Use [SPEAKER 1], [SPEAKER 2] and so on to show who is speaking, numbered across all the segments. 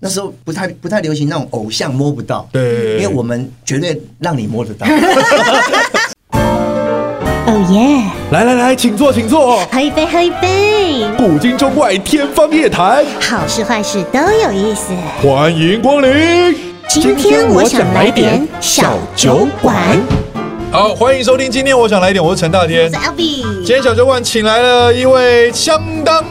[SPEAKER 1] 那时候不太不太流行那种偶像摸不到，
[SPEAKER 2] 对
[SPEAKER 1] 因为我们绝对让你摸得到。
[SPEAKER 3] 哦耶！
[SPEAKER 2] 来来来，请坐，请坐。
[SPEAKER 3] 喝一杯，喝一杯，
[SPEAKER 2] 古今中外，天方夜谭，
[SPEAKER 3] 好事坏事都有意思。
[SPEAKER 2] 欢迎光临。
[SPEAKER 3] 今天我想来点小酒馆。
[SPEAKER 2] 好，欢迎收听。今天我想来点，我是陈大天
[SPEAKER 3] 我是。L B，
[SPEAKER 2] 今天小酒馆请来了一位相当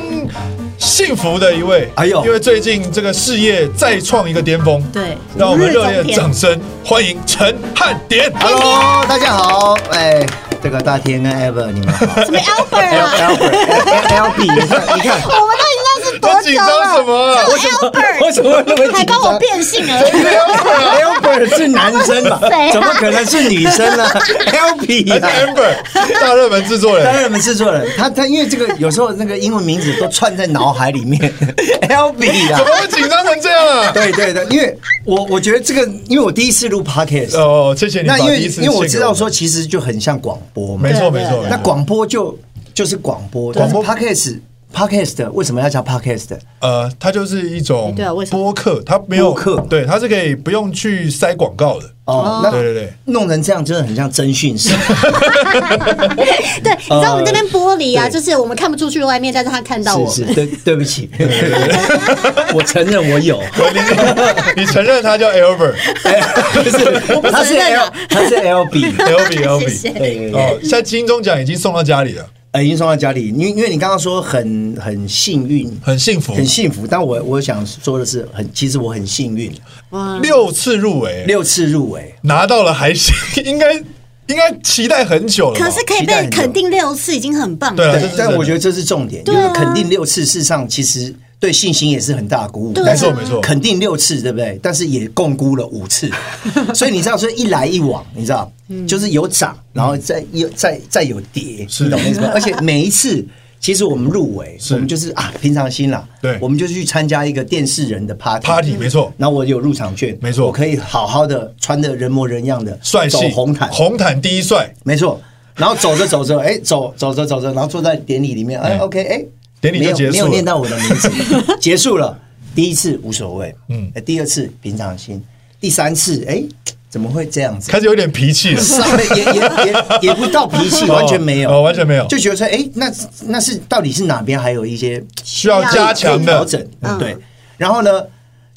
[SPEAKER 2] 幸福的一位，
[SPEAKER 1] 哎呦
[SPEAKER 2] 因为最近这个事业再创一个巅峰，
[SPEAKER 4] 对，
[SPEAKER 2] 让我们热烈
[SPEAKER 4] 如日
[SPEAKER 2] 的
[SPEAKER 4] 中天
[SPEAKER 2] 掌声欢迎陈汉典。
[SPEAKER 1] Hello，大 家好，哎，这个大天跟 Ever 你们好
[SPEAKER 4] 什么 Albert 啊？
[SPEAKER 1] ，Albert，L B，你看你看，
[SPEAKER 4] 我们都已经认识
[SPEAKER 2] 你
[SPEAKER 4] 多
[SPEAKER 2] 紧
[SPEAKER 4] 久
[SPEAKER 2] 张什
[SPEAKER 4] 了？
[SPEAKER 2] 么啊？
[SPEAKER 4] 我 Albert
[SPEAKER 1] 我怎么那么紧张
[SPEAKER 4] 还帮我变性了，
[SPEAKER 1] Albert 是男生 吧？
[SPEAKER 3] 谁啊
[SPEAKER 1] 怎么可能是女生 呢？L B
[SPEAKER 2] 而且
[SPEAKER 1] 啊。
[SPEAKER 2] Amber 大热门制 作
[SPEAKER 1] 当
[SPEAKER 2] 人，
[SPEAKER 1] 然我们制作人，他他因为这个有时候那个英文名字都串在脑海里 面，L B 啊
[SPEAKER 2] 怎，么会紧张成这样啊？
[SPEAKER 1] 对对对，因为我我觉得这个，因为我第一次录 podcast，、
[SPEAKER 2] 哦，谢 谢你把
[SPEAKER 1] 那因
[SPEAKER 2] 第
[SPEAKER 1] 为
[SPEAKER 2] 一次
[SPEAKER 1] 因为我
[SPEAKER 2] 献
[SPEAKER 1] 知
[SPEAKER 2] 给
[SPEAKER 1] 道说其实就很像广播嘛
[SPEAKER 2] 没，错
[SPEAKER 4] 对
[SPEAKER 2] 没错，
[SPEAKER 4] 对
[SPEAKER 2] 没错
[SPEAKER 1] 那广播就就是广播，但是
[SPEAKER 2] 广播
[SPEAKER 1] podcast podcast 为什么要叫 podcast？
[SPEAKER 2] 呃，它就是一种
[SPEAKER 4] 对啊为什么
[SPEAKER 2] 播客，它没有
[SPEAKER 1] 播客
[SPEAKER 2] 对，它是可以不用去塞广告的。
[SPEAKER 1] 哦，那
[SPEAKER 2] 对对对，
[SPEAKER 1] 弄成这样真的很像征讯室，
[SPEAKER 4] 对，你知道我们这边玻璃啊，
[SPEAKER 1] 对
[SPEAKER 4] 就是我们看不出去外面，但是他看到我
[SPEAKER 1] 是
[SPEAKER 4] 们。
[SPEAKER 1] 是，对对不起， 我承认我 有。
[SPEAKER 2] 你承认它叫 Albert
[SPEAKER 1] 不是，
[SPEAKER 2] 啊
[SPEAKER 1] 他是
[SPEAKER 4] 承认
[SPEAKER 1] L，
[SPEAKER 4] 啊
[SPEAKER 1] 他是 L B，
[SPEAKER 2] L B L
[SPEAKER 4] 谢
[SPEAKER 2] B
[SPEAKER 4] 谢。
[SPEAKER 1] 对对对
[SPEAKER 2] 哦，现在金钟奖已经送到家里了，
[SPEAKER 1] 呃，已经送到家里，因为因为你刚刚说很很幸运，
[SPEAKER 2] 很幸福，
[SPEAKER 1] 很幸福，但我我想说的是很，其实我很幸运，
[SPEAKER 4] 哇，
[SPEAKER 2] 六次入围，
[SPEAKER 1] 六次入围，
[SPEAKER 2] 拿到了还行， 应该应该期待很久了吧。
[SPEAKER 4] 可是可以被肯定六次，已经很棒。
[SPEAKER 2] 对了，这
[SPEAKER 1] 对啊
[SPEAKER 2] 是，真
[SPEAKER 1] 但
[SPEAKER 2] 的
[SPEAKER 1] 我觉得这是重点，就
[SPEAKER 4] 对啊
[SPEAKER 1] 是肯定六次，事实上其实对信心也是很大的鼓舞，
[SPEAKER 4] 对啊
[SPEAKER 1] 但是
[SPEAKER 2] 没错没错
[SPEAKER 1] 肯定六次，对不对？但是也共估了五 次，所以你知道，所以一来一往，你知道，
[SPEAKER 4] 嗯
[SPEAKER 1] 就是有涨，然后再有再再有跌，
[SPEAKER 2] 是
[SPEAKER 1] 你懂我意思 吗？而且每一次。其实我们入围，我们就是啊，平常心啦。
[SPEAKER 2] 对
[SPEAKER 1] 我们就是去参加一个电视人的 party。
[SPEAKER 4] 嗯
[SPEAKER 2] party 没错，
[SPEAKER 1] 然后我有入场券，
[SPEAKER 2] 没错
[SPEAKER 1] 我可以好好的穿的人模人样的，
[SPEAKER 2] 帅
[SPEAKER 1] 走
[SPEAKER 2] 气
[SPEAKER 1] 红毯，
[SPEAKER 2] 红毯第一帅，
[SPEAKER 1] 没错。然后走着走着，哎，走走着走着，然后坐在典礼里面，哎
[SPEAKER 2] 哎
[SPEAKER 1] ，OK，哎，
[SPEAKER 2] 典礼就
[SPEAKER 1] 没有
[SPEAKER 2] 结束了
[SPEAKER 1] 没有念到我的名 字，结束了。第一次无所谓，嗯
[SPEAKER 2] 嗯，
[SPEAKER 1] 第二次平常心，第三次，哎，怎么会这样子？
[SPEAKER 2] 开始有点脾气
[SPEAKER 4] 嗯
[SPEAKER 2] 了。
[SPEAKER 1] 稍微也也也也不到脾气，
[SPEAKER 2] 哦
[SPEAKER 1] 完全没有，
[SPEAKER 2] 哦完全没有
[SPEAKER 1] 就觉得说，哎，那那是到底是哪边还有一些
[SPEAKER 2] 需要加强的
[SPEAKER 1] 调整，对。然后呢，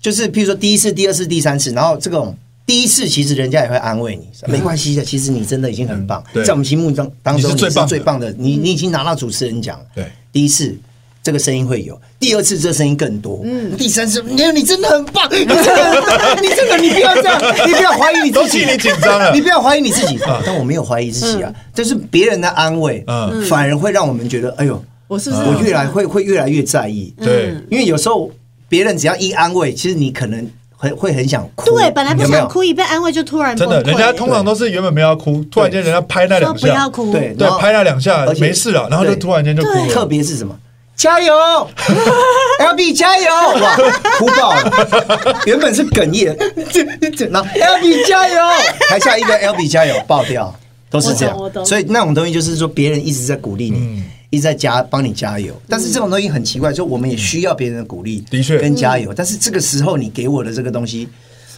[SPEAKER 1] 就是譬如说第一次、第二次、第三次，然后这种第一次，其实人家也会安慰你，说没关系的，其实你真的已经很棒，
[SPEAKER 2] 嗯对
[SPEAKER 1] 在我们心目中当中
[SPEAKER 2] 你
[SPEAKER 1] 你
[SPEAKER 2] 是最
[SPEAKER 1] 是
[SPEAKER 2] 棒的
[SPEAKER 1] 最棒的，你你已经拿到主持人奖了。
[SPEAKER 2] 对
[SPEAKER 1] 第一次。这个声音会有，第二次这声音更多，嗯，第三次，你你真的很棒，你真的很棒，你真的你不要这样，你不要怀疑你自
[SPEAKER 2] 都
[SPEAKER 1] 己，
[SPEAKER 2] 替你紧张了
[SPEAKER 1] 你不要怀疑你自己，啊但我没有怀疑自己
[SPEAKER 4] 嗯
[SPEAKER 1] 啊，这是别人的安慰，
[SPEAKER 2] 嗯
[SPEAKER 1] 反而会让我们觉得，哎呦，
[SPEAKER 4] 我是不嗯是
[SPEAKER 1] 我越来会会越来越在意，
[SPEAKER 2] 对，
[SPEAKER 1] 因为有时候别人只要一安慰，其实你可能很会很想哭，
[SPEAKER 4] 对，本来不
[SPEAKER 1] 有没有
[SPEAKER 4] 想，哭，一被安慰就突然
[SPEAKER 2] 真的，
[SPEAKER 4] 崩
[SPEAKER 2] 人
[SPEAKER 4] 溃
[SPEAKER 2] 家通常都是原本没有要哭，突然间人家拍那
[SPEAKER 4] 说
[SPEAKER 2] 两
[SPEAKER 4] 不要
[SPEAKER 2] 下，
[SPEAKER 4] 哭，
[SPEAKER 1] 对
[SPEAKER 2] 对
[SPEAKER 1] 然后，
[SPEAKER 2] 拍那两下
[SPEAKER 1] 而且
[SPEAKER 2] 没事了，然后就
[SPEAKER 1] 对
[SPEAKER 2] 突然间就哭
[SPEAKER 1] 特
[SPEAKER 2] 了。
[SPEAKER 1] 别是什么？加 油，L B 加油！哇，哭爆 了！原本是哽咽，然后 L B 加油，台下一个 L B 加油爆掉，都是这样
[SPEAKER 4] 我懂我。懂
[SPEAKER 1] 所以那种东西就是说，别人一直在鼓励你
[SPEAKER 2] 嗯，
[SPEAKER 1] 一直在加帮你加油。但是这种东西很奇怪，就我们也需要别人的鼓励，
[SPEAKER 2] 嗯的确
[SPEAKER 1] 跟加油。但是这个时候你给我的这个东西，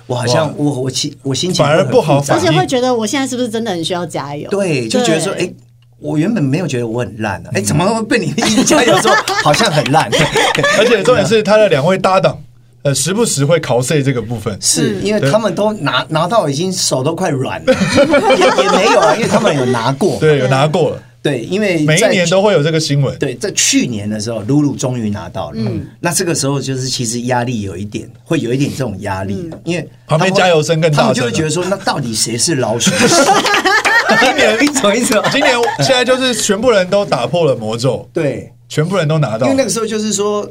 [SPEAKER 1] 我好
[SPEAKER 2] 哇
[SPEAKER 1] 像我我心我心情
[SPEAKER 2] 反而
[SPEAKER 1] 会很
[SPEAKER 2] 不好
[SPEAKER 1] 复杂
[SPEAKER 4] 而
[SPEAKER 2] 反
[SPEAKER 4] 且会觉得我现在是不是真的很需要加油？
[SPEAKER 1] 对，就觉得说，
[SPEAKER 4] 对
[SPEAKER 1] 哎，我原本没有觉得我很烂啊，哎，怎么会被你一加油之后好像很 烂？
[SPEAKER 2] 而且重点是他的两位搭档，呃，时不时会 cos 这个部分。
[SPEAKER 1] 是因为他们都拿拿到已经手都快软了， 也也没有啊，因为他们有拿过，
[SPEAKER 2] 对，有拿过了，
[SPEAKER 1] 对，因为
[SPEAKER 2] 每一
[SPEAKER 1] 在
[SPEAKER 2] 年都会有这个新闻。
[SPEAKER 1] 对，在去年的时候，露露终于拿到了，
[SPEAKER 4] 嗯
[SPEAKER 1] 那这个时候就是其实压力有一点，会有一点这种压力，
[SPEAKER 4] 嗯
[SPEAKER 1] 因为他
[SPEAKER 2] 旁边
[SPEAKER 1] 们会
[SPEAKER 2] 加油声更大声了
[SPEAKER 1] 他们
[SPEAKER 2] 啊
[SPEAKER 1] 就会觉得说，那到底谁是老 鼠 屎？一年一种一种，
[SPEAKER 2] 今年现在就是全部人都打破了魔咒，
[SPEAKER 1] 对。
[SPEAKER 2] 全部人都拿到
[SPEAKER 1] 因为那
[SPEAKER 2] 了
[SPEAKER 1] 个。时候就是说，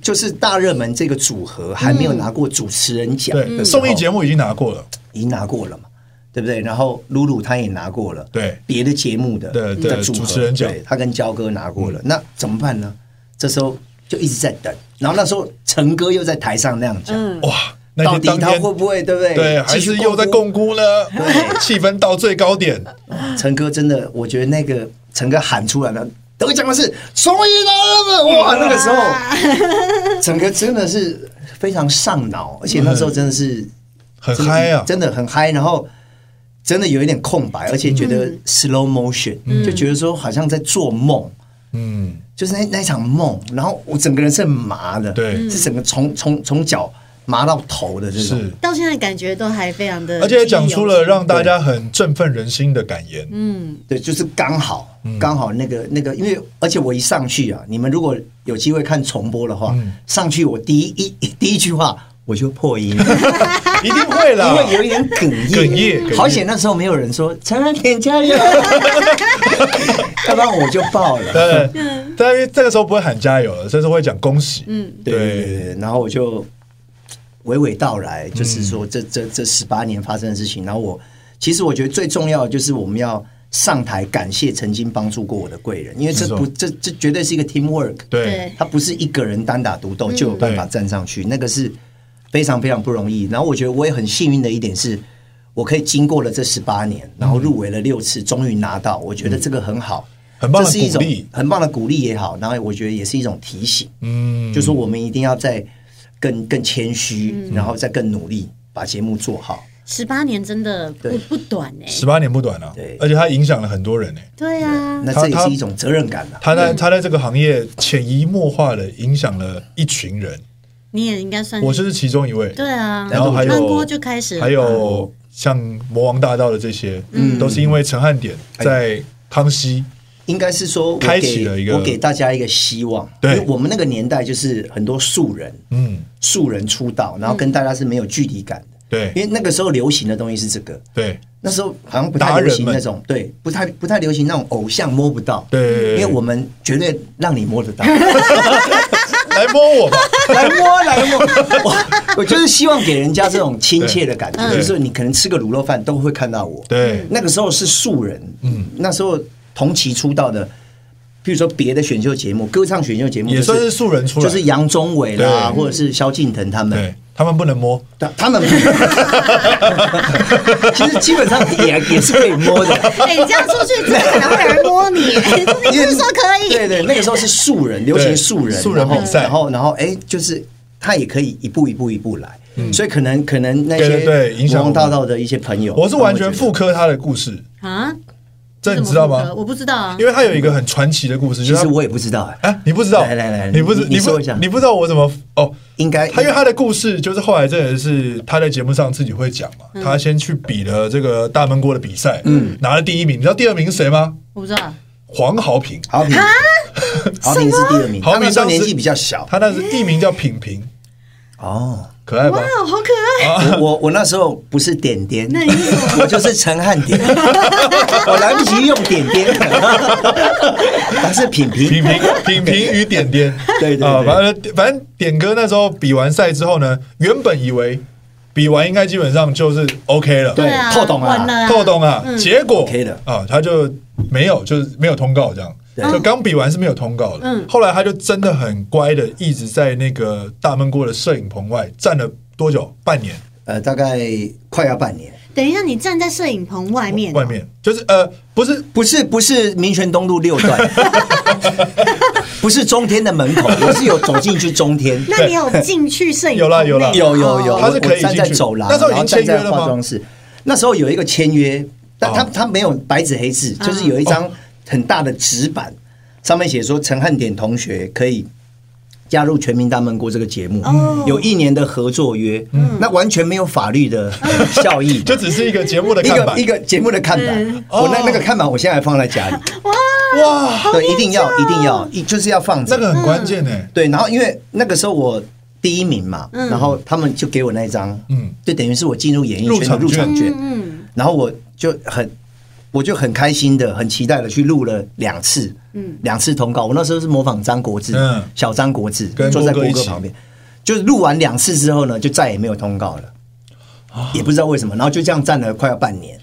[SPEAKER 1] 就是大热门这个组合还没有拿过主持人奖的时
[SPEAKER 2] 对，嗯
[SPEAKER 1] 候，
[SPEAKER 2] 综艺节目已经拿过了，
[SPEAKER 1] 已经拿过了嘛，对不对？然后露露她也拿过了，
[SPEAKER 2] 对
[SPEAKER 1] 别的节目的
[SPEAKER 2] 对对
[SPEAKER 1] 的组合
[SPEAKER 2] 主持人奖嗯
[SPEAKER 1] 对她跟焦哥拿过了，那怎么办呢？这时候就一直在等，然后那时候陈哥又在台上那样讲，
[SPEAKER 2] 哇！
[SPEAKER 1] 嗯
[SPEAKER 2] 那
[SPEAKER 1] 到
[SPEAKER 2] 些
[SPEAKER 1] 底
[SPEAKER 2] 当
[SPEAKER 1] 他
[SPEAKER 2] 天
[SPEAKER 1] 会不会对不对？
[SPEAKER 2] 对，还
[SPEAKER 1] 继续
[SPEAKER 2] 是又在
[SPEAKER 1] 共
[SPEAKER 2] 共估呢？ 气氛到最高点，
[SPEAKER 1] 陈哥真的，我觉得那个陈哥喊出来了，啊得奖的是终于拿了哇！那个时候，陈哥真的是非常上脑，而且那时候真的是
[SPEAKER 2] 很
[SPEAKER 1] 真的
[SPEAKER 2] 嗨啊！
[SPEAKER 1] 真的很嗨，然后真的有一点空白，而且觉得 slow motion，、就觉得说好像在做梦，
[SPEAKER 2] 嗯，
[SPEAKER 1] 就是那那一场梦，然后我整个人是很麻的，
[SPEAKER 2] 对
[SPEAKER 1] 是整个从从从脚麻到头的这种，
[SPEAKER 2] 是，
[SPEAKER 5] 到现在感觉都还非常的，
[SPEAKER 2] 而且讲出了让大家很振奋人心的感言。
[SPEAKER 5] 嗯，
[SPEAKER 1] 对，就是刚好
[SPEAKER 2] 嗯
[SPEAKER 1] 刚好那个那个，因为而且我一上去啊，你们如果有机会看重播的话，
[SPEAKER 2] 嗯
[SPEAKER 1] 上去我第一一第一句话我就破音，
[SPEAKER 2] 一定会 啦，
[SPEAKER 1] 因为有一点哽咽，
[SPEAKER 2] 哽咽哽咽
[SPEAKER 1] 好险那时候没有人说陈安田加油， 要不然我就爆了。
[SPEAKER 2] 对，但因为这个时候不会喊加油了，这时候会讲恭喜。
[SPEAKER 5] 嗯
[SPEAKER 1] 对对对对，然后我就娓娓道来，就是
[SPEAKER 2] 嗯
[SPEAKER 1] 说这这这十八年发生的事情。然后我其实我觉得最重要的就是我们要上台感谢曾经帮助过我的贵人，因为这
[SPEAKER 2] 没错
[SPEAKER 1] 不这这绝对是一个 team work，
[SPEAKER 2] 对
[SPEAKER 5] 对
[SPEAKER 1] 他不是一个人单打独斗
[SPEAKER 2] 嗯
[SPEAKER 1] 就有办法站上去，那个是非常非常不容易。然后我觉得我也很幸运的一点是。我可以经过了这十八年，然后入围了六次，终于拿到，我觉得这个很好，
[SPEAKER 2] 很棒的
[SPEAKER 1] 这是一种
[SPEAKER 2] 鼓励
[SPEAKER 1] 很棒的鼓励也好，然后我觉得也是一种提醒，
[SPEAKER 2] 嗯，
[SPEAKER 1] 就说我们一定要再更更谦虚，然后再更努力把节目做好。
[SPEAKER 5] 十八年真的不
[SPEAKER 1] 对
[SPEAKER 5] 不短哎、
[SPEAKER 2] 十八年不短了、啊
[SPEAKER 1] 对
[SPEAKER 2] 而且他影响了很多人呢、
[SPEAKER 5] 对啊，
[SPEAKER 1] 那
[SPEAKER 2] 他
[SPEAKER 1] 这也
[SPEAKER 2] 他
[SPEAKER 1] 是一种责任感啊。
[SPEAKER 2] 他
[SPEAKER 5] 嗯
[SPEAKER 2] 在他在这个行业潜移默化的影响了一群人，
[SPEAKER 5] 你也应该算
[SPEAKER 2] 我是其中一位。
[SPEAKER 5] 嗯对啊，
[SPEAKER 2] 然后还有
[SPEAKER 5] 韩国就开始了嗯
[SPEAKER 2] 还有像魔王大道的这些，都是因为陈汉典
[SPEAKER 1] 哎
[SPEAKER 2] 在康熙，
[SPEAKER 1] 应该是说我给，
[SPEAKER 2] 开启了一个
[SPEAKER 1] 我给大家一个希望，
[SPEAKER 2] 对
[SPEAKER 1] 因为我们那个年代就是很多素人，
[SPEAKER 2] 嗯，
[SPEAKER 1] 素人出道，然后跟大家是没有距离感的，因
[SPEAKER 2] 对
[SPEAKER 1] 为那个时候流行的东西是这个，
[SPEAKER 2] 对
[SPEAKER 1] 那时候好像不太
[SPEAKER 2] 达人
[SPEAKER 1] 流行
[SPEAKER 2] 们
[SPEAKER 1] 那种，对，不太不太流行那种偶像摸不到，
[SPEAKER 2] 对，
[SPEAKER 1] 因为我们绝对让你摸得到。
[SPEAKER 2] 来摸我吧，
[SPEAKER 1] 来摸来摸，我我就是希望给人家这种亲切的感觉，
[SPEAKER 2] 对
[SPEAKER 1] 就是你可能吃个卤肉饭都会看到我。
[SPEAKER 2] 对
[SPEAKER 1] 那个时候是素人，嗯，那时候同期出道的，比如说别的选秀节目、歌唱选秀节目、
[SPEAKER 2] 也
[SPEAKER 1] 就是
[SPEAKER 2] 算是素人出来
[SPEAKER 1] 嗯就是杨宗纬啦，
[SPEAKER 2] 对
[SPEAKER 1] 或者是萧敬腾他们
[SPEAKER 2] 对，，他们不能摸，
[SPEAKER 1] 他他们 其实基本上也也是可以摸的。
[SPEAKER 5] 哎、你这样出去真的可能会有 人摸你， 你是说可以？
[SPEAKER 1] 对对，那个时候是素人，流行素人，
[SPEAKER 2] 素人
[SPEAKER 1] 然后
[SPEAKER 2] 比赛
[SPEAKER 1] 然后然后哎，就是他也可以一步一步一步来，所以可能可能那
[SPEAKER 2] 嗯对对
[SPEAKER 1] 些
[SPEAKER 2] 对影响
[SPEAKER 1] 王
[SPEAKER 2] 我们
[SPEAKER 1] 大道的一些朋友，
[SPEAKER 2] 我是完全
[SPEAKER 1] 复
[SPEAKER 2] 复刻他的故事，
[SPEAKER 5] 啊，
[SPEAKER 2] 这
[SPEAKER 5] 怎
[SPEAKER 2] 你
[SPEAKER 5] 么
[SPEAKER 2] 知道
[SPEAKER 5] 不可
[SPEAKER 2] 吗？
[SPEAKER 5] 我不知道啊
[SPEAKER 2] 因，为他有一个很传奇的故事，
[SPEAKER 1] 其
[SPEAKER 2] 就是
[SPEAKER 1] 实
[SPEAKER 2] 他
[SPEAKER 1] 我也不知道哎，
[SPEAKER 2] 啊哎，你不知道，
[SPEAKER 1] 来来来
[SPEAKER 2] 你不知
[SPEAKER 1] 你你
[SPEAKER 2] 不
[SPEAKER 1] 说一下哎
[SPEAKER 2] 你不知道我怎么哦。
[SPEAKER 1] 应该
[SPEAKER 2] 他因为他的故事，就是后来真的是他在节目上自己会讲嘛。他先去比了这个大闷锅的比赛，嗯，拿了第一名。你知道第二名是谁吗？
[SPEAKER 5] 我不知道。啊
[SPEAKER 2] 黄豪平，
[SPEAKER 1] 好评，好评是第二名，
[SPEAKER 2] 豪
[SPEAKER 1] 嗯他
[SPEAKER 2] 平
[SPEAKER 1] 那时候
[SPEAKER 2] 当时
[SPEAKER 1] 年纪比较小
[SPEAKER 2] 他那是艺名叫品平，
[SPEAKER 1] 哦。
[SPEAKER 2] 可爱吧啊
[SPEAKER 5] 哇？，好可
[SPEAKER 1] 我
[SPEAKER 5] 爱！
[SPEAKER 1] 我我那时候不是点点，
[SPEAKER 5] 那你是什么？
[SPEAKER 1] 我就是陈汉 典，我来不及用点点，他是品
[SPEAKER 2] 品
[SPEAKER 1] 评，
[SPEAKER 2] 平品平与点点，
[SPEAKER 1] 对对对
[SPEAKER 2] 啊，反正反正点哥那时候比完赛之后呢，原本以为比完应该基本上就是 OK 了，
[SPEAKER 1] 对
[SPEAKER 5] 啊，
[SPEAKER 1] 透懂了啊
[SPEAKER 5] 完了啊，
[SPEAKER 2] 透懂啊，结果
[SPEAKER 1] OK 的
[SPEAKER 2] 啊，他就没有，就是没有通告这样。就刚比完是没有通告的，
[SPEAKER 5] 嗯
[SPEAKER 2] 后来他就真的很乖的，一直在那个大闷锅的摄影棚外站了多久？半年，
[SPEAKER 1] 呃，大概快要半年。
[SPEAKER 5] 等一下，你站在摄影棚外面哦，
[SPEAKER 2] 外面就是呃，不是
[SPEAKER 1] 不是不是民权东路六 段，不是中天的门口，我是有走进去中天。
[SPEAKER 5] 那你有进去摄影
[SPEAKER 2] 有啦
[SPEAKER 5] 棚内哦嗯
[SPEAKER 2] 有啦
[SPEAKER 1] 有有有，
[SPEAKER 2] 啊哦他是
[SPEAKER 1] 我
[SPEAKER 2] 可以
[SPEAKER 1] 我站在
[SPEAKER 2] 进去
[SPEAKER 1] 走廊，
[SPEAKER 2] 那时候已经
[SPEAKER 1] 然后站
[SPEAKER 2] 签约
[SPEAKER 1] 在
[SPEAKER 2] 了吗
[SPEAKER 1] 化妆室。那时候有一个签约，但他
[SPEAKER 2] 哦
[SPEAKER 1] 他没有白纸黑字，就是有一张很大的纸板，上面写说陈汉典同学可以。加入《全民大闷锅》这个节目，有一年的合作约，那完全没有法律的 效益，
[SPEAKER 2] 嗯 就只是一个节目的
[SPEAKER 1] 一
[SPEAKER 2] 看
[SPEAKER 1] 个
[SPEAKER 2] 板
[SPEAKER 1] 一，个节目的看板
[SPEAKER 5] 嗯。
[SPEAKER 1] 我那
[SPEAKER 2] 哦
[SPEAKER 1] 那个看板，我现在还放在家里，
[SPEAKER 2] 哇，
[SPEAKER 1] 对，一定要一定要，一就是要放着。
[SPEAKER 2] 那个很关键呢。
[SPEAKER 1] 对，然后因为那个时候我第一名嘛，
[SPEAKER 5] 嗯
[SPEAKER 1] 然后他们就给我那一张，
[SPEAKER 2] 嗯
[SPEAKER 1] 嗯，就等于是我进入演艺圈的
[SPEAKER 2] 入
[SPEAKER 1] 入
[SPEAKER 2] 场
[SPEAKER 1] 场
[SPEAKER 2] 券
[SPEAKER 1] 券，
[SPEAKER 5] 嗯，
[SPEAKER 1] 然后我就很。我就很开心的、很期待的去录了两次，嗯，两次通告。我那时候是模仿张国志，
[SPEAKER 2] 嗯
[SPEAKER 1] 小张国志
[SPEAKER 2] 跟
[SPEAKER 1] 坐在
[SPEAKER 2] 郭哥
[SPEAKER 1] 郭
[SPEAKER 2] 一
[SPEAKER 1] 哥
[SPEAKER 2] 起
[SPEAKER 1] 旁边，就是录完两次之后呢，就再也没有通告了，
[SPEAKER 2] 啊
[SPEAKER 1] 也不知道为什么。然后就这样站了快要半年，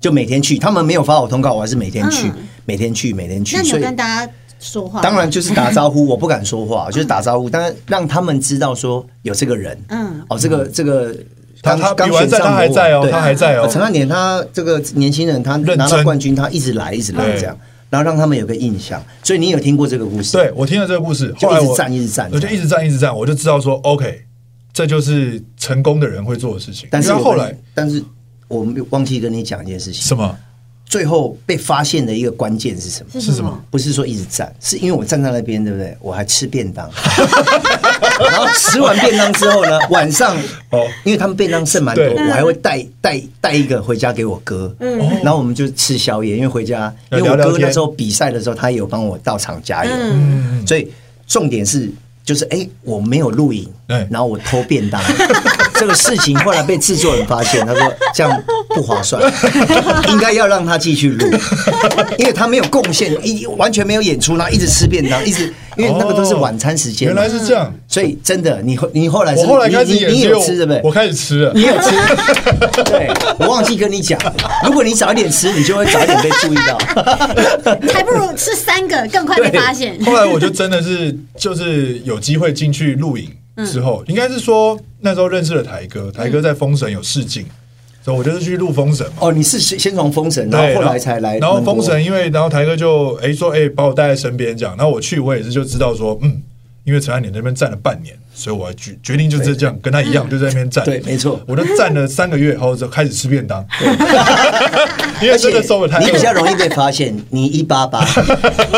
[SPEAKER 1] 就每天去。他们没有发我通告，我还是每天去，
[SPEAKER 5] 嗯
[SPEAKER 1] 每天去，每天去。
[SPEAKER 5] 那你
[SPEAKER 1] 所
[SPEAKER 5] 有
[SPEAKER 1] 以。
[SPEAKER 5] 跟大家说话？
[SPEAKER 1] 当然，就是打招呼， 我不敢说话，就是打招呼，但是让他们知道说有这个人，
[SPEAKER 5] 嗯
[SPEAKER 1] 嗯，哦，这个这个。
[SPEAKER 2] 他
[SPEAKER 1] 刚
[SPEAKER 2] 他
[SPEAKER 1] 刚
[SPEAKER 2] 比完
[SPEAKER 1] 选
[SPEAKER 2] 赛
[SPEAKER 1] 上
[SPEAKER 2] 他还
[SPEAKER 1] 我
[SPEAKER 2] 在哦
[SPEAKER 1] 对
[SPEAKER 2] 他还在哦
[SPEAKER 1] 陈汉典他这个年轻人，他
[SPEAKER 2] 认
[SPEAKER 1] 拿到
[SPEAKER 2] 真
[SPEAKER 1] 冠军，他一直来，一直来
[SPEAKER 2] 对
[SPEAKER 1] 这样，然后让他们有个印象。所以你有听过这个故事？
[SPEAKER 2] 对，我听了这个故事，
[SPEAKER 1] 就
[SPEAKER 2] 后来
[SPEAKER 1] 一直
[SPEAKER 2] 我
[SPEAKER 1] 站一直站
[SPEAKER 2] 我就一直站一直站，我就知道说 OK，这就是成功的人会做的事情。
[SPEAKER 1] 但是
[SPEAKER 2] 因为
[SPEAKER 1] 我
[SPEAKER 2] 后
[SPEAKER 1] 跟
[SPEAKER 2] 来
[SPEAKER 1] 你，但是我们忘记跟你讲一件事情，
[SPEAKER 2] 什么？
[SPEAKER 1] 最后被发现的一个关键是什么？
[SPEAKER 2] 是什么？
[SPEAKER 1] 不是说一直站，是因为我站在那边，对不对？我还吃便当， 然后吃完便当之后呢，晚上
[SPEAKER 2] 哦
[SPEAKER 1] 哦，因为他们便当剩蛮多，
[SPEAKER 2] 对哦
[SPEAKER 1] 我还会带带带一个回家给我哥，然后我们就吃宵夜，因为回家，因为
[SPEAKER 2] 要
[SPEAKER 1] 我
[SPEAKER 2] 聊聊
[SPEAKER 1] 哥
[SPEAKER 2] 天
[SPEAKER 1] 那时候比赛的时候，他也有帮我到场加油，
[SPEAKER 2] 嗯，
[SPEAKER 1] 所以重点是。就是哎、我没有录影，
[SPEAKER 2] 对
[SPEAKER 1] 然后我偷便 当，这个事情后来被制作人发现，他说这样不划 算，应该要让他继续录，因为他没有贡献，一完全没有演出，然后一直吃便当，一直因为那个都是晚餐时间
[SPEAKER 2] 哦原
[SPEAKER 1] 嘛，
[SPEAKER 2] 来是这样。
[SPEAKER 1] 所以真的，你后你后来是
[SPEAKER 2] 我后来
[SPEAKER 1] 你
[SPEAKER 2] 开始
[SPEAKER 1] 你
[SPEAKER 2] 演
[SPEAKER 1] 你
[SPEAKER 2] 戏，
[SPEAKER 1] 有吃对不对？
[SPEAKER 2] 我开始吃了
[SPEAKER 1] 你。有吃， 对我忘记跟你讲，如果你早一点吃，你就会早一点被注意到。
[SPEAKER 5] 还不如吃三 个更快被发现。
[SPEAKER 2] 后来我就真的 是就是有机会进去录影
[SPEAKER 5] 嗯
[SPEAKER 2] 之后，应该是说那时候认识了台哥，台哥在封神有试镜，所以我就是去录封神嘛。
[SPEAKER 1] 哦，你是先先从封神，然
[SPEAKER 2] 对，
[SPEAKER 1] 后后来才来
[SPEAKER 2] 然后
[SPEAKER 1] 蒙
[SPEAKER 2] 封
[SPEAKER 1] 古
[SPEAKER 2] 神，因为然后台哥就哎、说哎、把我带在身边这样，然后我去我也是就知道说嗯，因为陈汉典那边站了半年，所以我决决定就是这样跟他一
[SPEAKER 5] 嗯
[SPEAKER 2] 样就在那边站，
[SPEAKER 1] 对没错
[SPEAKER 2] 我就站了三个月以后就开始吃便当， 因为
[SPEAKER 1] 而且
[SPEAKER 2] 真的受了太
[SPEAKER 1] 你比
[SPEAKER 2] 饿
[SPEAKER 1] 较
[SPEAKER 2] 了。
[SPEAKER 1] 容易被发现，你一八八，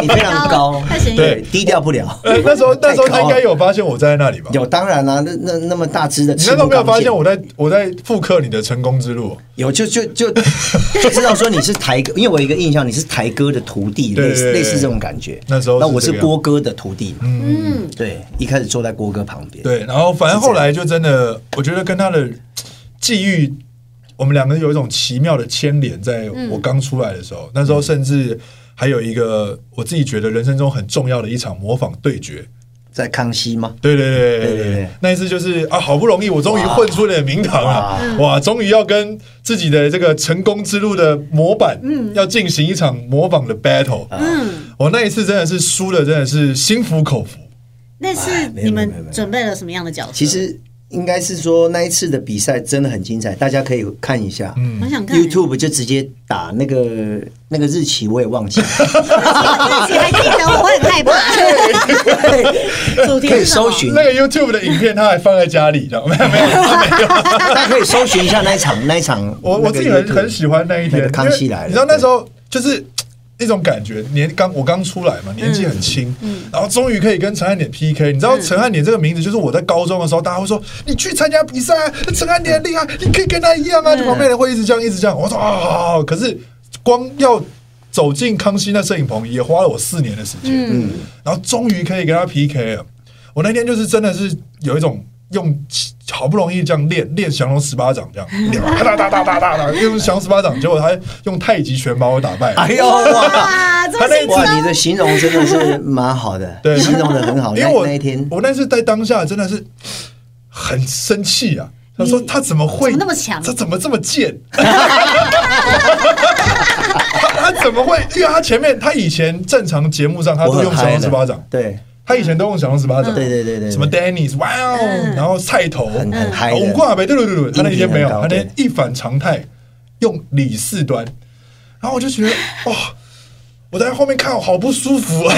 [SPEAKER 1] 你非常 高
[SPEAKER 5] 太显，眼
[SPEAKER 2] 对
[SPEAKER 1] 低调不了。
[SPEAKER 2] 呃那时候那时候他应该
[SPEAKER 1] 太高了
[SPEAKER 2] 有发现我站在那里吧？
[SPEAKER 1] 有，当然啦、那那那么大只的，
[SPEAKER 2] 你难道没有发现我在我在复刻你的成功之路？哦
[SPEAKER 1] 有就就就就知道说你是台哥，因为我有一个印象你是台哥的徒弟，
[SPEAKER 2] 对
[SPEAKER 1] 类似
[SPEAKER 2] 对对
[SPEAKER 1] 类似这种感觉。
[SPEAKER 2] 那时候是
[SPEAKER 1] 那我是
[SPEAKER 2] 这个样
[SPEAKER 1] 郭哥的徒弟嘛，
[SPEAKER 5] 嗯，
[SPEAKER 1] 对，一开始坐在郭哥旁边。
[SPEAKER 2] 对，然后反正后来就真的，我觉得跟他的际遇，我们两个有一种奇妙的牵连。在我刚出来的时候，那时候甚至还有一个我自己觉得人生中很重要的一场模仿对决。
[SPEAKER 1] 在康熙吗？
[SPEAKER 2] 对对对
[SPEAKER 1] 对对对
[SPEAKER 2] 那一次就是啊，好不容易我终于混出了名堂了，哇，终于要跟自己的这个成功之路的模板，要进行一场模仿的 battle。嗯，我那一次真的是输的，真的是心服口服。
[SPEAKER 5] 那
[SPEAKER 1] 哎
[SPEAKER 5] 是你们准备了什么样的角色？
[SPEAKER 1] 其实应该是说那一次的比赛真的很精彩，大家可以看一下。嗯。
[SPEAKER 5] 我想看
[SPEAKER 1] YouTube 就直接打那个那个日期，我也忘记了，
[SPEAKER 5] 哦自己还记得，我会很害 怕。主题
[SPEAKER 1] 可以
[SPEAKER 5] 是什么
[SPEAKER 1] 搜寻
[SPEAKER 2] 那个 YouTube 的影片他还放在家里，知 道吗？没有没有，
[SPEAKER 1] 大家可以搜寻一下那一 场那一场那个 YouTube。
[SPEAKER 2] 我我自己很很喜欢那一天
[SPEAKER 1] 那个康熙来了
[SPEAKER 2] 因为你知道那时候就是。一种感觉，年刚我刚出来嘛，年纪很轻，
[SPEAKER 1] 嗯
[SPEAKER 2] 然后终于可以跟陈汉典 PK。你知道陈汉典这个名字，就是我在高中的时候，大家会说你去参加比赛啊，陈汉典很厉害，你可以跟他一样啊。
[SPEAKER 1] 嗯
[SPEAKER 2] 你旁边人会一直这样，一直这样。我说啊，可是光要走进康熙那摄影棚，也花了我四年的时间，然后终于可以跟他 PK 了。我那天就是真的是有一种用好不容易这样练练降龙十八掌这样，练哒哒哒哒哒哒哒，用降龙十八掌，结果他用太极拳把我打败。
[SPEAKER 1] 哎呦 哇！
[SPEAKER 5] 哇，这
[SPEAKER 2] 他
[SPEAKER 5] 么
[SPEAKER 2] 那
[SPEAKER 5] 辛
[SPEAKER 2] 一
[SPEAKER 5] 苦
[SPEAKER 1] 哇，你的形容真的是蛮好的，
[SPEAKER 2] 对
[SPEAKER 1] 形容的很好。
[SPEAKER 2] 因
[SPEAKER 1] 那
[SPEAKER 2] 为我
[SPEAKER 1] 那一天，
[SPEAKER 2] 我那次在当下真的是很生气啊！他说他怎么会
[SPEAKER 5] 怎么那么强
[SPEAKER 2] 他怎么这么贱？ 他怎么会？因为他前面他以前正常节目上他
[SPEAKER 1] 我
[SPEAKER 2] 都
[SPEAKER 1] 很
[SPEAKER 2] 用降
[SPEAKER 1] 嗨
[SPEAKER 2] 龙
[SPEAKER 1] 的
[SPEAKER 2] 十八掌，
[SPEAKER 1] 对，
[SPEAKER 2] 他以前都用降龙十八掌，
[SPEAKER 1] 嗯对对对对嗯
[SPEAKER 2] 什么 Dennis 哇哦，然后菜头嗯啊
[SPEAKER 1] 很很嗨的
[SPEAKER 2] 五挂呗，对对对对，他那天没有，
[SPEAKER 1] 音频很高
[SPEAKER 2] 他那天一反常态用李四端，然后我就觉得哇。我在后面看，我好不舒服 啊！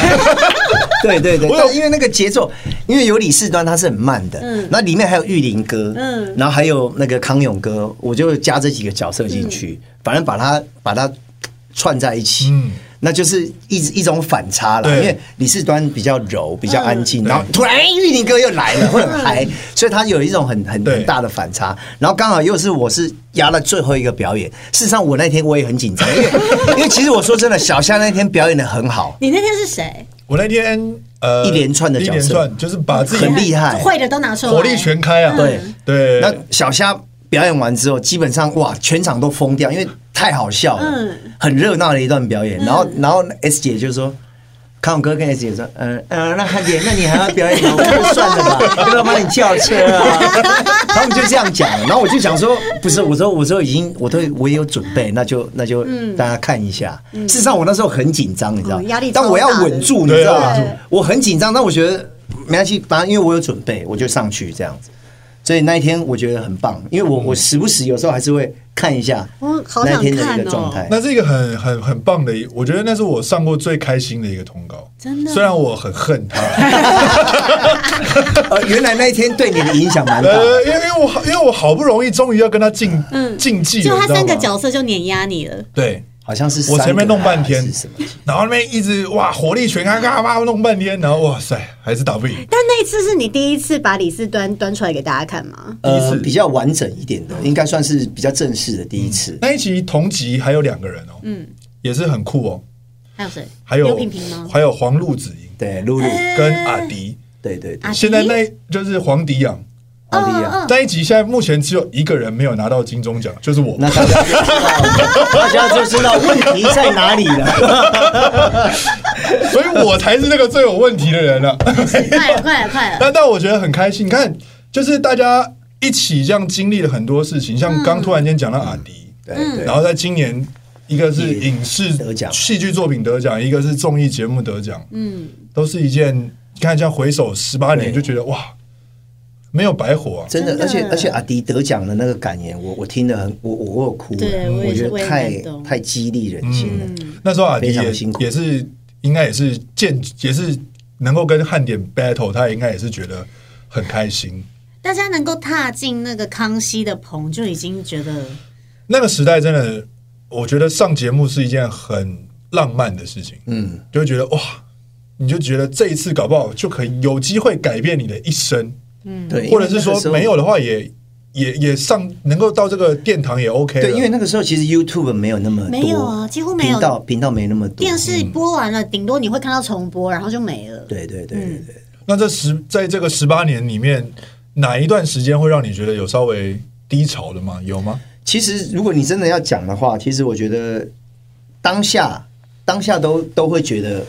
[SPEAKER 1] 对对对，
[SPEAKER 2] 我有
[SPEAKER 1] 但因为那个节奏，因为有李四端他是很慢的，嗯，那里面还有玉林哥，嗯
[SPEAKER 5] 嗯，
[SPEAKER 1] 然后还有那个康永哥，我就加这几个角色进去，反正把它把它串在一起，
[SPEAKER 2] 嗯
[SPEAKER 1] 嗯。那就是一直一种反差了，
[SPEAKER 2] 对
[SPEAKER 1] 因为李四端比较柔，比较安静，然后突然哎玉林哥又来了，会很嗨，所以他有一种很很
[SPEAKER 2] 对
[SPEAKER 1] 很大的反差。然后刚好又是我是压了最后一个表演，事实上我那天我也很紧张，因为因为其实我说真的，小夏那天表演的很好，
[SPEAKER 5] 你那天是谁？
[SPEAKER 2] 我那天呃，
[SPEAKER 1] 一连串的
[SPEAKER 2] 一
[SPEAKER 1] 角色
[SPEAKER 2] 连串就是把自己
[SPEAKER 1] 很厉害
[SPEAKER 5] 会的都拿出来，
[SPEAKER 2] 火力全开
[SPEAKER 5] 嗯
[SPEAKER 2] 啊！
[SPEAKER 1] 对
[SPEAKER 2] 对，
[SPEAKER 1] 那小虾表演完之后，基本上哇，全场都疯掉，因为太好笑了，
[SPEAKER 5] 嗯
[SPEAKER 1] 很热闹的一段表演。然后，然后 S 姐就说。康永哥跟 S 姐说：“嗯、呃、嗯、呃，那汉姐，那你还要表演吗？我说算了 吧，要不要帮你叫车啊？”他们就这样讲，然后我就想说：“不是，我说我说已经，我都我也有准备，那就那就大家看一下。事实上，我那时候很紧张，你知道吗
[SPEAKER 5] 嗯压力超
[SPEAKER 1] 但我要稳住，你
[SPEAKER 2] 大的
[SPEAKER 1] 知道吗
[SPEAKER 2] 对要稳
[SPEAKER 1] 我很紧张，但我觉得没关系，反正因为我有准备，我就上去这样子。所以那一天我觉得很棒，因为
[SPEAKER 2] 嗯
[SPEAKER 1] 我我时不时有时候还是会看一下
[SPEAKER 5] 哇好
[SPEAKER 1] 那
[SPEAKER 5] 想
[SPEAKER 1] 天的一
[SPEAKER 5] 看
[SPEAKER 1] 个
[SPEAKER 5] 哦
[SPEAKER 1] 状态。
[SPEAKER 2] 那是一个很很很棒的一，我觉得那是我上过最开心的一个通告。
[SPEAKER 5] 真的
[SPEAKER 2] 虽然我很恨 他，
[SPEAKER 1] 呃，原来那一天对你的影响蛮大的。
[SPEAKER 2] 呃，因为因为我好因为我好不容易终于要跟他竞
[SPEAKER 5] 嗯
[SPEAKER 2] 竞技了，
[SPEAKER 5] 就他
[SPEAKER 2] 你知道
[SPEAKER 5] 三个
[SPEAKER 2] 吗
[SPEAKER 5] 角色就碾压你了，
[SPEAKER 2] 对。
[SPEAKER 1] 好像是
[SPEAKER 2] 我
[SPEAKER 1] 三
[SPEAKER 2] 前面
[SPEAKER 1] 个
[SPEAKER 2] 弄半天
[SPEAKER 1] 还是什么，
[SPEAKER 2] 然后那边一直哇火力全开，嘎巴弄半天，然后哇塞还是打不赢。
[SPEAKER 5] 但那一次是你第一次把李四端端出来给大家看吗？
[SPEAKER 2] 第一
[SPEAKER 1] 呃
[SPEAKER 2] 次
[SPEAKER 1] 比较完整一点的，应该算是比较正式的第一次。
[SPEAKER 2] 那一集同集还有两个人哦，嗯，也是很酷哦，
[SPEAKER 5] 还有谁？
[SPEAKER 2] 还有
[SPEAKER 5] 刘品平吗？
[SPEAKER 2] 还有黄路子英
[SPEAKER 1] 对，露露，
[SPEAKER 2] 跟阿迪。
[SPEAKER 1] 对对对
[SPEAKER 5] 阿，哦
[SPEAKER 2] 现在那就是黄迪养
[SPEAKER 1] 好厉害。
[SPEAKER 2] 那一集，现在目前只有一个人没有拿到金钟奖，就是我。
[SPEAKER 1] 那大家就知 道，大家就知道问题在哪里了。
[SPEAKER 2] 所以我才是那个最有问题的人了。啊
[SPEAKER 5] 快了，快了，快了！
[SPEAKER 2] 但但我觉得很开心，你看，就是大家一起这样经历了很多事情，像刚突然间讲到阿迪，
[SPEAKER 1] 对嗯对
[SPEAKER 2] 然后在今年，一个是影视
[SPEAKER 1] 得奖
[SPEAKER 2] 戏剧作品得奖，一个是综艺节目得奖，嗯，都是一件，你看这样回首十八年，
[SPEAKER 1] 对
[SPEAKER 2] 就觉得哇，没有白活啊。
[SPEAKER 1] 真的
[SPEAKER 5] 真，的
[SPEAKER 1] 而且而且阿迪得奖的那个感言，我我听得很，我我我有哭了，
[SPEAKER 5] 对我也是
[SPEAKER 1] 觉
[SPEAKER 5] 我也
[SPEAKER 1] 得
[SPEAKER 5] 很
[SPEAKER 1] 太
[SPEAKER 5] 感动嗯
[SPEAKER 1] 太激励人心了。
[SPEAKER 2] 那时候阿迪
[SPEAKER 1] 非常
[SPEAKER 2] 也
[SPEAKER 1] 辛苦
[SPEAKER 2] 也是应该也是见也是能够跟汉典 battle，他应该也是觉得很开心。
[SPEAKER 5] 大家能够踏进那个康熙的棚，就已经觉得
[SPEAKER 2] 那个时代真的，我觉得上节目是一件很浪漫的事情，
[SPEAKER 1] 嗯，
[SPEAKER 2] 就会觉得哇，你就觉得这一次搞不好就可以有机会改变你的一生，
[SPEAKER 5] 嗯
[SPEAKER 1] 对，
[SPEAKER 2] 或者是
[SPEAKER 1] 因为那个时
[SPEAKER 2] 说
[SPEAKER 1] 候
[SPEAKER 2] 没有的话也也也上能够到这个殿堂也 OK 了
[SPEAKER 1] 对，因为那个时候其实 YouTube 没有那么多，
[SPEAKER 5] 没有啊几乎没有
[SPEAKER 1] 频道，频道没那么多。
[SPEAKER 5] 电视播完了，顶多你会看到重播，然后就没了。
[SPEAKER 1] 对对对对
[SPEAKER 5] 嗯
[SPEAKER 1] 对，
[SPEAKER 2] 那这十在这个十八年里面，哪一段时间会让你觉得有稍微低潮的吗？有吗？
[SPEAKER 1] 其实如果你真的要讲的话，其实我觉得当下当下都都会觉得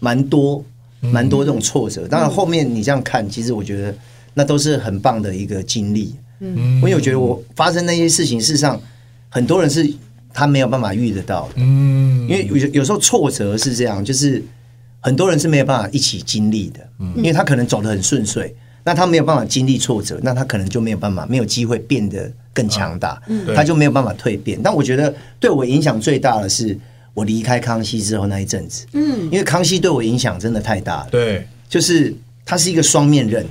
[SPEAKER 1] 蛮多
[SPEAKER 5] 嗯
[SPEAKER 1] 蛮多这种挫折。当然后面你这样看，其实我觉得那都是很棒的一个经历。
[SPEAKER 2] 嗯
[SPEAKER 1] 因为我觉得我发生那些事情，事实上很多人是他没有办法遇得到的。
[SPEAKER 2] 嗯
[SPEAKER 1] 因为有有时候挫折是这样，就是很多人是没有办法一起经历的，因为他可能走得很顺遂，那他没有办法经历挫折，那他可能就没有办法，没有机会变得更强大，他就没有办法蜕变。但我觉得对我影响最大的是我离开康熙之后那一阵子，嗯，因为康熙对我影响真的太大了，
[SPEAKER 2] 对，
[SPEAKER 1] 就是它是一个双面刃，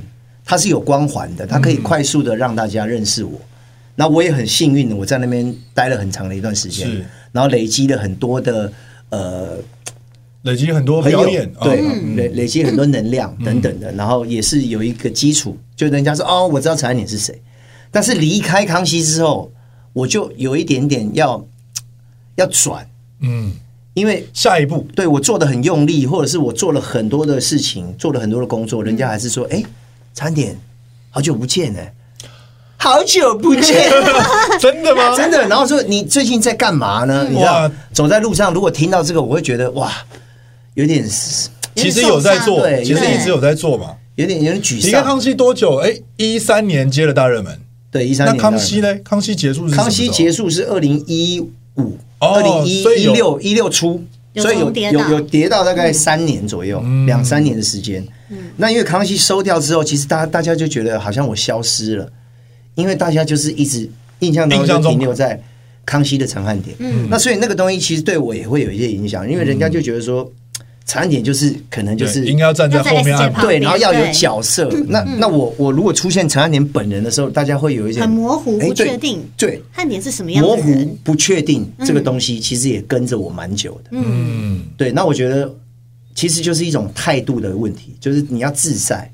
[SPEAKER 1] 它是有光环的，它可
[SPEAKER 2] 嗯
[SPEAKER 1] 以快速的让大家认识我。那我也很幸运的，我在那边待了很长的一段时间
[SPEAKER 2] 是，
[SPEAKER 1] 然后累积了很多的呃
[SPEAKER 2] 累积很多
[SPEAKER 1] 很有
[SPEAKER 2] 表演，
[SPEAKER 1] 对，
[SPEAKER 2] 哦嗯
[SPEAKER 1] 累累积很多能量等等的，然后也是有一个基础，就人家说哦，我知道陈安典是谁，但是离开康熙之后，我就有一点点要要转，
[SPEAKER 2] 嗯，
[SPEAKER 1] 因为
[SPEAKER 2] 下一步
[SPEAKER 1] 对我做的很用力，或者是我做了很多的事情，做了很多的工作，人家还是说，哎、餐点好久不见呢、好久不见，
[SPEAKER 2] 真的 吗？
[SPEAKER 1] 真的。然后说你最近在干嘛呢？你知道
[SPEAKER 2] 哇，
[SPEAKER 1] 走在路上，如果听到这个，我会觉得哇，有点
[SPEAKER 2] 其实有在
[SPEAKER 1] 有
[SPEAKER 2] 做，
[SPEAKER 1] 点受伤对
[SPEAKER 2] 其实一直有在做嘛。
[SPEAKER 1] 有点有点沮
[SPEAKER 2] 离开康
[SPEAKER 1] 丧。
[SPEAKER 2] 熙多久？哎，一三年接了大热门，
[SPEAKER 1] 对，一三
[SPEAKER 2] 那
[SPEAKER 1] 年
[SPEAKER 2] 康熙呢？康熙结束是
[SPEAKER 1] 康熙结
[SPEAKER 2] 束，
[SPEAKER 1] 束是二零一五、
[SPEAKER 2] 哦
[SPEAKER 1] 二零一
[SPEAKER 2] 所以
[SPEAKER 1] 一
[SPEAKER 2] 有
[SPEAKER 1] 六一六初，
[SPEAKER 5] 有
[SPEAKER 1] 所以有
[SPEAKER 5] 重叠
[SPEAKER 1] 有
[SPEAKER 5] 到嗯
[SPEAKER 1] 有跌到大概三年左右，
[SPEAKER 2] 嗯
[SPEAKER 1] 两、三年的时间。那因为康熙收掉之后，其实大家大家就觉得好像我消失了，因为大家就是一直印象当
[SPEAKER 2] 印象
[SPEAKER 1] 中就
[SPEAKER 2] 中嗯
[SPEAKER 1] 停留在康熙的长汉典。
[SPEAKER 5] 嗯
[SPEAKER 1] 那所以那个东西其实对我也会有一些影响，因为人家就觉得说，长汉典就是可能就
[SPEAKER 2] 对
[SPEAKER 1] 是
[SPEAKER 2] 应该要站在后面啊按
[SPEAKER 5] 要在 S 键
[SPEAKER 2] 吧
[SPEAKER 5] 旁。
[SPEAKER 1] 对，
[SPEAKER 5] 边
[SPEAKER 1] 然后要有
[SPEAKER 5] 对嗯
[SPEAKER 1] 角色。那那我我如果出现陈汉典本人的时候，大家会有一些
[SPEAKER 5] 很模糊
[SPEAKER 1] 哎
[SPEAKER 5] 不
[SPEAKER 1] 对
[SPEAKER 5] 确定
[SPEAKER 1] 对，
[SPEAKER 5] 汉典是什么样
[SPEAKER 1] 模
[SPEAKER 5] 的人
[SPEAKER 1] 糊？嗯不确定这个东西，其实也跟着我蛮久的。
[SPEAKER 2] 嗯，
[SPEAKER 1] 对，那我觉得其实就是一种态度的问题，就是你要自在，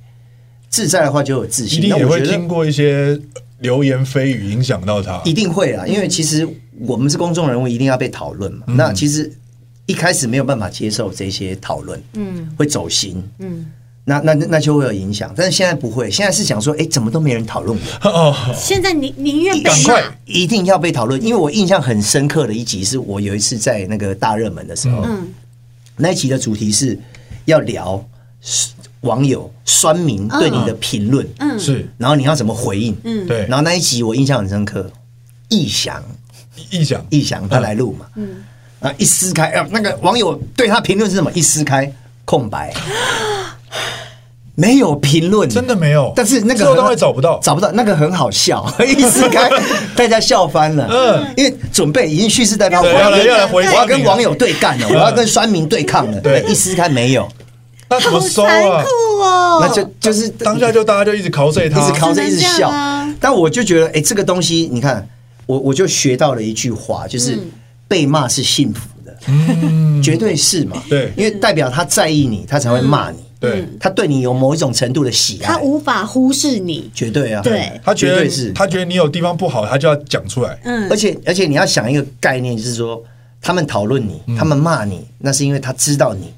[SPEAKER 1] 自在的话就有自
[SPEAKER 2] 一
[SPEAKER 1] 信。
[SPEAKER 2] 定
[SPEAKER 1] 那
[SPEAKER 2] 也
[SPEAKER 1] 我
[SPEAKER 2] 会
[SPEAKER 1] 觉得
[SPEAKER 2] 听过一些流言蜚语影响到他。
[SPEAKER 1] 一定会啊，因为其实我们是公众人物，一定要被讨论嘛。
[SPEAKER 2] 嗯
[SPEAKER 1] 那其实一开始没有办法接受这些讨论，嗯，会走心，嗯。那那那就会有影响，但是现在不会，现在是想说，哎、怎么都没人讨论我，
[SPEAKER 2] 哦，
[SPEAKER 5] 现在宁宁愿 被
[SPEAKER 2] 赶
[SPEAKER 5] 骂
[SPEAKER 2] 快，
[SPEAKER 1] 一定要被讨论，因为我印象很深刻的一集是我有一次在那个大热门的时
[SPEAKER 2] 嗯
[SPEAKER 1] 候，那一集的主题是要聊网友酸民对你的评论，嗯，
[SPEAKER 2] 是
[SPEAKER 1] 然后你要怎么回应，嗯，
[SPEAKER 2] 对
[SPEAKER 1] 然后那一集我印象很深刻，易翔，
[SPEAKER 2] 臆想
[SPEAKER 1] 易翔他来录嘛，嗯，啊一撕 开，啊那个网友对他评论是什么？一撕开空白，没有评论，
[SPEAKER 2] 真的没有
[SPEAKER 1] 但是那个
[SPEAKER 2] 制作单
[SPEAKER 1] 很
[SPEAKER 2] 位找 不到
[SPEAKER 1] 找不到那个很好笑， 一撕 开大家笑翻了。嗯，因为准备已经蓄势待发，
[SPEAKER 2] 对
[SPEAKER 1] 我
[SPEAKER 2] 要来
[SPEAKER 1] 跟
[SPEAKER 2] 要来回
[SPEAKER 1] 我要
[SPEAKER 2] 应
[SPEAKER 1] 跟
[SPEAKER 2] 你了
[SPEAKER 1] 网友对干了，我要跟酸民对抗了。
[SPEAKER 2] 嗯对
[SPEAKER 1] 一撕开没有，
[SPEAKER 2] 那怎么收
[SPEAKER 5] 残
[SPEAKER 2] 啊？
[SPEAKER 5] 酷哦！
[SPEAKER 1] 那就就是
[SPEAKER 2] 当下就大家就一直拷这
[SPEAKER 1] 一
[SPEAKER 2] 他
[SPEAKER 1] 直，靠着一直
[SPEAKER 5] 只能这
[SPEAKER 1] 笑
[SPEAKER 5] 样啊。
[SPEAKER 1] 但我就觉得，哎、这个东西，你看，我我就学到了一句话，就是
[SPEAKER 5] 嗯
[SPEAKER 1] 被骂是幸福的，绝对是嘛。
[SPEAKER 2] 嗯对
[SPEAKER 1] 因为代表他在意你，他才会骂你。
[SPEAKER 2] 对
[SPEAKER 1] 他对你有某一种程度的喜爱
[SPEAKER 5] 嗯他，无法忽视你，
[SPEAKER 1] 绝对啊。
[SPEAKER 5] 对
[SPEAKER 2] 他觉
[SPEAKER 1] 绝
[SPEAKER 2] 得
[SPEAKER 1] 对是。
[SPEAKER 2] 他觉得你有地方不好，他就要讲出来。
[SPEAKER 5] 嗯
[SPEAKER 1] 而且而且你要想一个概念，就是说，他们讨论你，他们骂你，那是因为他知道你。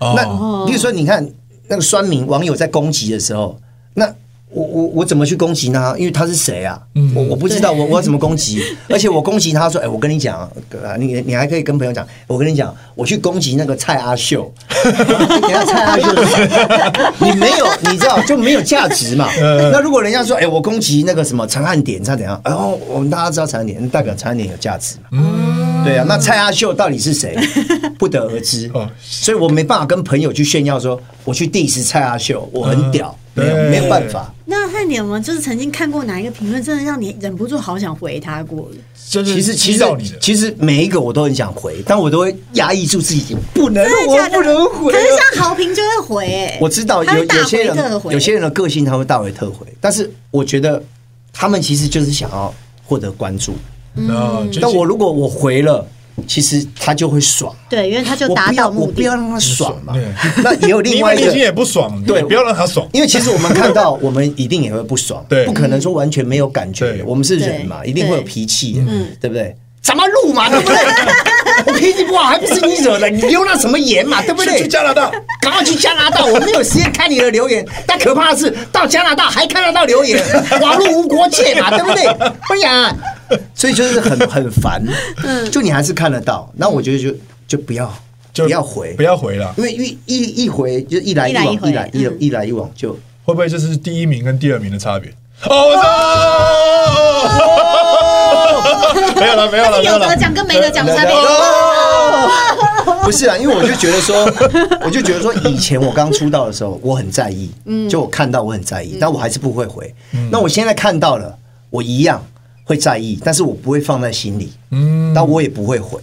[SPEAKER 2] 哦
[SPEAKER 1] 那比如说，你看那个酸民网友在攻击的时候，那我我我怎么去攻击呢？因为他是谁啊？我我不知道，我我要怎么攻击？ 而且我攻击他说，哎、我跟你讲，啊你你还可以跟朋友讲，我跟你讲，我去攻击那个蔡阿秀，人家蔡阿秀是谁， 你没有，你知道就没有价值嘛？
[SPEAKER 2] 呃
[SPEAKER 1] 那如果人家说，哎、我攻击那个什么陈汉典，他怎样？然、后我们大家知道陈汉典，那代表陈汉典有价值嘛？
[SPEAKER 2] 嗯
[SPEAKER 1] 对啊，那蔡阿秀到底是 谁，不得而知
[SPEAKER 2] 哦。
[SPEAKER 1] 所以我没办法跟朋友去炫耀说我去 diss 蔡阿秀，我很屌，
[SPEAKER 2] 嗯
[SPEAKER 1] 没有
[SPEAKER 2] 对
[SPEAKER 1] 没有办法。
[SPEAKER 5] 那汉典，我们就是曾经看过哪一个评论，真的让你忍不住好想回他过的？
[SPEAKER 2] 就是
[SPEAKER 1] 其实其
[SPEAKER 2] 击
[SPEAKER 1] 实
[SPEAKER 2] 到你的，
[SPEAKER 1] 其实每一个我都很想回，但我都会压抑住自己，不能
[SPEAKER 5] 真的
[SPEAKER 1] 我
[SPEAKER 5] 假的
[SPEAKER 1] 不能回啊
[SPEAKER 5] 可。是像好评就会回、欸，
[SPEAKER 1] 我知道
[SPEAKER 5] 他
[SPEAKER 1] 有
[SPEAKER 5] 会大
[SPEAKER 1] 有些
[SPEAKER 5] 回特
[SPEAKER 1] 人
[SPEAKER 5] 回
[SPEAKER 1] 有些人的个性他会大为特回，但是我觉得他们其实就是想要获得关注。
[SPEAKER 2] 嗯，就是
[SPEAKER 1] 但我如果我回了，其实他就会爽。
[SPEAKER 5] 对，因为他就
[SPEAKER 1] 我
[SPEAKER 5] 达
[SPEAKER 1] 不要
[SPEAKER 5] 到
[SPEAKER 1] 我
[SPEAKER 5] 目
[SPEAKER 1] 不
[SPEAKER 5] 的
[SPEAKER 1] 要。让他爽嘛
[SPEAKER 2] 对。
[SPEAKER 1] 那也有另
[SPEAKER 2] 因
[SPEAKER 1] 外
[SPEAKER 2] 为
[SPEAKER 1] 一
[SPEAKER 2] 你
[SPEAKER 1] 个
[SPEAKER 2] 心也不爽，
[SPEAKER 1] 对
[SPEAKER 2] 对，不要让他爽。
[SPEAKER 1] 因为其实我们看到，我们一定也会不爽，
[SPEAKER 2] 对
[SPEAKER 1] 不可能说完全没有感觉
[SPEAKER 2] 对，
[SPEAKER 1] 我们是人嘛，
[SPEAKER 5] 对嗯
[SPEAKER 1] 一定会有脾气，对不对？怎么录嘛，对不对？ 我脾气不好，还不是你惹的？你留了什么言嘛，对不
[SPEAKER 2] 去
[SPEAKER 1] 对
[SPEAKER 2] 去？加拿大，
[SPEAKER 1] 赶快去加拿大，我没有时间看你的留言。但可怕的是，到加拿大还看得到留言，网络无国界嘛，对不对？ 不然，啊嗯所以就是很很烦。就你还是看得到，那我觉得就就不要，
[SPEAKER 2] 就
[SPEAKER 1] 不要回，
[SPEAKER 2] 不要回了。
[SPEAKER 1] 因为一一一回就一来一往，一
[SPEAKER 5] 一
[SPEAKER 1] 来
[SPEAKER 5] 来
[SPEAKER 1] 一
[SPEAKER 5] 一回
[SPEAKER 1] 往一来一往就。
[SPEAKER 2] 会不会就是第一名跟第二名的差别？哦，我操！哦没有了，没有了，没
[SPEAKER 5] 有
[SPEAKER 2] 了
[SPEAKER 5] 得。奖跟没得奖的差别。
[SPEAKER 1] 哦， 不是啊，因为我就觉得 说，我就觉得说，以前我刚出道的时候，我很在意，
[SPEAKER 5] 嗯
[SPEAKER 1] 就我看到我很在意，但我还是不会回。
[SPEAKER 2] 嗯
[SPEAKER 1] 那我现在看到了，我一样会在意，但是我不会放在心里，嗯，但我也不会回。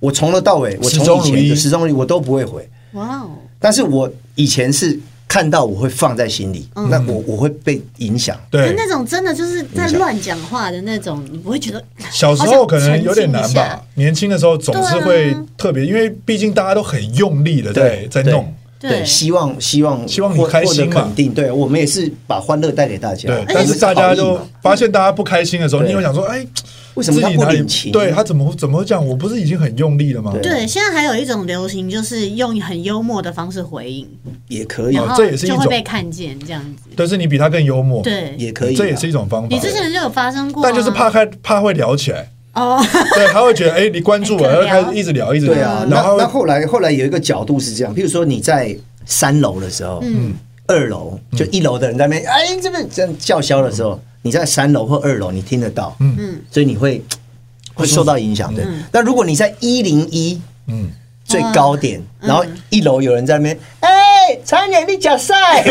[SPEAKER 1] 我从头到尾，我
[SPEAKER 2] 始终
[SPEAKER 1] 从以
[SPEAKER 2] 如
[SPEAKER 1] 前
[SPEAKER 2] 一
[SPEAKER 1] 的始终如一我都不会回，
[SPEAKER 5] 哇哦，
[SPEAKER 1] 但是我以前是看到我会放在心里，
[SPEAKER 5] 嗯
[SPEAKER 1] 那我我会被影响。
[SPEAKER 5] 就
[SPEAKER 2] 对，
[SPEAKER 5] 那种真的就是在乱讲话的那种，你不会觉得
[SPEAKER 2] 小时候可能有点难
[SPEAKER 5] 好想澄
[SPEAKER 2] 吧
[SPEAKER 5] 清，
[SPEAKER 2] 年轻的时候总是会特别，因为毕竟大家都很用力的在在弄。
[SPEAKER 5] 对
[SPEAKER 1] 对，希望希望
[SPEAKER 2] 希望你
[SPEAKER 1] 获
[SPEAKER 2] 开心
[SPEAKER 1] 获
[SPEAKER 2] 嘛
[SPEAKER 1] 得肯定。对我们也是把欢乐带给大家
[SPEAKER 2] 对，，
[SPEAKER 1] 我
[SPEAKER 2] 但
[SPEAKER 1] 们
[SPEAKER 2] 是
[SPEAKER 1] 是
[SPEAKER 2] 大家
[SPEAKER 1] 好意
[SPEAKER 2] 就
[SPEAKER 1] 嘛
[SPEAKER 2] 发现大家不开心的时候，
[SPEAKER 1] 对
[SPEAKER 2] 你又想说，哎，
[SPEAKER 1] 为什么
[SPEAKER 2] 自己
[SPEAKER 1] 他不
[SPEAKER 2] 哪里
[SPEAKER 1] 领情
[SPEAKER 2] 对他怎么怎么会这样？我不是已经很用力了吗？
[SPEAKER 1] 对
[SPEAKER 5] 对，现在还有一种流行，就是用很幽默的方式回应，
[SPEAKER 1] 也可以啊
[SPEAKER 5] 然
[SPEAKER 2] 哦
[SPEAKER 5] 后
[SPEAKER 2] 这也是一
[SPEAKER 5] 就
[SPEAKER 2] 种
[SPEAKER 5] 会被看见这样子。
[SPEAKER 2] 但是你比他更幽默，，
[SPEAKER 5] 对，
[SPEAKER 1] 也可以啊，
[SPEAKER 2] 这也是一种方法。
[SPEAKER 5] 你之前就有发生过啊，
[SPEAKER 2] 哦但就是怕开怕会聊起来，
[SPEAKER 5] 哦，
[SPEAKER 2] 对，他会觉得哎，你关注我，
[SPEAKER 5] 哎
[SPEAKER 2] 然
[SPEAKER 5] 可
[SPEAKER 2] 后
[SPEAKER 5] 聊
[SPEAKER 2] 开始一直聊，一直
[SPEAKER 1] 对啊
[SPEAKER 2] 聊，。然
[SPEAKER 1] 那
[SPEAKER 2] 后
[SPEAKER 1] 那后来后来有一个角度是这样，譬如说你在三楼的时候，嗯，二楼
[SPEAKER 2] 嗯
[SPEAKER 1] 就一楼的人在那边，哎，这边这样叫嚣的时候，你在三楼或二楼你听得到，嗯嗯，所以你会会受到影响，对。但如果你在一零一，嗯
[SPEAKER 2] 嗯。
[SPEAKER 1] 最高点，然后一楼有人在那边，哎、差点被假 赛，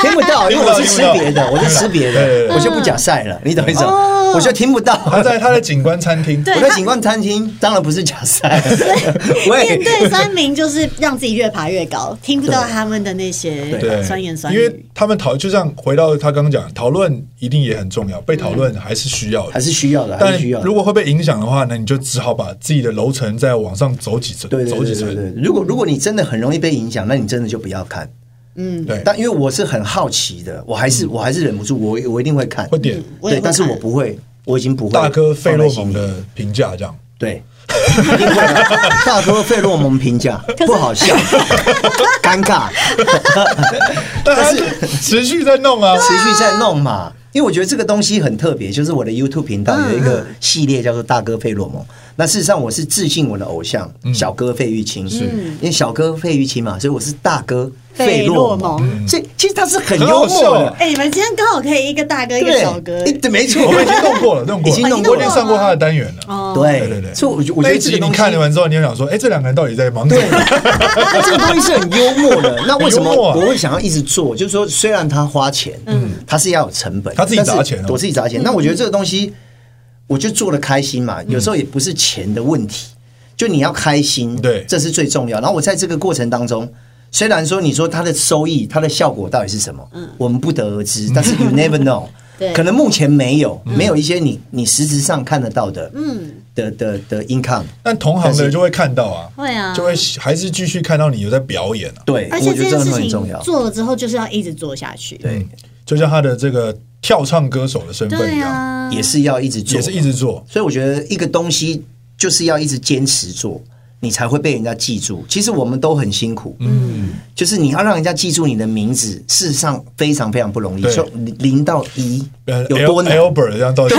[SPEAKER 1] 听不到，因为我是吃别的，我是吃别
[SPEAKER 2] 对对
[SPEAKER 1] 的，
[SPEAKER 2] 对
[SPEAKER 1] 我就不假赛了，你懂意思吗？我就听不到。
[SPEAKER 2] 他在他的景观餐厅，
[SPEAKER 5] 对
[SPEAKER 1] 我在景观餐厅当然不是假赛，
[SPEAKER 5] 面
[SPEAKER 1] 喂，
[SPEAKER 5] 对酸民就是让自己越爬越高，听不到他们的那些
[SPEAKER 2] 对，
[SPEAKER 5] 酸言酸
[SPEAKER 2] 因为
[SPEAKER 5] 语。
[SPEAKER 2] 他们讨，就像回到他刚刚讲，讨论一定也很重要，被讨论还是需要的。
[SPEAKER 1] 还是需要的，还是
[SPEAKER 2] 但
[SPEAKER 1] 需要的。
[SPEAKER 2] 如果会被影响的话呢，你就只好把自己的楼层再往上走几层，
[SPEAKER 1] 对对
[SPEAKER 2] 走
[SPEAKER 1] 对
[SPEAKER 2] 几
[SPEAKER 1] 对
[SPEAKER 2] 层。
[SPEAKER 1] 对，如果如果你真的很容易被影响，那你真的就不要看。
[SPEAKER 2] 对，嗯
[SPEAKER 1] 但因为我是很好奇的，我还是我还是忍不住，我我一定会看，
[SPEAKER 2] 会点
[SPEAKER 5] 嗯我也
[SPEAKER 1] 对，
[SPEAKER 5] 会
[SPEAKER 1] 但是
[SPEAKER 5] 看
[SPEAKER 1] 我不会，我已经不会
[SPEAKER 2] 大哥费洛蒙
[SPEAKER 1] 放在心里
[SPEAKER 2] 的评价这样，
[SPEAKER 1] 对。 一定会的大哥费洛蒙评价不好 笑，尴尬，
[SPEAKER 2] 但他是持续在弄啊，
[SPEAKER 1] 持续在弄
[SPEAKER 2] 嗯
[SPEAKER 1] 嘛。因为我觉得这个东西很特别，就是我的 YouTube 频道有一个系列叫做“大哥费洛蒙”，那事实上我是致敬我的偶像
[SPEAKER 2] 嗯
[SPEAKER 1] 小哥费玉清，是因为小哥费玉清嘛，所以我是大哥费洛
[SPEAKER 5] 费洛
[SPEAKER 1] 蒙，所以其实他是很
[SPEAKER 2] 嗯很好
[SPEAKER 1] 幽默
[SPEAKER 2] 笑
[SPEAKER 1] 的
[SPEAKER 2] 啊，
[SPEAKER 5] 哎，你们今天刚好可以一个大哥一个小哥，
[SPEAKER 1] 对，没错，
[SPEAKER 2] 我们已经弄过了，弄过了，
[SPEAKER 1] 已经弄
[SPEAKER 2] 我
[SPEAKER 1] 过
[SPEAKER 2] 已
[SPEAKER 1] 了
[SPEAKER 2] 经上过他的单元了。
[SPEAKER 5] 哦，
[SPEAKER 1] 对
[SPEAKER 2] 对对对，
[SPEAKER 1] 所以我觉我觉
[SPEAKER 2] 那
[SPEAKER 1] 得
[SPEAKER 2] 一
[SPEAKER 1] 这
[SPEAKER 2] 集
[SPEAKER 1] 个东
[SPEAKER 2] 你
[SPEAKER 1] 西
[SPEAKER 2] 看完之后，你就想说，哎，这两个人到底在忙什
[SPEAKER 1] 对，
[SPEAKER 2] 么？
[SPEAKER 1] 那啊这个东西是很幽默的。那为什么
[SPEAKER 2] 很幽默啊
[SPEAKER 1] 我会想要一直做？就是说，虽然他花钱，嗯，他是要有成本，
[SPEAKER 2] 他自己
[SPEAKER 1] 但是
[SPEAKER 2] 砸钱哦
[SPEAKER 1] 我自己砸钱。那
[SPEAKER 5] 嗯
[SPEAKER 1] 我觉得这个东西，我就做的开心嘛。有时候也不是钱的问题，就你要开心，
[SPEAKER 2] 对
[SPEAKER 1] 这是最重要。然后我在这个过程当中。虽然说你说它的收益、它的效果到底是什么，我们不得而知。但是 you never know，
[SPEAKER 5] 嗯 对
[SPEAKER 1] 可能目前没有，
[SPEAKER 2] 嗯
[SPEAKER 1] 没有一些你你实质上看得到的，嗯，的的的 income。
[SPEAKER 2] 但同行的人就会看到啊，
[SPEAKER 5] 会啊
[SPEAKER 2] 就会还是继续看到你有在表演啊。
[SPEAKER 1] 对，
[SPEAKER 5] 而
[SPEAKER 1] 我
[SPEAKER 5] 且
[SPEAKER 1] 觉得这
[SPEAKER 5] 这
[SPEAKER 1] 个
[SPEAKER 5] 件事
[SPEAKER 1] 很重
[SPEAKER 5] 情
[SPEAKER 1] 要。
[SPEAKER 5] 做了之后，就是要一直做下去。
[SPEAKER 1] 对，
[SPEAKER 2] 嗯就像他的这个跳唱歌手的身份一
[SPEAKER 5] 对
[SPEAKER 2] 样，
[SPEAKER 5] 啊，
[SPEAKER 1] 也是要一直做，
[SPEAKER 2] 也是一直做。
[SPEAKER 1] 所以我觉得一个东西就是要一直坚持做，你才会被人家记住。其实我们都很辛苦，嗯，就是你要让人家记住你的名字，事实上非常非常不容易，
[SPEAKER 2] 对
[SPEAKER 1] 从零到一
[SPEAKER 2] 呃
[SPEAKER 1] 有多
[SPEAKER 2] Al-
[SPEAKER 1] 难？
[SPEAKER 2] Albert 这样到底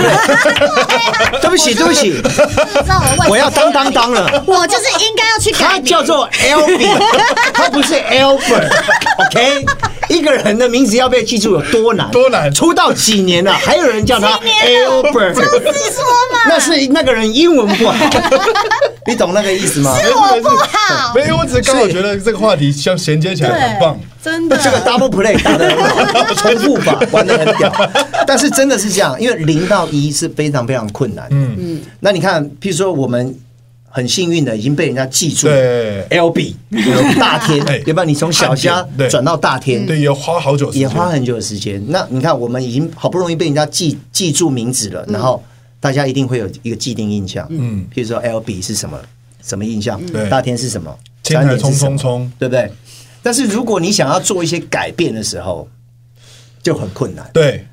[SPEAKER 1] 对不起，对不起，
[SPEAKER 5] 知道我
[SPEAKER 1] 我要当当当了。
[SPEAKER 5] 我就是应该要去改
[SPEAKER 1] 他
[SPEAKER 5] 名
[SPEAKER 1] 叫做 Albert，他不是 Albert，OK？、一个人的名字要被记住有多难？
[SPEAKER 2] 多难
[SPEAKER 1] 出道几年了，还有人叫他 Albert，
[SPEAKER 2] 啊
[SPEAKER 5] 是说嘛，
[SPEAKER 1] 那是那个人英文不好， 你懂那个意思吗？
[SPEAKER 5] 我不 好，
[SPEAKER 2] 没有，我只是刚好觉得这个话题相衔接起来很棒。
[SPEAKER 5] 真的
[SPEAKER 1] 这个 double play 打的很好， 重复法玩的很屌，但是真的是这样，因为零到一是非常非常困难。嗯嗯，那你看，譬如说我们很幸运的已经被人家记住
[SPEAKER 2] 对
[SPEAKER 1] ，LB 大天
[SPEAKER 2] 哎，
[SPEAKER 1] 对吧？你从小虾
[SPEAKER 2] 汉奸对嗯
[SPEAKER 1] 转到大天，
[SPEAKER 2] 对，也花好久时间，
[SPEAKER 1] 也花很久的时间。那你看，我们已经好不容易被人家记记住名字了，然
[SPEAKER 2] 嗯
[SPEAKER 1] 后大家一定会有一个既定印象，嗯，譬如说 L B 是什么什么印象
[SPEAKER 2] 嗯对，
[SPEAKER 1] 大天是什么，
[SPEAKER 2] 青苔
[SPEAKER 1] 三点是什么
[SPEAKER 2] 冲冲冲，
[SPEAKER 1] 对不对？但是如果你想要做一些改变的时候，就很困难，
[SPEAKER 2] 对，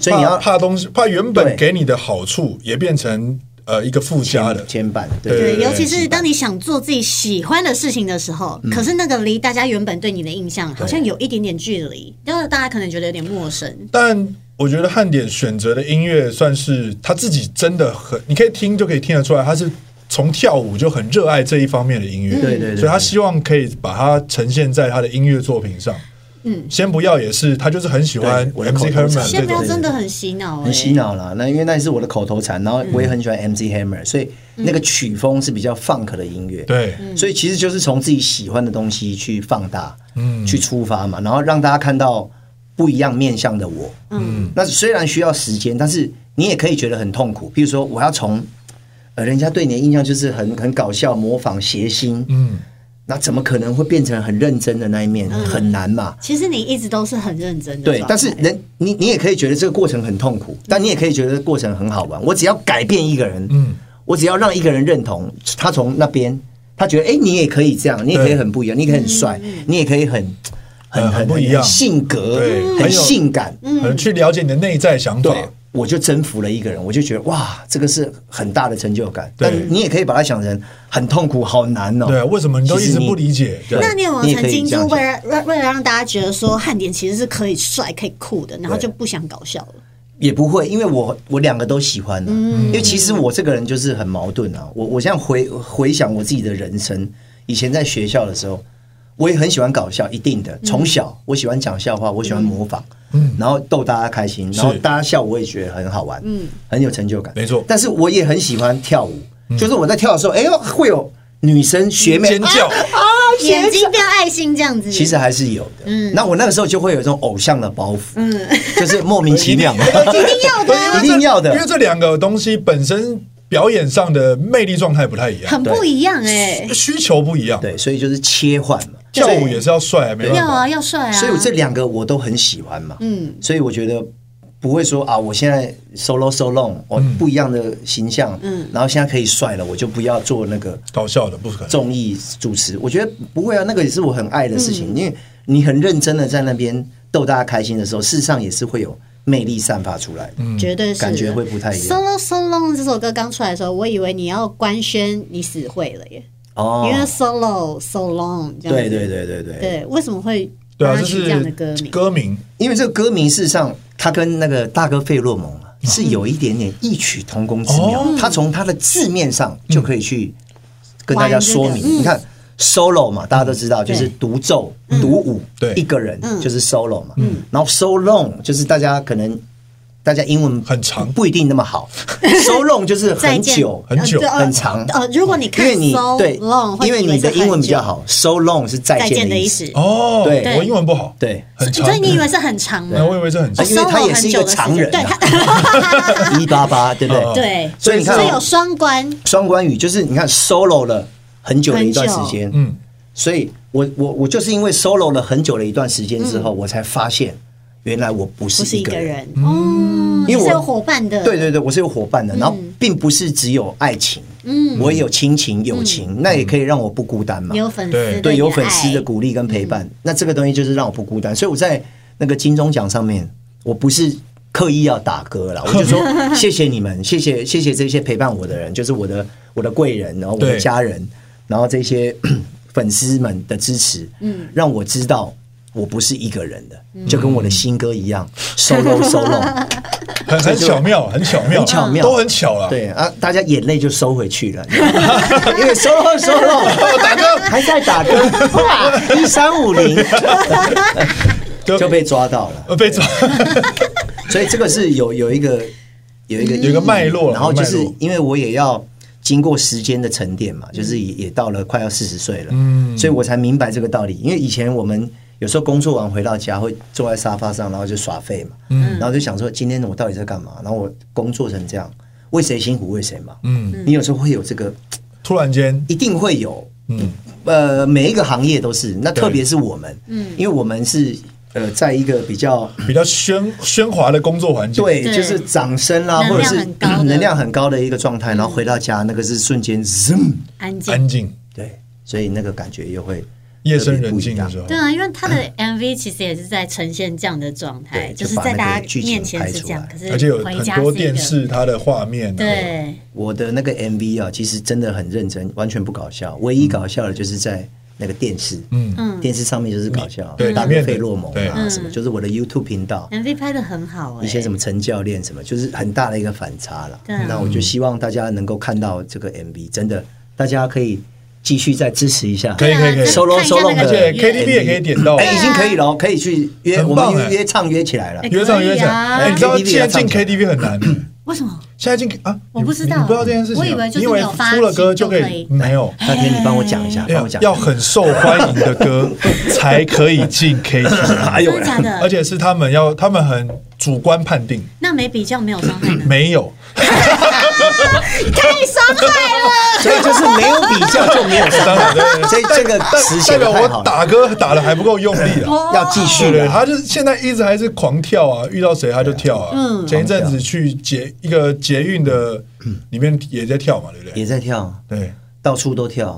[SPEAKER 1] 所以你
[SPEAKER 2] 嗯怕
[SPEAKER 1] 要
[SPEAKER 2] 怕东西，怕原
[SPEAKER 1] 对
[SPEAKER 2] 本给你的好处也变成呃一个附加的。
[SPEAKER 1] 牵绊，
[SPEAKER 2] 对
[SPEAKER 1] 对
[SPEAKER 5] 对，尤其是当你想做自己喜欢的事情的时候，可是那个离大家原本对你的印象好像有一点点距离，然后大家可能觉得有点陌生。
[SPEAKER 2] 但我觉得汉典选择的音乐算是他自己真的很，你可以听就可以听得出来，他是从跳舞就很热爱这一方面的音乐，
[SPEAKER 1] 对对对
[SPEAKER 2] 所以他希望可以把它呈现在他的音乐作品上。嗯，先不要也是，他就是很喜欢
[SPEAKER 1] 对我的
[SPEAKER 2] MC
[SPEAKER 1] 口头禅
[SPEAKER 2] Herman
[SPEAKER 5] 先
[SPEAKER 2] 这
[SPEAKER 5] 不要
[SPEAKER 2] 种，
[SPEAKER 5] 真的很洗脑、欸，
[SPEAKER 1] 很洗。脑啦。那因为那也是我的口头禅，然后我也
[SPEAKER 2] 嗯
[SPEAKER 1] 很喜欢 MC Hammer，所以那个曲风是比较 funk 的音乐，
[SPEAKER 2] 对，
[SPEAKER 1] 所以其实就是从自己喜欢的东西去放大，嗯，去出发嘛，然后让大家看到不一样面向的我，嗯，那虽然需要时间，但是你也可以觉得很痛苦。比如说，我要从呃，人家对你的印象就是很很搞笑、模仿、谐星，嗯，那怎么可能会变成很认真的那一面？很难嘛。
[SPEAKER 5] 其实你一直都是很认真的欸
[SPEAKER 1] 对，
[SPEAKER 5] 状态，
[SPEAKER 1] 但是人你你也可以觉得这个过程很痛苦，但你也可以觉得过程很好玩。我只要改变一个人，嗯，我只要让一个人认同他从那边，他觉得哎、诶你也可以这样，你也可以很不一样，你也可以很帅，你也可以很
[SPEAKER 2] 呃
[SPEAKER 1] 很
[SPEAKER 2] 很不一样
[SPEAKER 1] 性格
[SPEAKER 2] 对嗯
[SPEAKER 1] 很
[SPEAKER 2] 很有
[SPEAKER 1] 性感，
[SPEAKER 2] 可能去了解你的内在想法
[SPEAKER 1] 对。，我就征服了一个人，我就觉得哇，这个是很大的成就感。
[SPEAKER 2] 对
[SPEAKER 1] 但你也可以把它想成很痛苦、好难哦。
[SPEAKER 2] 对，为什么你都
[SPEAKER 1] 其
[SPEAKER 2] 一
[SPEAKER 1] 实
[SPEAKER 2] 直不理解？对
[SPEAKER 5] 那你有没
[SPEAKER 1] 你也
[SPEAKER 5] 有
[SPEAKER 1] 可
[SPEAKER 5] 曾
[SPEAKER 1] 以
[SPEAKER 5] 经
[SPEAKER 1] 这
[SPEAKER 5] 就
[SPEAKER 1] 样
[SPEAKER 5] 为
[SPEAKER 1] 想
[SPEAKER 5] 了让为了让大家觉得说汉典其实是可以帅可以酷的，然后就不想搞笑了？
[SPEAKER 1] 也不会，因为我我两个都喜欢、啊
[SPEAKER 2] 嗯
[SPEAKER 1] 因为其实我这个人就是很矛盾啊。我我现在回回想我自己的人生，以前在学校的时候，我也很喜欢搞笑，一定
[SPEAKER 2] 嗯
[SPEAKER 1] 的。从小我喜欢讲笑话，我喜欢模仿，然后逗大家开心，然后大家笑我也觉得很好玩，嗯，很有成就感，
[SPEAKER 2] 没错嗯
[SPEAKER 1] 但是我也很喜欢跳舞，就是我在跳的时候，哎呦会有女生学妹啊
[SPEAKER 2] 尖叫，
[SPEAKER 5] 眼睛变爱心这样子，
[SPEAKER 1] 其实还是有的。嗯，那我那个时候就会有一种偶像的包袱，嗯，就是莫名其 妙，一定要的
[SPEAKER 2] 因为这两个东西本身表演上的魅力状态不太一样，
[SPEAKER 5] 很不一样哎、
[SPEAKER 2] 需求不一样。
[SPEAKER 1] 对，所以就是切换嘛。
[SPEAKER 2] 跳舞也是要帅，没办
[SPEAKER 5] 要
[SPEAKER 2] 法。
[SPEAKER 5] 啊，要帅啊！
[SPEAKER 1] 所以我这两个我都很喜欢嘛，嗯，所以我觉得不会说啊，我现在 solo solo，我不一样的形象，嗯，然后现在可以帅了，我就不要做那个
[SPEAKER 2] 搞笑的不可能。
[SPEAKER 1] 综艺主持，我觉得不会啊，那个也是我很爱的事
[SPEAKER 5] 嗯
[SPEAKER 1] 情，因为你很认真的在那边逗大家开心的时候，事实上也是会有魅力散发出来的，嗯，
[SPEAKER 5] 绝对是
[SPEAKER 1] 感觉会不太一样
[SPEAKER 5] Solo Solo 这首歌刚出来的时候，我以为你要官宣你死会了耶，
[SPEAKER 1] 哦
[SPEAKER 5] 因为 Solo So Long 这样
[SPEAKER 1] 对
[SPEAKER 5] 子
[SPEAKER 1] 对对对对，
[SPEAKER 5] 对，为什么会
[SPEAKER 2] 对啊，
[SPEAKER 5] 让
[SPEAKER 2] 就
[SPEAKER 5] 他取
[SPEAKER 2] 是
[SPEAKER 5] 这样的歌名？
[SPEAKER 2] 歌名
[SPEAKER 1] 因为这个歌名事实上它跟那个大哥费洛蒙啊，
[SPEAKER 5] 嗯
[SPEAKER 1] 是有一点点异曲同工之妙
[SPEAKER 2] 哦。
[SPEAKER 1] 他从他的字面上就可以去跟大家
[SPEAKER 5] 玩这个
[SPEAKER 1] 说明。你看 solo 嘛，大家都知道就是独奏、独舞，
[SPEAKER 2] 对
[SPEAKER 1] 一个人
[SPEAKER 5] 嗯
[SPEAKER 1] 就是 solo 嘛。然后 solo 就是大家可能大家英文
[SPEAKER 2] 很长
[SPEAKER 1] 不一定那么 好，solo 就是
[SPEAKER 5] 再
[SPEAKER 1] 很
[SPEAKER 5] 见
[SPEAKER 1] 久
[SPEAKER 2] 很久
[SPEAKER 5] 呃对呃
[SPEAKER 1] 很长
[SPEAKER 5] 呃，如果你
[SPEAKER 1] 因
[SPEAKER 5] 看
[SPEAKER 1] 为 你
[SPEAKER 5] so
[SPEAKER 1] 对
[SPEAKER 5] long，，会
[SPEAKER 1] 因为
[SPEAKER 5] 以为
[SPEAKER 1] 你的
[SPEAKER 5] 是
[SPEAKER 1] 英
[SPEAKER 5] 很
[SPEAKER 1] 文比较
[SPEAKER 5] 久，
[SPEAKER 1] 好，so long 是再
[SPEAKER 5] 再
[SPEAKER 1] 见
[SPEAKER 5] 见
[SPEAKER 1] 的
[SPEAKER 5] 的
[SPEAKER 1] 意
[SPEAKER 5] 意
[SPEAKER 1] 思
[SPEAKER 5] 思。。
[SPEAKER 2] 哦，
[SPEAKER 1] 对
[SPEAKER 2] 我英文不好，
[SPEAKER 1] 对
[SPEAKER 2] 很长
[SPEAKER 5] 所以，你以为是很长吗
[SPEAKER 2] 那？我以为是很
[SPEAKER 1] 啊
[SPEAKER 2] 长
[SPEAKER 5] 哦，
[SPEAKER 1] 因为他
[SPEAKER 5] solo
[SPEAKER 1] 也是一个
[SPEAKER 5] 很久的时
[SPEAKER 1] 常
[SPEAKER 5] 间
[SPEAKER 1] 人
[SPEAKER 5] 对
[SPEAKER 1] 啊
[SPEAKER 5] 他，
[SPEAKER 1] 一八八，对不对？
[SPEAKER 2] 哦
[SPEAKER 5] 对，
[SPEAKER 1] 所以你看哦
[SPEAKER 5] 所以有双关，
[SPEAKER 1] 双关语就是你看 solo 了很久的一段时间，
[SPEAKER 2] 嗯，
[SPEAKER 1] 所以我我我就是因为 solo 了很久的一段时间之后，我才发现原来我不
[SPEAKER 5] 嗯不
[SPEAKER 1] 是
[SPEAKER 5] 是
[SPEAKER 1] 一
[SPEAKER 5] 一
[SPEAKER 1] 个
[SPEAKER 5] 个
[SPEAKER 1] 人，
[SPEAKER 5] 人
[SPEAKER 2] 嗯
[SPEAKER 5] 哦，
[SPEAKER 1] 因为
[SPEAKER 5] 你
[SPEAKER 1] 我
[SPEAKER 5] 是有伙伴的，
[SPEAKER 1] 对对对，我是有伙伴
[SPEAKER 5] 嗯
[SPEAKER 1] 的，然后并不是只有爱情，嗯，我也有亲情、友情，那也可以让我不孤单嘛
[SPEAKER 5] 也，嗯有粉丝
[SPEAKER 2] 对
[SPEAKER 5] 你
[SPEAKER 1] 对，有嗯
[SPEAKER 5] 爱
[SPEAKER 1] 粉丝的鼓励跟陪伴，那这个东西就是让我不孤单，所以我在那个金钟奖上面，我不是。刻意要打歌啦，我就 说谢谢你们，谢谢谢谢这些陪伴我的人，就是我的我的贵人，然后我的
[SPEAKER 2] 对
[SPEAKER 1] 家人，然后这些 粉丝们的支持，嗯，让我知道我不是一个人的，就跟我的新歌一样，solo solo，
[SPEAKER 5] 哎
[SPEAKER 2] 很很巧妙，很巧妙，
[SPEAKER 1] 很巧妙
[SPEAKER 2] 都很巧了。，
[SPEAKER 1] 对啊，大家眼泪就收回去了， 因为 solo solo 打歌还在打歌，哇，一三五 零
[SPEAKER 2] 就
[SPEAKER 1] 就被抓到了，
[SPEAKER 2] 呃被抓，
[SPEAKER 1] 所以这个是有有一个有一个
[SPEAKER 2] 有一个脉络
[SPEAKER 1] 然后就是
[SPEAKER 2] 有一个脉络
[SPEAKER 1] 因为我也要经过时间的沉淀嘛，就是也也到了快要四十岁了，嗯，所以我才明白这个道理。因为以前我们有时候工作完回到家会坐在沙发上，然后就耍废嘛，嗯，然后就想说今天我到底在干嘛？然后我工作成这样，为谁辛苦为谁忙？
[SPEAKER 2] 嗯，
[SPEAKER 1] 你有时候会有这个，
[SPEAKER 2] 突然间，
[SPEAKER 1] 一定会有，
[SPEAKER 2] 嗯，
[SPEAKER 1] 呃，每一个行业都是，那
[SPEAKER 2] 对
[SPEAKER 1] 特别是我们，嗯，因为我们是呃，在一个比较
[SPEAKER 2] 比较喧喧哗的工作环境，，
[SPEAKER 1] 对，
[SPEAKER 5] 对
[SPEAKER 1] 就是掌声啦，
[SPEAKER 5] 能
[SPEAKER 1] 或者
[SPEAKER 5] 量
[SPEAKER 1] 是
[SPEAKER 5] 很高的 嗯
[SPEAKER 1] 能量很高的一个状态，然后回到家，那个是瞬间 zoom，
[SPEAKER 5] 安静。
[SPEAKER 2] 安静，
[SPEAKER 1] 对，所以那个感觉又会
[SPEAKER 2] 夜深人静的时候
[SPEAKER 5] 对，啊，因为他的 MV 其实也是在呈现这样的状态，
[SPEAKER 1] 对
[SPEAKER 5] 就是
[SPEAKER 1] 就把
[SPEAKER 5] 在
[SPEAKER 1] 那
[SPEAKER 5] 大
[SPEAKER 1] 个
[SPEAKER 5] 家
[SPEAKER 1] 剧情
[SPEAKER 5] 面前是这样，
[SPEAKER 1] 拍
[SPEAKER 5] 可
[SPEAKER 1] 出
[SPEAKER 5] 是
[SPEAKER 2] 而且有
[SPEAKER 5] 回
[SPEAKER 2] 很
[SPEAKER 5] 家是一
[SPEAKER 2] 多
[SPEAKER 5] 个
[SPEAKER 2] 电视它的画面，，啊
[SPEAKER 5] 对，
[SPEAKER 1] 我的那个 MV 啊，其实真的很认真，完全不搞笑，唯一搞笑的就是在那个电视，
[SPEAKER 2] 嗯
[SPEAKER 1] 嗯，电视上面就是搞笑，
[SPEAKER 5] 嗯
[SPEAKER 2] 对
[SPEAKER 1] 大
[SPEAKER 2] 里面
[SPEAKER 1] 哥
[SPEAKER 2] 的
[SPEAKER 1] 费洛蒙
[SPEAKER 2] 对
[SPEAKER 1] 啊什么，就是我的 YouTube 频道，
[SPEAKER 5] MV 拍的很好哎、
[SPEAKER 1] 一些什么陈教练什么，就是很大的一个反差了。
[SPEAKER 5] 对啊
[SPEAKER 1] 那我就希望大家能够看到这个 MV，真的，大家可以继续再支持一下。
[SPEAKER 2] 可以可以
[SPEAKER 5] 啊
[SPEAKER 2] 可以，
[SPEAKER 1] 收拢收拢的
[SPEAKER 2] 而且 KTV
[SPEAKER 1] 对
[SPEAKER 2] 也可以点到，
[SPEAKER 1] 哎，已经可以了哦，可以去约，我
[SPEAKER 2] 很棒
[SPEAKER 1] 们
[SPEAKER 2] 哎
[SPEAKER 1] 约约唱约起来了。
[SPEAKER 2] 约上约
[SPEAKER 5] 可以啊
[SPEAKER 2] 上，哎，你知道
[SPEAKER 1] KTV
[SPEAKER 2] 现在进
[SPEAKER 1] 要唱
[SPEAKER 2] KTV 很难，
[SPEAKER 5] 为什么？
[SPEAKER 2] 现在进啊，
[SPEAKER 5] 我
[SPEAKER 2] 你
[SPEAKER 5] 不知道
[SPEAKER 2] 你不知道这件事情啊，
[SPEAKER 5] 我以为就是
[SPEAKER 2] 你以为
[SPEAKER 5] 你有发
[SPEAKER 2] 出了歌就
[SPEAKER 5] 行就可
[SPEAKER 2] 以
[SPEAKER 5] 以，
[SPEAKER 2] 没有。
[SPEAKER 1] 那天你帮我讲一下，帮
[SPEAKER 2] 要
[SPEAKER 1] 我讲一下。
[SPEAKER 2] 哎要很受欢迎的歌才可以 进 KTV，
[SPEAKER 1] 哎呦
[SPEAKER 5] 真的假的？
[SPEAKER 2] 而且是他们要，他们很主观判定，
[SPEAKER 5] 那没比较没有伤害呢？
[SPEAKER 2] 没有，
[SPEAKER 5] 太伤害 了！
[SPEAKER 1] 所以就是没有比较就没有伤
[SPEAKER 2] 当然对
[SPEAKER 1] 害，所以这个实
[SPEAKER 2] 代
[SPEAKER 1] 现
[SPEAKER 2] 表
[SPEAKER 1] 的太好
[SPEAKER 2] 我
[SPEAKER 1] 了，嗯
[SPEAKER 2] 打歌打的还不够用力啊。
[SPEAKER 1] 要继续
[SPEAKER 2] 对对，
[SPEAKER 1] 的。
[SPEAKER 2] 他就是现在一直还是狂跳啊，遇到谁他就跳啊。
[SPEAKER 1] 嗯
[SPEAKER 2] 前一阵子去捷一个捷运的里面也在跳嘛，对不对？
[SPEAKER 1] 也在跳，
[SPEAKER 2] 对，
[SPEAKER 1] 到处都跳。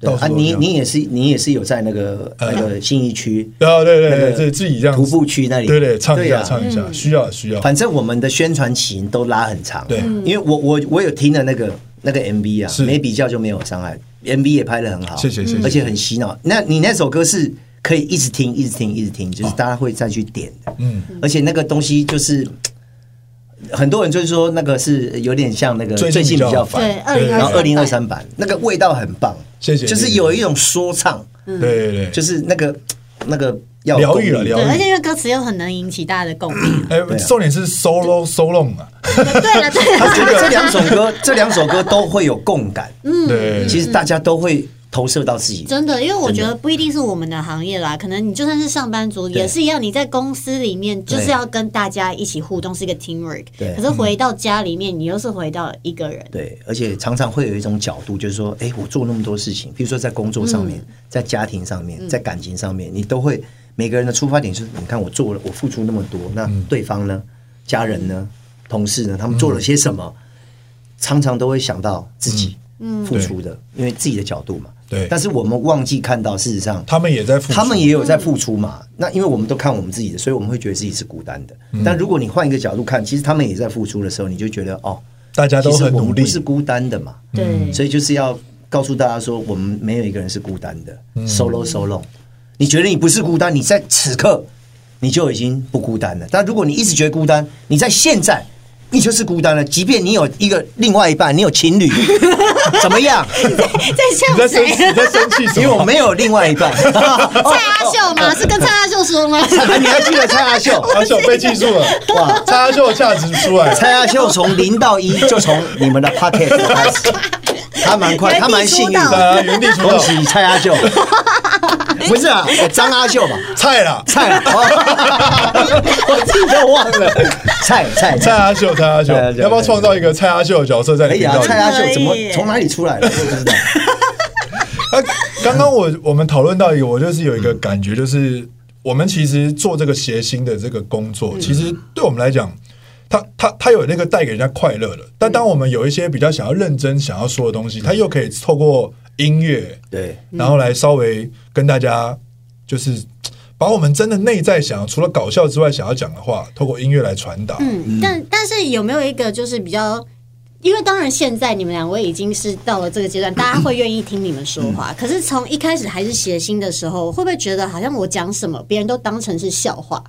[SPEAKER 1] 对
[SPEAKER 2] 到处
[SPEAKER 1] 啊，
[SPEAKER 2] 都
[SPEAKER 1] 你
[SPEAKER 2] 跳
[SPEAKER 1] 你也是你也是有在那个那个信义区
[SPEAKER 2] 然后哦对对
[SPEAKER 1] 那
[SPEAKER 2] 对，
[SPEAKER 1] 个
[SPEAKER 2] 这自己这样
[SPEAKER 1] 徒
[SPEAKER 2] 子
[SPEAKER 1] 步区那里，
[SPEAKER 2] 对对，唱一
[SPEAKER 1] 对
[SPEAKER 2] 下
[SPEAKER 1] 啊
[SPEAKER 2] 唱一下，需要需要。
[SPEAKER 1] 反正我们的宣传期都拉很长，
[SPEAKER 2] 哦对嗯
[SPEAKER 1] 因为我我我有听了那个那个 MV
[SPEAKER 2] 是
[SPEAKER 1] 啊，没比较就没有伤害，MV 也拍的很好，
[SPEAKER 2] 谢谢谢谢
[SPEAKER 1] 而且很洗脑。那你那首歌是可以一直听，一直听，一直听，就是大家会再去点的，
[SPEAKER 2] 哦嗯，
[SPEAKER 1] 而且那个东西就是很多人就是说那个是有点像那个
[SPEAKER 2] 最
[SPEAKER 1] 最近
[SPEAKER 2] 近比
[SPEAKER 1] 比
[SPEAKER 2] 较
[SPEAKER 1] 较
[SPEAKER 2] 烦
[SPEAKER 1] 烦，
[SPEAKER 5] 对，二
[SPEAKER 2] 对
[SPEAKER 5] 零
[SPEAKER 1] 然后二
[SPEAKER 5] 二
[SPEAKER 1] 零二三版那个味道很棒，
[SPEAKER 2] 谢谢
[SPEAKER 1] 就是有一种说唱，
[SPEAKER 2] 对对对，
[SPEAKER 1] 就是那个那个要有
[SPEAKER 2] 疗愈了
[SPEAKER 1] 动力
[SPEAKER 2] 疗
[SPEAKER 5] 对，而且
[SPEAKER 2] 愈。。
[SPEAKER 5] 因为歌词又很能引起大家的共鸣啊
[SPEAKER 2] 哎，
[SPEAKER 1] 啊
[SPEAKER 2] 重点是 solo solo 啊，
[SPEAKER 5] 对了，对
[SPEAKER 1] 我
[SPEAKER 5] 了，
[SPEAKER 1] 觉 得这两首歌，这两首歌都会有共感。
[SPEAKER 2] 对，
[SPEAKER 1] 嗯其实大家都会投射到自己。
[SPEAKER 5] 真的，因为我觉得不一定是我们的行业啦，可能你就算是上班族
[SPEAKER 1] 对
[SPEAKER 5] 也是一样，你在公司里面就是要跟大家一起互动，是一个 teamwork
[SPEAKER 1] 对。
[SPEAKER 5] 可是回到家里面，你又是回到一个人。
[SPEAKER 1] 对，而且常常会有一种角度，就是说，哎，我做那么多事情，比如说在工作上面，在家庭上面，在感情上面，你都会每个人的出发点就是，你看我做了，我付出那么多，那对方呢，家人呢，同事呢，他们做了些什么，常常都会想到自己付出的，因为自己的角度嘛。
[SPEAKER 2] 对
[SPEAKER 1] 但是我们忘记看到，事实上
[SPEAKER 2] 他们也在付出，
[SPEAKER 1] 他们也有在付出嘛。那因为我们都看我们自己的，所以我们会觉得自己是孤单的。
[SPEAKER 2] 嗯
[SPEAKER 1] 但如果你换一个角度看，其实他们也在付出的时候，你就觉得哦，
[SPEAKER 2] 大家都
[SPEAKER 1] 其实
[SPEAKER 2] 很
[SPEAKER 1] 我
[SPEAKER 2] 努
[SPEAKER 1] 们
[SPEAKER 2] 力嗯
[SPEAKER 1] 不，是孤单的嘛。
[SPEAKER 5] 对，
[SPEAKER 1] 所以就是要告诉大家说，我们没有一个人是孤单的。solo
[SPEAKER 2] 嗯
[SPEAKER 1] solo，你觉得你不是孤单，你在此刻你就已经不孤单了。但如果你一直觉得孤单，你在现在你就是孤单的。即便你有一个另外一半，你有情 侣，怎么样？嗯
[SPEAKER 5] 在
[SPEAKER 2] 你在
[SPEAKER 5] 像
[SPEAKER 2] 生
[SPEAKER 5] 谁
[SPEAKER 2] 气？你在生气什
[SPEAKER 1] 啊因为我
[SPEAKER 2] 么？
[SPEAKER 1] 没有另外一半。 哦
[SPEAKER 5] 蔡阿秀吗？是跟蔡阿秀说吗？
[SPEAKER 1] 你还记得蔡阿 秀？
[SPEAKER 2] 阿秀被记住了，
[SPEAKER 1] 哇
[SPEAKER 2] 哇！蔡阿秀的价值出来了，
[SPEAKER 1] 蔡阿秀从零到一就从你们的 pocket 开始，他蛮快，他蛮幸运
[SPEAKER 2] 对
[SPEAKER 1] 的。
[SPEAKER 2] 啊，原地出
[SPEAKER 1] 恭
[SPEAKER 2] 道，
[SPEAKER 1] 喜蔡阿 秀，不是啊，张阿秀吧？
[SPEAKER 2] 菜啦，
[SPEAKER 1] 蔡，哦我自己都忘了，蔡蔡
[SPEAKER 2] 蔡。阿秀，蔡阿秀
[SPEAKER 1] 蔡阿，秀
[SPEAKER 2] 要不要创造一个蔡阿秀的角色在
[SPEAKER 1] 哎
[SPEAKER 2] 你频
[SPEAKER 1] 呀，
[SPEAKER 2] 道里
[SPEAKER 1] 蔡？阿秀怎么
[SPEAKER 2] 哎
[SPEAKER 5] 可以耶
[SPEAKER 1] 从哪里出来的？我不知道。
[SPEAKER 2] 那 刚刚我我们讨论到一个，我就是有一个感觉，就是我们其实做这个谐星的这个工作，
[SPEAKER 5] 嗯
[SPEAKER 2] 其实对我们来讲，它它它有那个带给人家快乐的。但当我们有一些比较想要认真想要说的东西，它又可以透过音乐，
[SPEAKER 1] 对，
[SPEAKER 5] 嗯
[SPEAKER 2] 然后来稍微跟大家就是。把我们真的内在想要除了搞笑之外想要讲的话，透过音乐来传达。
[SPEAKER 5] 嗯，但但是有没有一个就是比较？因为当然，现在你们两位已经是到了这 个阶段，大家会愿意听你们说
[SPEAKER 1] 嗯
[SPEAKER 5] 话。可是从一开始还是谐星的时候，会不会觉得好像我讲什么，别人都当成是笑话？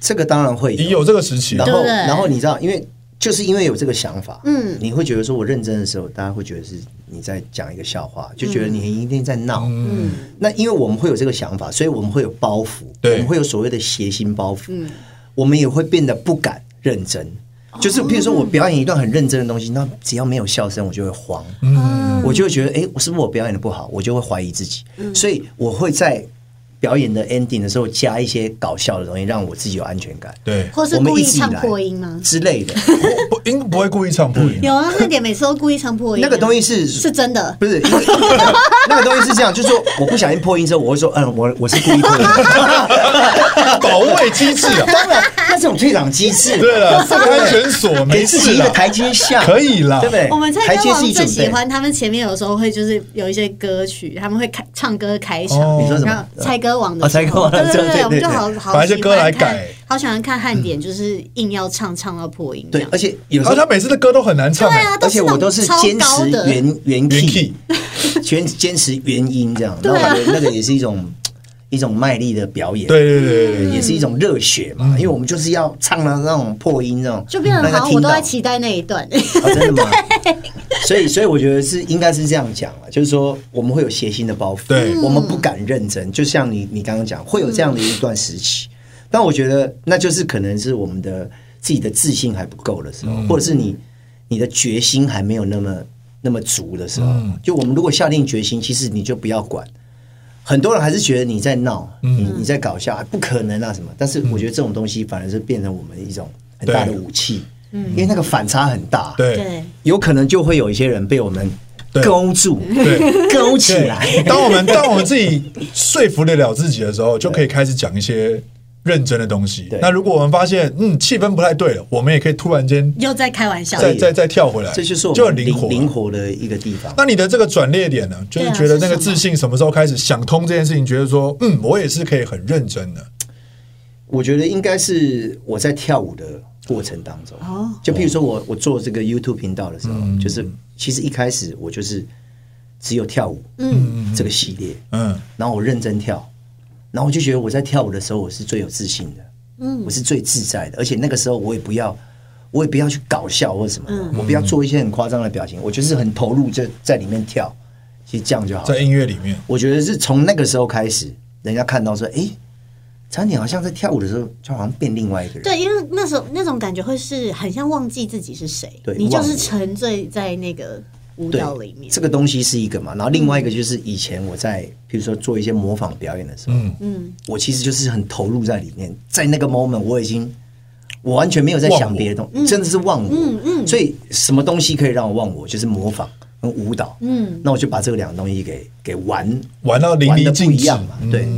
[SPEAKER 1] 这个当然会
[SPEAKER 2] 也有这个时期，
[SPEAKER 1] 然
[SPEAKER 5] 对
[SPEAKER 1] 后，
[SPEAKER 5] 不对
[SPEAKER 1] 然后你知道，因为就是因为有这个想法，
[SPEAKER 5] 嗯
[SPEAKER 1] 嗯，你会觉得说我认真的时候，大家会觉得是你在讲一个笑话，就觉得你一定在闹。嗯，那因为我们会有这个想法，所以我们会有包袱，
[SPEAKER 2] 对
[SPEAKER 1] 我们会有所谓的谐星包袱，我们也会变得不敢认真。就是譬如说我表演一段很认真的东西，那只要没有笑声，我就会慌，嗯，我就会觉得，哎，我是不是我表演的不好？我就会怀疑自己，所以我会在表演的 ending 的时候加一些搞笑的东西，让我自己有安全感。
[SPEAKER 2] 对，
[SPEAKER 5] 或是
[SPEAKER 1] 我们
[SPEAKER 5] 故
[SPEAKER 1] 一
[SPEAKER 5] 意
[SPEAKER 1] 直以
[SPEAKER 5] 唱
[SPEAKER 1] 来
[SPEAKER 5] 破音吗？
[SPEAKER 1] 之类 的。
[SPEAKER 2] 不应不会故意唱破音。
[SPEAKER 5] 有啊，那点每次都故意唱破音啊、
[SPEAKER 1] 那个东西是
[SPEAKER 5] 是真的。
[SPEAKER 1] 不是，因为 那个东西是这样，就是说我不小心破音之后，我会说，嗯，我我是故意破 音。
[SPEAKER 2] 保卫机制啊！
[SPEAKER 1] 当然，那是种退场机制，
[SPEAKER 2] 对了， 安全锁
[SPEAKER 1] 给
[SPEAKER 2] 没
[SPEAKER 1] 自己
[SPEAKER 2] 事
[SPEAKER 1] 一
[SPEAKER 2] 啦
[SPEAKER 1] 个台阶下，
[SPEAKER 2] 可以啦
[SPEAKER 1] 对不对？
[SPEAKER 5] 我们
[SPEAKER 1] 台
[SPEAKER 5] 蔡
[SPEAKER 1] 阶
[SPEAKER 5] 跟
[SPEAKER 1] 是
[SPEAKER 5] 王
[SPEAKER 1] 一准
[SPEAKER 5] 最
[SPEAKER 1] 备
[SPEAKER 5] 喜欢他们前面有时候会就是有一些歌曲，他们会开唱歌开场。
[SPEAKER 2] 哦
[SPEAKER 1] 你说什
[SPEAKER 5] 然后
[SPEAKER 1] 么？
[SPEAKER 5] 猜歌王的
[SPEAKER 1] 啊
[SPEAKER 5] 时候
[SPEAKER 1] 猜歌王
[SPEAKER 5] 对
[SPEAKER 1] 对
[SPEAKER 5] 对
[SPEAKER 1] 对
[SPEAKER 5] 我们就
[SPEAKER 1] 对
[SPEAKER 5] 好好
[SPEAKER 2] 把一些
[SPEAKER 5] 喜
[SPEAKER 2] 歌
[SPEAKER 5] 欢
[SPEAKER 2] 来
[SPEAKER 5] 看
[SPEAKER 2] 改
[SPEAKER 5] 好喜欢看汉典，就是硬要唱唱到破音这
[SPEAKER 1] 对
[SPEAKER 5] 样，。
[SPEAKER 1] 而且有时
[SPEAKER 2] 然后他
[SPEAKER 1] 候，
[SPEAKER 2] 每次的歌都很难唱
[SPEAKER 5] 对
[SPEAKER 2] 欸，
[SPEAKER 5] 啊，
[SPEAKER 1] 而
[SPEAKER 5] 是
[SPEAKER 1] 且我都是
[SPEAKER 5] 那种
[SPEAKER 1] 坚
[SPEAKER 5] 超高
[SPEAKER 1] 持
[SPEAKER 5] 的
[SPEAKER 1] 原原
[SPEAKER 2] 原
[SPEAKER 1] key，全坚持原音这样。那我
[SPEAKER 5] 对啊
[SPEAKER 1] 感觉那个也是一种一种卖力的表演。
[SPEAKER 2] 对对对对对，
[SPEAKER 1] 也是一种热血嘛，因为我们就是要唱到那种破音，那种
[SPEAKER 5] 嗯就变得
[SPEAKER 1] 让
[SPEAKER 5] 好
[SPEAKER 1] 他
[SPEAKER 5] 像
[SPEAKER 1] 听
[SPEAKER 5] 我都
[SPEAKER 1] 到
[SPEAKER 5] 在期待那一段。
[SPEAKER 1] 啊，真的吗？所以，所以我觉得是应该是这样讲了，就是说我们会有邪心的包袱，
[SPEAKER 2] 对
[SPEAKER 1] 我们不敢认真，就像你你刚刚讲，会有这样的一段时期。但我觉得那就是可能是我们的自己的自信还不够的时
[SPEAKER 2] 嗯
[SPEAKER 1] 候，或者是你你的决心还没有那么那么足的时候。
[SPEAKER 2] 嗯
[SPEAKER 1] 就我们如果下定决心，其实你就不要管。很多人还是觉得你在闹，
[SPEAKER 2] 嗯
[SPEAKER 1] 你你在搞笑，啊不可能啊什么。但是我觉得这种东西反而是变成我们一种很大的
[SPEAKER 2] 对
[SPEAKER 1] 武器，因为那个反差很大。
[SPEAKER 2] 对
[SPEAKER 5] 对，
[SPEAKER 1] 有可能就会有一些人被我们
[SPEAKER 2] 对
[SPEAKER 1] 勾住、
[SPEAKER 2] 对。
[SPEAKER 1] 勾起
[SPEAKER 2] 对，
[SPEAKER 1] 来。
[SPEAKER 2] 当我们当我们自己说服得了自己的时候，就可以开始讲一些认真的东西
[SPEAKER 1] 对。
[SPEAKER 2] 那如果我们发现嗯气氛不太对了，我们也可以突然间
[SPEAKER 5] 又在开玩笑。
[SPEAKER 2] 再再再跳回来，
[SPEAKER 1] 这就是我
[SPEAKER 2] 就
[SPEAKER 1] 们
[SPEAKER 2] 很灵
[SPEAKER 1] 灵
[SPEAKER 2] 活啊
[SPEAKER 1] 灵
[SPEAKER 2] 了。
[SPEAKER 1] 活的一个地方。
[SPEAKER 2] 那你的这个转捩点呢？就是
[SPEAKER 5] 对啊
[SPEAKER 2] 觉得那个
[SPEAKER 5] 是什么
[SPEAKER 2] 自信什么时候开始想通这件事情？觉得说嗯，我也是可以很认真的。
[SPEAKER 1] 我觉得应该是我在跳舞的过程当中，就譬如说我我做这个 YouTube 频道的时候，就是其实一开始我就是只有跳舞，嗯，这个系列，
[SPEAKER 2] 嗯，
[SPEAKER 1] 然后我认真跳，然后我就觉得我在跳舞的时候我是最有自信的，嗯，我是最自在的，而且那个时候我也不要，我也不要去搞笑或什么的，我不要做一些很夸张的表情，我就是很投入在在里面跳，其实这样就好了
[SPEAKER 2] 在。音乐里面，
[SPEAKER 1] 我觉得是从那个时候开始，人家看到说，诶，常点好像在跳舞的时候，就好像变另外一个人。
[SPEAKER 5] 对，因为那时候那种感觉会是很像忘记自己是谁
[SPEAKER 1] 对，
[SPEAKER 5] 你就
[SPEAKER 1] 忘
[SPEAKER 5] 是
[SPEAKER 1] 了
[SPEAKER 5] 沉醉在那个舞蹈里面。
[SPEAKER 1] 这个东西是一个嘛，然后另外一个就是以前我在，比如说做一些模仿表演的时候，
[SPEAKER 2] 嗯
[SPEAKER 1] 嗯，我其实就是很投入在里面，在那个 moment 我已经，我完全没有在想别的东西，真的是忘我，嗯嗯，所以什么东西可以让我忘我，就是模仿跟舞蹈，嗯，那我就把这两个东西给给玩
[SPEAKER 2] 玩到淋
[SPEAKER 1] 玩
[SPEAKER 2] 漓
[SPEAKER 1] 的不
[SPEAKER 2] 尽
[SPEAKER 1] 一
[SPEAKER 2] 致嗯
[SPEAKER 1] 样嘛，对，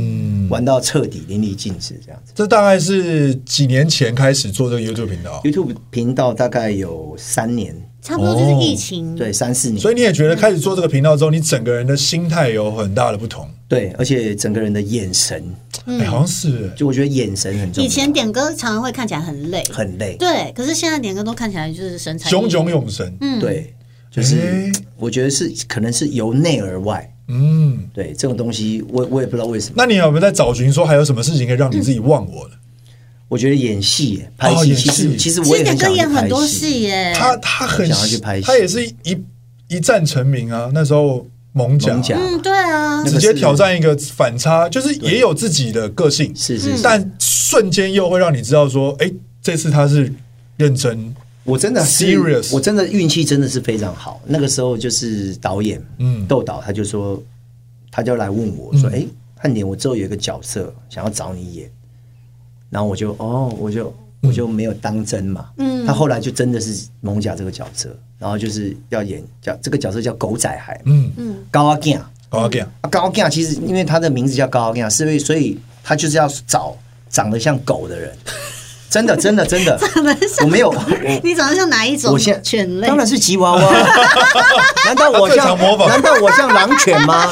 [SPEAKER 1] 玩到彻底淋漓尽致这样子。
[SPEAKER 2] 这大概是几年前开始做这个 YouTube 频道，
[SPEAKER 1] YouTube 频道大概有三年，
[SPEAKER 5] 差不多
[SPEAKER 1] 哦
[SPEAKER 5] 就是疫情，
[SPEAKER 1] 对，三四年，
[SPEAKER 2] 所以你也觉得开始做这个频道之后，你整个人的心态有很大的不同。
[SPEAKER 1] 对，而且整个人的眼神，
[SPEAKER 2] 哎、好像是哎
[SPEAKER 1] 就我觉得眼神很重要，
[SPEAKER 5] 以前点歌常常会看起来很累，
[SPEAKER 1] 很累，
[SPEAKER 5] 对，可是现在点歌都看起来就是嗯神采
[SPEAKER 2] 炯
[SPEAKER 5] 奕
[SPEAKER 2] 炯
[SPEAKER 5] 奕。
[SPEAKER 2] 有神。
[SPEAKER 1] 对，就是
[SPEAKER 2] 哎
[SPEAKER 1] 我觉得是可能是由内而外，
[SPEAKER 2] 嗯，
[SPEAKER 1] 对这种东西，我我也不知道为什么，
[SPEAKER 2] 那你有没有在找寻说还有什么事情可以让你自己忘我呢？
[SPEAKER 1] 我觉得演戏耶拍
[SPEAKER 2] 哦
[SPEAKER 1] 戏，
[SPEAKER 2] 演
[SPEAKER 1] 其实
[SPEAKER 2] 戏
[SPEAKER 1] 其实我也
[SPEAKER 5] 师姐
[SPEAKER 1] 很
[SPEAKER 5] 哥
[SPEAKER 1] 想
[SPEAKER 5] 演
[SPEAKER 1] 去
[SPEAKER 5] 很
[SPEAKER 1] 拍
[SPEAKER 5] 多戏耶，
[SPEAKER 2] 他他很
[SPEAKER 1] 想要去拍戏
[SPEAKER 2] 他也是一一战成名啊，那时候猛甲
[SPEAKER 1] 猛甲
[SPEAKER 5] 嗯，对啊
[SPEAKER 1] 那，
[SPEAKER 2] 直
[SPEAKER 1] 个
[SPEAKER 2] 接
[SPEAKER 1] 是
[SPEAKER 2] 挑战一个反差，就是也有自己的个性，
[SPEAKER 1] 是是是，
[SPEAKER 2] 但瞬间又会让你知道说，哎、这次他是认真，
[SPEAKER 1] 我真的是
[SPEAKER 2] Serious
[SPEAKER 1] 我真的运气真的是非常好。那个时候就是导演，
[SPEAKER 2] 嗯
[SPEAKER 1] 嗯，豆导他就说，他就来问我说：“
[SPEAKER 2] 嗯
[SPEAKER 1] 哎、汉典，我之后有一个角色想要找你演。”然后我就哦，我就
[SPEAKER 2] 嗯
[SPEAKER 1] 我就没有当真嘛。嗯，他后来就真的是蒙甲这个角色，然后就是要演叫这个角色叫狗仔海，
[SPEAKER 2] 嗯，
[SPEAKER 1] 高阿健。
[SPEAKER 2] 好好讲，
[SPEAKER 1] 啊高干其实因为他的名字叫高干，是因为所以他就是要找长得像狗的人，真的真的 真的，我没有，我
[SPEAKER 5] 你长得像哪一种
[SPEAKER 1] 我现
[SPEAKER 5] 犬类？
[SPEAKER 1] 当然是吉娃娃， 难道我
[SPEAKER 2] 他最常
[SPEAKER 1] 像
[SPEAKER 2] 模仿
[SPEAKER 1] 难道我像狼犬 吗？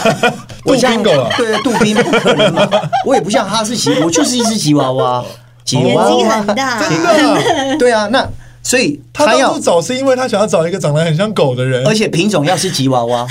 [SPEAKER 1] 我像
[SPEAKER 2] 杜宾狗啊
[SPEAKER 1] 对杜宾不可能嘛，我也不像哈士奇，我就是一只吉娃娃，吉
[SPEAKER 5] 眼
[SPEAKER 1] 娃
[SPEAKER 5] 睛
[SPEAKER 1] 娃
[SPEAKER 5] 很，大，
[SPEAKER 2] 真的啊、
[SPEAKER 1] 对啊，那所以
[SPEAKER 2] 他
[SPEAKER 1] 他
[SPEAKER 2] 当
[SPEAKER 1] 要哦
[SPEAKER 2] 初，找是因为他想要找一个长得很像狗的人，
[SPEAKER 1] 而且品种要是吉娃娃，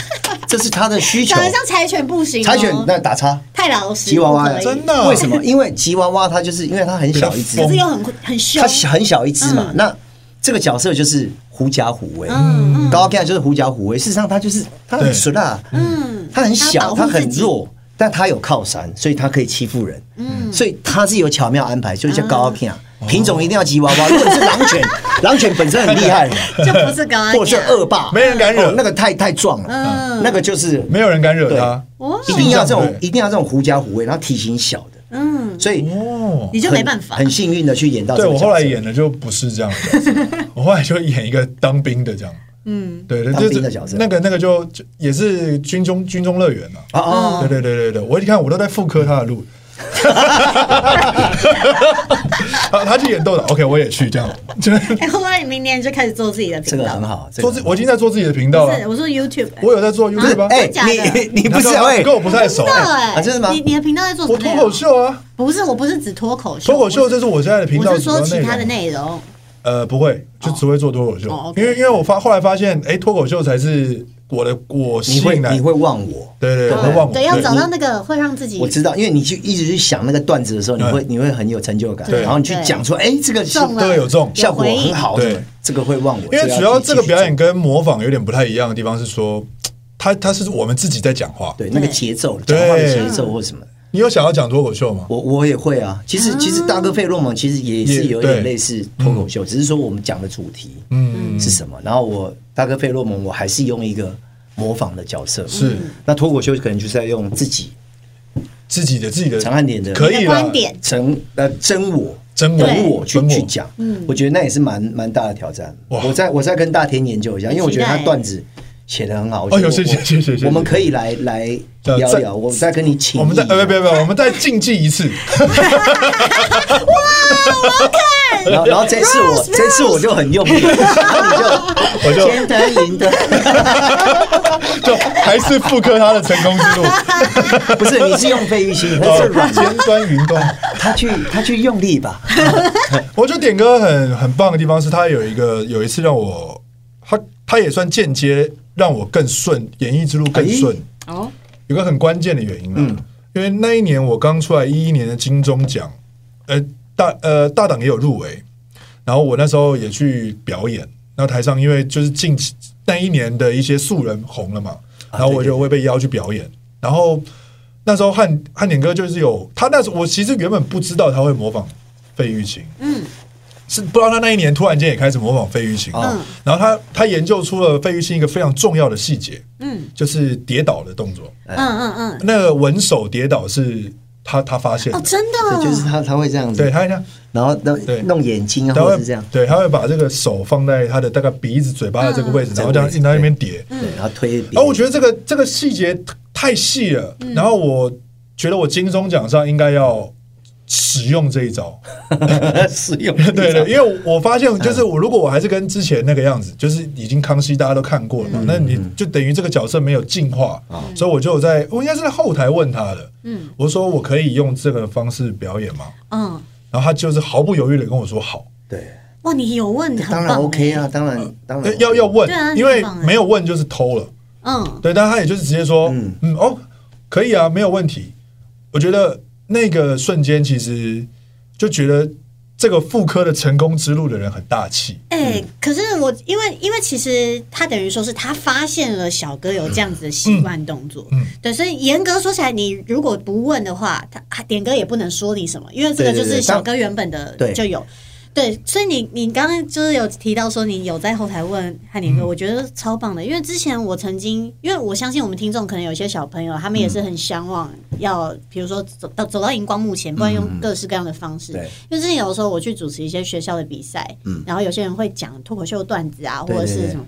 [SPEAKER 1] 这是他的需求
[SPEAKER 5] 长。得像柴犬不行哦，
[SPEAKER 1] 柴犬那打叉，
[SPEAKER 5] 太老实，
[SPEAKER 1] 吉娃娃
[SPEAKER 5] 不可以
[SPEAKER 2] 真的啊
[SPEAKER 1] 为什么？因为吉娃娃它就是因为它很小一只
[SPEAKER 2] 比较，
[SPEAKER 5] 可
[SPEAKER 2] 疯
[SPEAKER 5] 是又很很凶
[SPEAKER 1] 它，很小一只嘛。那这个角色就是狐假虎威，
[SPEAKER 5] 嗯
[SPEAKER 1] 高干就是狐假虎威。事实上，它就是它
[SPEAKER 2] 对
[SPEAKER 1] 很损啊，
[SPEAKER 5] 嗯，
[SPEAKER 1] 它很
[SPEAKER 5] 它保
[SPEAKER 1] 小，
[SPEAKER 5] 护
[SPEAKER 1] 它
[SPEAKER 5] 自
[SPEAKER 1] 很
[SPEAKER 5] 己
[SPEAKER 1] 弱，但它有靠山，所以它可以欺负人。嗯，所以它是有巧妙安排，就是叫高高片啊。
[SPEAKER 2] 嗯
[SPEAKER 1] 品种一定要吉 娃娃，如果你是狼犬，狼犬本身很厉 害，
[SPEAKER 5] 就不是高 安
[SPEAKER 1] 或者是恶霸，
[SPEAKER 2] 没人敢惹
[SPEAKER 1] 哦那个太太壮
[SPEAKER 5] 嗯
[SPEAKER 1] 了，那个就是
[SPEAKER 2] 没有人敢惹他，
[SPEAKER 5] 哦，
[SPEAKER 1] 一定要这
[SPEAKER 2] 形
[SPEAKER 1] 种
[SPEAKER 2] 象对
[SPEAKER 1] 一定要这种狐假虎威，然后体型小的，
[SPEAKER 5] 嗯，
[SPEAKER 1] 所以
[SPEAKER 2] 哦，
[SPEAKER 5] 你就
[SPEAKER 1] 很
[SPEAKER 5] 没办法，
[SPEAKER 1] 很幸运的去演到这
[SPEAKER 2] 对
[SPEAKER 1] 个角
[SPEAKER 2] 我
[SPEAKER 1] 色。
[SPEAKER 2] 后来演的就不是这样的角 色，我后来就演一个当兵的这样。嗯，对对，
[SPEAKER 1] 当
[SPEAKER 2] 就
[SPEAKER 1] 兵的角
[SPEAKER 2] 是
[SPEAKER 1] 色
[SPEAKER 2] 那个那个就就也是军中军中乐园嘛。
[SPEAKER 1] 啊啊
[SPEAKER 2] 对对对对对，我一看我都在复刻他的路。 啊，他去演豆导，OK，我也去这样。就是
[SPEAKER 5] 哎，会不会你明年就开始做自己的
[SPEAKER 1] 这
[SPEAKER 5] 频
[SPEAKER 1] 个
[SPEAKER 5] 道
[SPEAKER 1] 很？好，这个
[SPEAKER 2] 做自，我已经在做自己的频道
[SPEAKER 5] 不是，
[SPEAKER 2] 了，
[SPEAKER 5] 我说 YouTube，
[SPEAKER 2] 我有在做 YouTube 啊。
[SPEAKER 1] 哎
[SPEAKER 5] 真的假的，
[SPEAKER 1] 你你
[SPEAKER 2] 你
[SPEAKER 1] 不是
[SPEAKER 2] 看
[SPEAKER 1] 哎
[SPEAKER 2] 跟，我不太熟，
[SPEAKER 1] 啊真的吗
[SPEAKER 5] 你你的频道在做什
[SPEAKER 2] 我
[SPEAKER 5] 么
[SPEAKER 2] 脱
[SPEAKER 5] 内容？
[SPEAKER 2] 口秀啊，
[SPEAKER 5] 不是，我不是指脱口秀，
[SPEAKER 2] 脱口秀这是我现在的频
[SPEAKER 5] 我
[SPEAKER 2] 道
[SPEAKER 5] 是
[SPEAKER 2] 主
[SPEAKER 5] 说
[SPEAKER 2] 要
[SPEAKER 5] 其
[SPEAKER 2] 内
[SPEAKER 5] 他的
[SPEAKER 2] 容。啊
[SPEAKER 5] 内容。
[SPEAKER 2] 呃，不会，就只会做脱口秀，
[SPEAKER 5] 哦，OK
[SPEAKER 2] 因为因为我发后来发现，哎，脱口秀才是我的我吸
[SPEAKER 1] 你会
[SPEAKER 2] 引来，
[SPEAKER 1] 你会忘我。
[SPEAKER 2] 对对对，我会忘我，
[SPEAKER 5] 对，要找到那个会让自己
[SPEAKER 1] 我知道，因为你去一直去想那个段子的时候，你
[SPEAKER 2] 对
[SPEAKER 1] 会你会很有成就感，
[SPEAKER 2] 对
[SPEAKER 1] 然后你去讲出，哎，这个是
[SPEAKER 5] 中了，
[SPEAKER 2] 这个有中
[SPEAKER 1] 效果
[SPEAKER 5] 回
[SPEAKER 1] 很
[SPEAKER 5] 应
[SPEAKER 1] 好，
[SPEAKER 2] 对
[SPEAKER 1] 对，这个会忘我。
[SPEAKER 2] 因为主要这个表演
[SPEAKER 1] 继续
[SPEAKER 2] 跟模仿有点不太一样的地方是说，它它是我们自己在讲话。
[SPEAKER 1] 做，对那个节奏，讲话的节奏或什么，
[SPEAKER 2] 你有想要讲脱口秀吗？
[SPEAKER 1] 我我也会啊。其实其实大哥费洛蒙其实也是有一
[SPEAKER 2] 也对
[SPEAKER 1] 点类似脱口秀，只是说我们讲的主题
[SPEAKER 2] 嗯，
[SPEAKER 1] 是什么，然后我大哥费洛蒙我还是用一个模仿的角色，
[SPEAKER 2] 是
[SPEAKER 1] 那脱口秀可能就是在用自己
[SPEAKER 2] 自己的自己的，
[SPEAKER 1] 长按点的
[SPEAKER 2] 可以啦
[SPEAKER 5] 观点
[SPEAKER 1] 成呃真我
[SPEAKER 2] 真我
[SPEAKER 1] 本我去
[SPEAKER 2] 本我
[SPEAKER 1] 去讲，我觉得那也是蛮蛮大的挑战。
[SPEAKER 2] 哇
[SPEAKER 1] 我再我再跟大天研究一下，因为我觉得
[SPEAKER 5] 期待
[SPEAKER 1] 他段子写的很好。我觉得
[SPEAKER 2] 有
[SPEAKER 1] 我
[SPEAKER 2] 哦谢谢
[SPEAKER 1] 我
[SPEAKER 2] 谢谢谢谢
[SPEAKER 1] 我们可以来来
[SPEAKER 2] 呃
[SPEAKER 1] 聊
[SPEAKER 2] 再
[SPEAKER 1] 聊，我再跟你请益
[SPEAKER 2] 我
[SPEAKER 1] 一下。
[SPEAKER 2] 们再呃，别别别，我们再竞技一次，
[SPEAKER 1] 然后然后这次我这次我就很用力，
[SPEAKER 2] 我
[SPEAKER 1] 你
[SPEAKER 2] 就
[SPEAKER 1] 就先得赢得，
[SPEAKER 2] 就还是复刻他的成功之路。
[SPEAKER 1] 不是 你是用费玉清，他是
[SPEAKER 2] 哦
[SPEAKER 1] 软的，
[SPEAKER 2] 尖端云端，
[SPEAKER 1] 他去他去用力吧。
[SPEAKER 2] 我觉得点歌很很棒的地方是，他有一个有一次让我，他他也算间接让我更顺演艺之路更顺。
[SPEAKER 5] 哦，
[SPEAKER 2] 有个很关键的原因啊，因为那一年我刚出来，一一年的金钟奖，呃大呃大档也有入围，然后我那时候也去表演，那台上因为就是近期那一年的一些素人红了嘛，然后我就会被邀去表演，然后那时候汉汉典哥就是有他那时候我其实原本不知道他会模仿费玉清，嗯。是不知道他那一年突然间也开始模仿费玉清，
[SPEAKER 1] 嗯
[SPEAKER 2] 然后他他研究出了费玉清一个非常重要的细节，嗯，就是跌倒的动作，
[SPEAKER 1] 哎
[SPEAKER 5] 嗯嗯嗯，
[SPEAKER 2] 那个文手跌倒是他他发现的
[SPEAKER 5] 哦，真的
[SPEAKER 1] 对，
[SPEAKER 5] 哦，
[SPEAKER 1] 就是他他会这样子，
[SPEAKER 2] 对，他这样，
[SPEAKER 1] 然后弄
[SPEAKER 2] 对
[SPEAKER 1] 弄眼睛啊，
[SPEAKER 2] 他
[SPEAKER 1] 或者
[SPEAKER 2] 会
[SPEAKER 1] 是这样，
[SPEAKER 2] 对，他会把这个手放在他的大概鼻子、嘴巴的这个位置，然后这样
[SPEAKER 1] 这个位置
[SPEAKER 2] 硬在那边叠。
[SPEAKER 1] 对，嗯然后推别人。
[SPEAKER 2] 然后哦我觉得这个这个细节太细了，然后我觉得我金钟奖上应该要使用这一招。
[SPEAKER 1] 使用
[SPEAKER 2] 对对，因为我发现就是我如果我还是跟之前那个样子，就是已经康熙大家都看过了嘛，那你就等于这个角色没有进化，所以我就有在我应该是在后台问他的，我说我可以用这个方式表演吗？
[SPEAKER 5] 嗯，
[SPEAKER 2] 然后他就是毫不犹豫的跟我说好，
[SPEAKER 1] 对，
[SPEAKER 5] 哇，你有问，很
[SPEAKER 1] 当然
[SPEAKER 5] 棒
[SPEAKER 1] OK
[SPEAKER 5] 哎，
[SPEAKER 1] 啊，当然当然
[SPEAKER 2] 呃要要问
[SPEAKER 5] 对啊，
[SPEAKER 2] 因为
[SPEAKER 5] 很棒哎
[SPEAKER 2] 没有问就是偷了，
[SPEAKER 5] 嗯，
[SPEAKER 2] 对，但他也就是直接说，嗯哦，可以啊，没有问题。我觉得那个瞬间其实就觉得这个妇科的成功之路的人很大气。
[SPEAKER 5] 哎、
[SPEAKER 1] 嗯
[SPEAKER 5] 可是我因为因为其实他等于说是他发现了小哥有这样子的习惯动作，
[SPEAKER 2] 嗯嗯
[SPEAKER 5] 对，所以严格说起来，你如果不问的话，他啊点哥也不能说你什么，因为这个
[SPEAKER 1] 对
[SPEAKER 5] 就
[SPEAKER 1] 对对
[SPEAKER 5] 是小哥原本的
[SPEAKER 1] 对
[SPEAKER 5] 就有。对，所以你你刚刚就是有提到说你有在后台问
[SPEAKER 1] 嗯
[SPEAKER 5] 汉典哥，我觉得超棒的，因为之前我曾经，因为我相信我们听众可能有些小朋友，他们也是很向往要，比如说走到走到荧光幕前，不然用各式各样的方
[SPEAKER 1] 嗯
[SPEAKER 5] 式。
[SPEAKER 1] 对
[SPEAKER 5] 因为之前有的时候我去主持一些学校的比赛，然后有些人会讲脱口秀段子啊，
[SPEAKER 1] 嗯对
[SPEAKER 5] 或者
[SPEAKER 1] 对
[SPEAKER 5] 是
[SPEAKER 1] 对
[SPEAKER 5] 什么，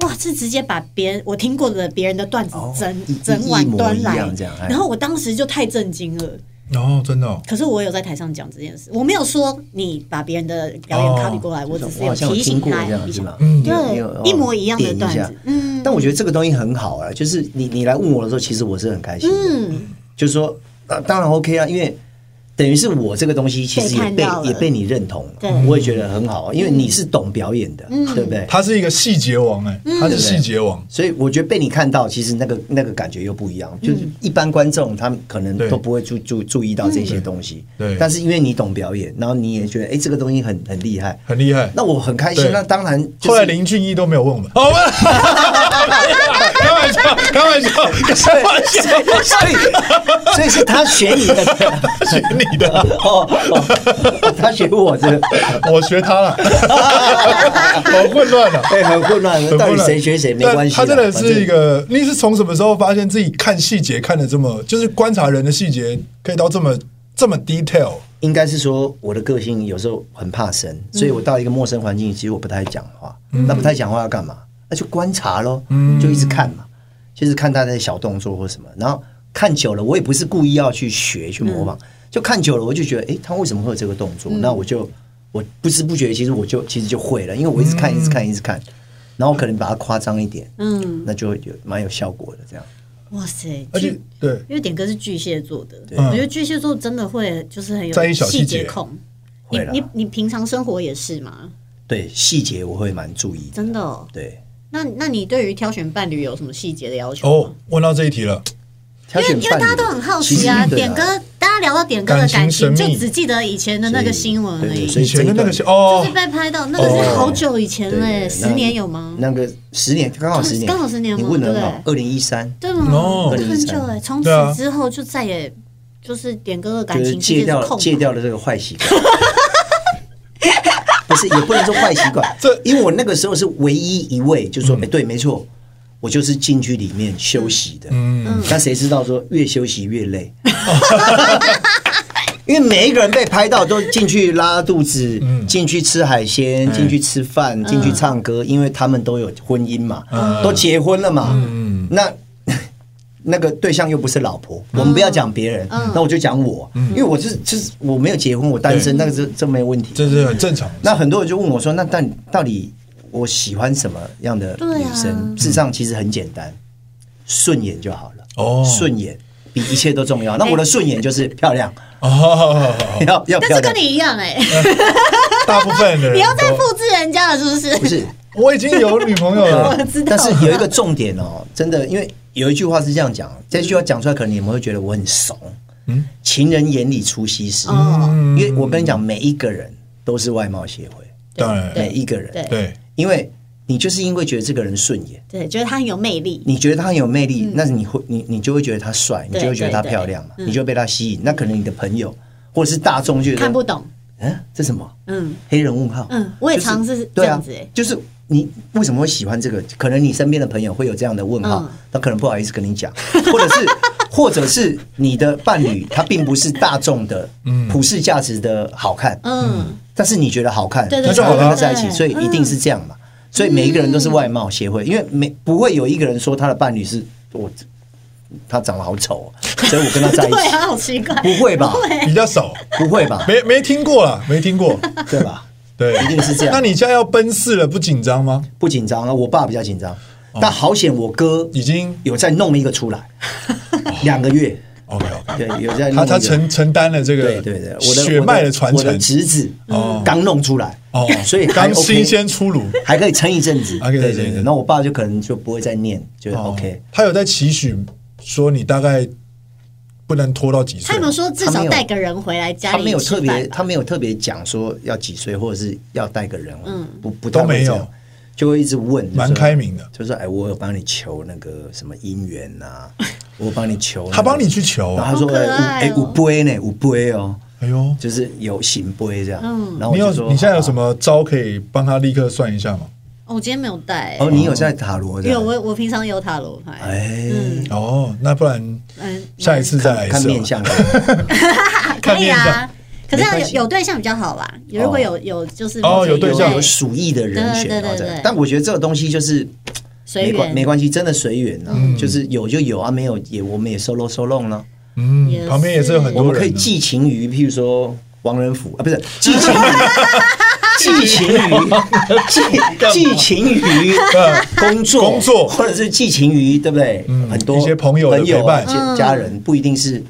[SPEAKER 5] 哇，是直接把别人我听过的别人的段子
[SPEAKER 1] 哦
[SPEAKER 5] 整、
[SPEAKER 1] 一一
[SPEAKER 5] 整碗
[SPEAKER 1] 一模
[SPEAKER 5] 端
[SPEAKER 1] 一
[SPEAKER 5] 来
[SPEAKER 1] 样这样，哎
[SPEAKER 5] 然后我当时就太震惊了。
[SPEAKER 2] 然后真的哦，
[SPEAKER 5] 可是我有在台上讲这件事，我没有说你把别人的表演 copy 过来，我只是
[SPEAKER 1] 哦我好像有
[SPEAKER 5] 提
[SPEAKER 1] 听
[SPEAKER 5] 醒
[SPEAKER 1] 过
[SPEAKER 5] 他
[SPEAKER 1] 这样
[SPEAKER 5] 一
[SPEAKER 1] 是
[SPEAKER 5] 下。嗯
[SPEAKER 1] 吧？
[SPEAKER 2] 嗯
[SPEAKER 1] 你有你有哦
[SPEAKER 5] 对，一模一样的
[SPEAKER 1] 点
[SPEAKER 5] 段
[SPEAKER 1] 下
[SPEAKER 5] 子，嗯，
[SPEAKER 1] 但我觉得这个东西很好啊，就是你你来问我的时候，其实我是很开心的。
[SPEAKER 5] 嗯，
[SPEAKER 1] 就是说，啊，当然 OK 啊，因为等于是我这个东西其实也
[SPEAKER 5] 被看
[SPEAKER 1] 被
[SPEAKER 5] 到了
[SPEAKER 1] 也被你认同
[SPEAKER 5] 对嗯
[SPEAKER 1] 了，我也觉得很好，啊因为你是懂表演的，对不对？
[SPEAKER 2] 他是一个细节王哎、
[SPEAKER 1] 嗯
[SPEAKER 2] 他是细节王。
[SPEAKER 1] 所以我觉得被你看到，其实那个那个感觉又不一样。
[SPEAKER 5] 嗯
[SPEAKER 1] 就是一般观众他们可能
[SPEAKER 2] 对
[SPEAKER 1] 都不会注注注意到这
[SPEAKER 5] 嗯
[SPEAKER 1] 些东西，
[SPEAKER 2] 对对
[SPEAKER 1] 但是因为你懂表演，然后你也觉得哎、这个东西很很厉
[SPEAKER 5] 嗯
[SPEAKER 1] 害，
[SPEAKER 2] 很厉害
[SPEAKER 1] 那我很开心
[SPEAKER 2] 对。
[SPEAKER 1] 那当然、就是，
[SPEAKER 2] 后来林俊逸都没有 问我们，好问，开玩笑，开玩笑， 开玩笑，
[SPEAKER 1] 所以所以是他学你的，
[SPEAKER 2] 学你的，
[SPEAKER 1] 哦， 哦他学我的，
[SPEAKER 2] 我学他 了，好混乱了。
[SPEAKER 1] 对，哎很混乱，
[SPEAKER 2] 很
[SPEAKER 1] 到
[SPEAKER 2] 混
[SPEAKER 1] 底
[SPEAKER 2] 乱
[SPEAKER 1] 谁学谁没
[SPEAKER 2] 但
[SPEAKER 1] 关系啦。
[SPEAKER 2] 他真的
[SPEAKER 1] 反正
[SPEAKER 2] 是一个，你是从什么时候发现自己看细节看的这么，就是观察人的细节可以到这么这么 detail？
[SPEAKER 1] 应该是说我的个性有时候很怕
[SPEAKER 5] 嗯
[SPEAKER 1] 生，所以我到一个陌生环境，其实我不太讲话。那不太讲话要干嘛？那就观察咯，
[SPEAKER 5] 嗯
[SPEAKER 1] 就一直看嘛，就是看大家的小动作或什么。然后看久了，我也不是故意要去学去模
[SPEAKER 5] 嗯
[SPEAKER 1] 仿，就看久了，我就觉得，诶，他为什么会有这个动作？那我就我不知不觉，其实我就其实就会了，因为我一直看，一直看，一直看。然后可能把它夸张一点，
[SPEAKER 5] 嗯
[SPEAKER 1] 嗯，那就有蛮有效果的这样。
[SPEAKER 5] 哇塞，
[SPEAKER 2] 而且
[SPEAKER 5] 巨
[SPEAKER 2] 对，
[SPEAKER 5] 因为点哥是巨蟹座的，
[SPEAKER 2] 嗯
[SPEAKER 5] 我觉得巨蟹座真的会就是很
[SPEAKER 2] 在意
[SPEAKER 5] 有
[SPEAKER 2] 小细
[SPEAKER 5] 细
[SPEAKER 2] 节
[SPEAKER 5] 节控。你
[SPEAKER 1] 会啦
[SPEAKER 5] 你你平常生活也是吗？
[SPEAKER 1] 对细节我会蛮注意的，
[SPEAKER 5] 真的、哦？
[SPEAKER 1] 对。
[SPEAKER 5] 那那你对于挑选伴侣有什么细节的要求吗？
[SPEAKER 2] 哦，问到这一题了，
[SPEAKER 1] 挑
[SPEAKER 5] 因为
[SPEAKER 1] 选
[SPEAKER 5] 因为
[SPEAKER 1] 伴
[SPEAKER 5] 大家
[SPEAKER 1] 侣
[SPEAKER 5] 都很好
[SPEAKER 1] 其
[SPEAKER 5] 奇
[SPEAKER 1] 实
[SPEAKER 5] 啊，
[SPEAKER 1] 对
[SPEAKER 5] 点歌，大家聊到点歌的
[SPEAKER 2] 感情
[SPEAKER 5] 感
[SPEAKER 2] 神
[SPEAKER 5] 情，就
[SPEAKER 2] 秘
[SPEAKER 5] 只记得以前的那个新闻而
[SPEAKER 1] 对
[SPEAKER 5] 已。
[SPEAKER 1] 所
[SPEAKER 2] 以
[SPEAKER 1] 以
[SPEAKER 2] 前的那
[SPEAKER 1] 这一段
[SPEAKER 2] 个是哦
[SPEAKER 5] 就是，被拍到，那个是好久以前
[SPEAKER 1] 对
[SPEAKER 5] 嘞、
[SPEAKER 1] 对
[SPEAKER 5] 十
[SPEAKER 1] 那
[SPEAKER 5] 年有吗？
[SPEAKER 1] 那个十年，刚好十年，
[SPEAKER 5] 刚好十年
[SPEAKER 1] 你
[SPEAKER 5] 嘛
[SPEAKER 1] 问的
[SPEAKER 5] 对
[SPEAKER 1] 好，二零一三，
[SPEAKER 5] 对吗？
[SPEAKER 1] 哦
[SPEAKER 2] No
[SPEAKER 5] 那很久哎、从
[SPEAKER 2] 对啊
[SPEAKER 5] 此之后就再也就是点歌的感
[SPEAKER 1] 就是
[SPEAKER 5] 情
[SPEAKER 1] 戒
[SPEAKER 5] 其实是
[SPEAKER 1] 掉
[SPEAKER 5] 空
[SPEAKER 1] 戒掉了这个坏习惯。 不是，也不能说坏习惯，
[SPEAKER 2] 这
[SPEAKER 1] 因为我那个时候是唯一一位，就说，哎，对，没错，我就是进去里面休息的。嗯，但谁知道说越休息越累， 因为每一个人被拍到都进去拉肚子，进去吃海鲜，进去吃饭，进去唱歌，因为他们都有婚姻嘛，都结婚了嘛，那。那个对象又不是老婆，
[SPEAKER 5] 嗯
[SPEAKER 1] 我们不要讲别人，那我就讲我，因为我是就是我没有结婚，我单身，那个是这没问题。
[SPEAKER 2] 这是很正常的。
[SPEAKER 1] 那很多人就问我说，那到底到底我喜欢什么样的
[SPEAKER 5] 对
[SPEAKER 1] 女
[SPEAKER 5] 啊
[SPEAKER 1] 生？事实上其实很简单，顺眼就好了。
[SPEAKER 2] 哦
[SPEAKER 1] 顺眼比一切都重要。那我的顺眼就是漂亮，
[SPEAKER 2] 哦，
[SPEAKER 1] 要要啊
[SPEAKER 5] 哎但
[SPEAKER 1] 漂
[SPEAKER 5] 是跟
[SPEAKER 1] 亮
[SPEAKER 5] 你。一 样哎、
[SPEAKER 2] 大部分的人
[SPEAKER 5] 你要再
[SPEAKER 2] 都
[SPEAKER 5] 复制人家了是不是？
[SPEAKER 1] 不是，
[SPEAKER 2] 我已经有女朋友了，
[SPEAKER 5] 知
[SPEAKER 1] 但
[SPEAKER 5] 道
[SPEAKER 1] 是有一个重点哦， 真的，因为有一句话是这样讲，这句话讲出来，可能你们会觉得我很怂。嗯，情人眼里出西施，
[SPEAKER 5] 哦
[SPEAKER 1] 因为我跟你讲，每一个人都是外貌协会，
[SPEAKER 2] 当然
[SPEAKER 5] 对
[SPEAKER 1] 每一个人，
[SPEAKER 5] 对
[SPEAKER 2] 对，
[SPEAKER 1] 因为你就是因为觉得这个人顺眼，
[SPEAKER 5] 对，觉得他很有魅力，
[SPEAKER 1] 你觉得他很有魅力，那你会你你就会觉得他帅，你
[SPEAKER 5] 对
[SPEAKER 1] 就会觉得他
[SPEAKER 5] 嗯对
[SPEAKER 1] 漂亮嘛，
[SPEAKER 5] 对嗯
[SPEAKER 1] 你就会被他吸引。那可能你的朋友或者是大众就觉得
[SPEAKER 5] 看不，懂。
[SPEAKER 1] 嗯，这什么？
[SPEAKER 5] 嗯，
[SPEAKER 1] 黑人问号。
[SPEAKER 5] 嗯我也
[SPEAKER 1] 就是
[SPEAKER 5] 常是
[SPEAKER 1] 对啊
[SPEAKER 5] 这样子欸
[SPEAKER 1] 就是你为什么会喜欢这个？可能你身边的朋友会有这样的问号
[SPEAKER 5] 嗯，
[SPEAKER 1] 他可能不好意思跟你讲，或者是或者是你的伴侣他并不是大众的普世价值的好看，
[SPEAKER 5] 嗯，
[SPEAKER 1] 但是你觉得好看，
[SPEAKER 5] 对对
[SPEAKER 1] 那就
[SPEAKER 2] 对
[SPEAKER 1] 好跟他
[SPEAKER 5] 对
[SPEAKER 1] 在一起，
[SPEAKER 5] 对嗯
[SPEAKER 1] 所以一定是这样嘛。所以每一个人都是外貌协会，因为没不会有一个人说他的伴侣是我，他长得好丑哦，所以我跟他在一
[SPEAKER 5] 对
[SPEAKER 1] 起，
[SPEAKER 5] 啊，好奇怪，
[SPEAKER 1] 不会吧？
[SPEAKER 2] 比较少，
[SPEAKER 1] 不会吧？
[SPEAKER 2] 没没听过啦，没听过，
[SPEAKER 1] 对吧？
[SPEAKER 2] 对，
[SPEAKER 1] 一定是这样
[SPEAKER 2] 那你现在要奔四了，不紧张吗？
[SPEAKER 1] 不紧张啊，我爸比较紧张，但好险我哥
[SPEAKER 2] 哦已经
[SPEAKER 1] 有在弄一个出来，两个月，
[SPEAKER 2] OK OK，
[SPEAKER 1] 对，有在弄
[SPEAKER 2] 他
[SPEAKER 1] 一
[SPEAKER 2] 他
[SPEAKER 1] 个
[SPEAKER 2] 承承担了这个
[SPEAKER 1] 对对对，我的
[SPEAKER 2] 血脉的传
[SPEAKER 1] 我的
[SPEAKER 2] 承
[SPEAKER 1] 侄子
[SPEAKER 2] 哦
[SPEAKER 1] 刚弄出来
[SPEAKER 2] 哦，
[SPEAKER 1] 所以还
[SPEAKER 2] 刚
[SPEAKER 1] OK
[SPEAKER 2] 新鲜出炉。
[SPEAKER 1] 还可以撑一阵子，
[SPEAKER 2] 还可以
[SPEAKER 1] 对
[SPEAKER 2] 撑
[SPEAKER 1] 对
[SPEAKER 2] 一阵子
[SPEAKER 1] 对。那我爸就可能就不会再念，就
[SPEAKER 2] 哦
[SPEAKER 1] OK。
[SPEAKER 2] 他有在期许说你大概不能拖到几岁
[SPEAKER 5] 他有没有说至
[SPEAKER 1] 他
[SPEAKER 5] 少
[SPEAKER 1] 没有
[SPEAKER 5] 带个人回来家
[SPEAKER 1] 他
[SPEAKER 5] 里
[SPEAKER 1] 没有
[SPEAKER 5] 吃
[SPEAKER 1] 特
[SPEAKER 5] 饭
[SPEAKER 1] 别，
[SPEAKER 5] 吧
[SPEAKER 1] 他没有特别讲说要几岁，或者是要带个人，嗯，不不太
[SPEAKER 2] 都没有
[SPEAKER 1] 会这样，就会一直问，
[SPEAKER 2] 蛮
[SPEAKER 1] 就说
[SPEAKER 2] 开明的
[SPEAKER 1] 就说哎，我有帮你求那个什么姻缘呐，我有帮你求那个，
[SPEAKER 2] 他帮你去求啊
[SPEAKER 1] 然后他说
[SPEAKER 5] 好可爱
[SPEAKER 1] 哎
[SPEAKER 5] 哦
[SPEAKER 1] 五哎五杯呢，五杯哦，
[SPEAKER 2] 哎呦，
[SPEAKER 1] 就是有行杯这样，嗯，然后
[SPEAKER 2] 你
[SPEAKER 1] 我
[SPEAKER 2] 有
[SPEAKER 1] 就说
[SPEAKER 2] 你现在有
[SPEAKER 1] 好
[SPEAKER 2] 什
[SPEAKER 1] 吧
[SPEAKER 2] 么招可以帮他立刻算一下吗？
[SPEAKER 5] 哦我今天没有带、
[SPEAKER 1] 哦，你有在塔罗的，
[SPEAKER 5] 有我我平常有塔罗牌，
[SPEAKER 1] 哎，
[SPEAKER 2] 哦，那不然
[SPEAKER 5] 嗯，
[SPEAKER 2] 下一次再来一
[SPEAKER 1] 看
[SPEAKER 2] 次
[SPEAKER 1] 面
[SPEAKER 2] 吧。
[SPEAKER 1] 相，
[SPEAKER 5] 可
[SPEAKER 2] 看
[SPEAKER 5] 以
[SPEAKER 2] 面
[SPEAKER 5] 啊
[SPEAKER 2] 相。
[SPEAKER 5] 可是
[SPEAKER 1] 没
[SPEAKER 5] 要
[SPEAKER 1] 关
[SPEAKER 5] 有
[SPEAKER 1] 系哦
[SPEAKER 5] 有对象比较好啦，有如果有有就是
[SPEAKER 2] 哦有对
[SPEAKER 1] 有
[SPEAKER 2] 象
[SPEAKER 1] 有鼠疫的人选，
[SPEAKER 5] 对对对
[SPEAKER 1] 然后再来
[SPEAKER 5] 对
[SPEAKER 1] 但我觉得这个东西就是。
[SPEAKER 5] 随
[SPEAKER 1] 没关
[SPEAKER 5] 缘
[SPEAKER 1] 没关系，真的随缘啊，
[SPEAKER 2] 嗯
[SPEAKER 1] 就是有就有啊，没有也我们也收拢收拢了。
[SPEAKER 5] 也
[SPEAKER 2] 嗯，
[SPEAKER 5] 是
[SPEAKER 2] 旁边也是有很
[SPEAKER 1] 我
[SPEAKER 2] 多
[SPEAKER 1] 们
[SPEAKER 2] 人
[SPEAKER 1] 可以
[SPEAKER 2] 呢。
[SPEAKER 1] 寄情于，譬如说王仁甫啊， 不是寄情于，寄情于，寄寄情于工作
[SPEAKER 2] 工作
[SPEAKER 1] 或者是寄情于，对不对？
[SPEAKER 2] 嗯
[SPEAKER 1] 很多
[SPEAKER 2] 一些朋友的陪伴
[SPEAKER 1] 朋友啊家家人不一定是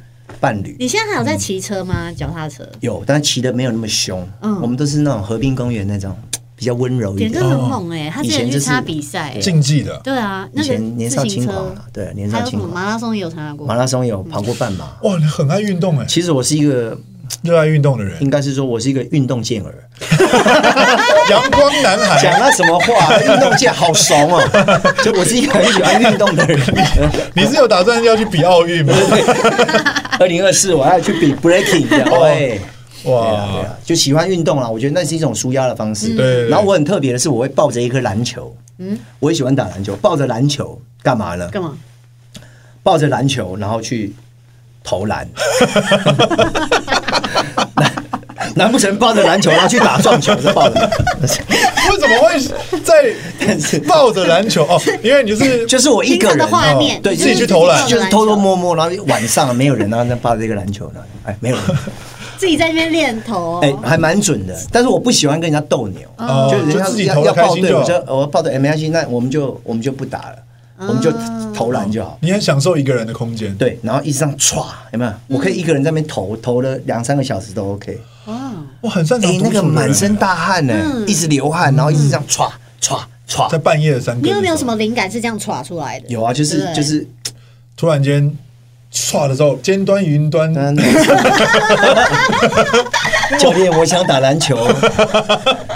[SPEAKER 1] 伴侣。
[SPEAKER 5] 你现在还有在骑车吗？脚踏车？
[SPEAKER 1] 有，但骑的没有那么凶。
[SPEAKER 5] 嗯
[SPEAKER 1] 我们都是那种河滨公园那种比较温柔一
[SPEAKER 5] 点
[SPEAKER 1] 点
[SPEAKER 5] 真。的很猛哎、他
[SPEAKER 1] 嗯哦
[SPEAKER 5] 之
[SPEAKER 1] 以
[SPEAKER 5] 前
[SPEAKER 1] 前
[SPEAKER 5] 去
[SPEAKER 1] 就是
[SPEAKER 5] 参加比赛，
[SPEAKER 2] 竞技的，
[SPEAKER 5] 对啊，
[SPEAKER 1] 以
[SPEAKER 5] 那个
[SPEAKER 1] 前年少
[SPEAKER 5] 自行
[SPEAKER 1] 轻
[SPEAKER 5] 车
[SPEAKER 1] 狂啊，对，年
[SPEAKER 5] 还
[SPEAKER 1] 少
[SPEAKER 5] 有什
[SPEAKER 1] 轻
[SPEAKER 5] 么
[SPEAKER 1] 狂。
[SPEAKER 5] 马拉松也有参加过
[SPEAKER 1] 马，拉松有跑过半马，
[SPEAKER 2] 哇，你很爱运动哎，
[SPEAKER 1] 其实我是一个，
[SPEAKER 2] 热爱运动的人，
[SPEAKER 1] 应该是说我是一个运动健儿。
[SPEAKER 2] 阳光男
[SPEAKER 1] 讲
[SPEAKER 2] 孩。
[SPEAKER 1] 那什么话？运动健好怂哦！就我是一个很喜欢运动的人。
[SPEAKER 2] 你是有打算要去比奥运吗？
[SPEAKER 1] 二零二四我要去比 breaking 这样
[SPEAKER 2] 哦
[SPEAKER 1] 喂。对啊，对
[SPEAKER 2] 哇，
[SPEAKER 1] 啊，就喜欢运动啦。我觉得那是一种舒压的方式。
[SPEAKER 5] 嗯
[SPEAKER 2] 对对对
[SPEAKER 1] 然后我很特别的是，我会抱着一颗篮球。嗯，我也喜欢打篮球，抱着篮球干嘛呢？
[SPEAKER 5] 干嘛？
[SPEAKER 1] 抱着篮球，然后去投篮。 难难不成抱着篮球，然后去打撞球？再抱 着，
[SPEAKER 2] 为什么会在抱着篮球？哦，因为你就是
[SPEAKER 1] 就是我一个
[SPEAKER 5] 平常
[SPEAKER 1] 人哦
[SPEAKER 5] 的画面，
[SPEAKER 1] 对
[SPEAKER 5] 你
[SPEAKER 1] 自己
[SPEAKER 2] 去投篮
[SPEAKER 5] 自己
[SPEAKER 1] 就
[SPEAKER 5] 抱着
[SPEAKER 1] 是
[SPEAKER 5] 篮球
[SPEAKER 1] 偷偷摸摸，然后晚上没有人，然后再抱着一个篮球呢，哎，没有人，
[SPEAKER 5] 哦自己在那边练头、
[SPEAKER 1] 哎，还蛮准的。但是我不喜欢跟人家斗牛，
[SPEAKER 2] 哦
[SPEAKER 1] 就是人
[SPEAKER 2] 就
[SPEAKER 1] 家
[SPEAKER 2] 自己
[SPEAKER 1] 要
[SPEAKER 2] 投
[SPEAKER 1] 要
[SPEAKER 2] 的开
[SPEAKER 1] 抱
[SPEAKER 2] 心
[SPEAKER 1] 对，
[SPEAKER 2] 就
[SPEAKER 1] 我
[SPEAKER 2] 好。
[SPEAKER 1] 说我抱对哎没关系，那我们就我们就不打了，我们就投篮就好。
[SPEAKER 2] 你很享受一个人的空间，
[SPEAKER 1] 对，然后一直这样歘，有没有？我可以一个人在那边投，投了两三个小时都 OK。
[SPEAKER 5] 哦
[SPEAKER 2] 我很擅长
[SPEAKER 1] 哎，
[SPEAKER 2] 独
[SPEAKER 1] 那
[SPEAKER 2] 处的
[SPEAKER 1] 个
[SPEAKER 2] 人
[SPEAKER 1] 满身大汗呢，一直流汗，然后一直这样歘歘
[SPEAKER 2] 在
[SPEAKER 1] 歘。
[SPEAKER 2] 半夜的三更的
[SPEAKER 5] 你
[SPEAKER 2] 时候，
[SPEAKER 5] 有没有什么灵感是这样耍出来的？
[SPEAKER 1] 有啊，就是
[SPEAKER 5] 对
[SPEAKER 1] 就是
[SPEAKER 2] 突然间唰的时候，尖端云端，
[SPEAKER 1] 嗯， 教练，我想打篮球。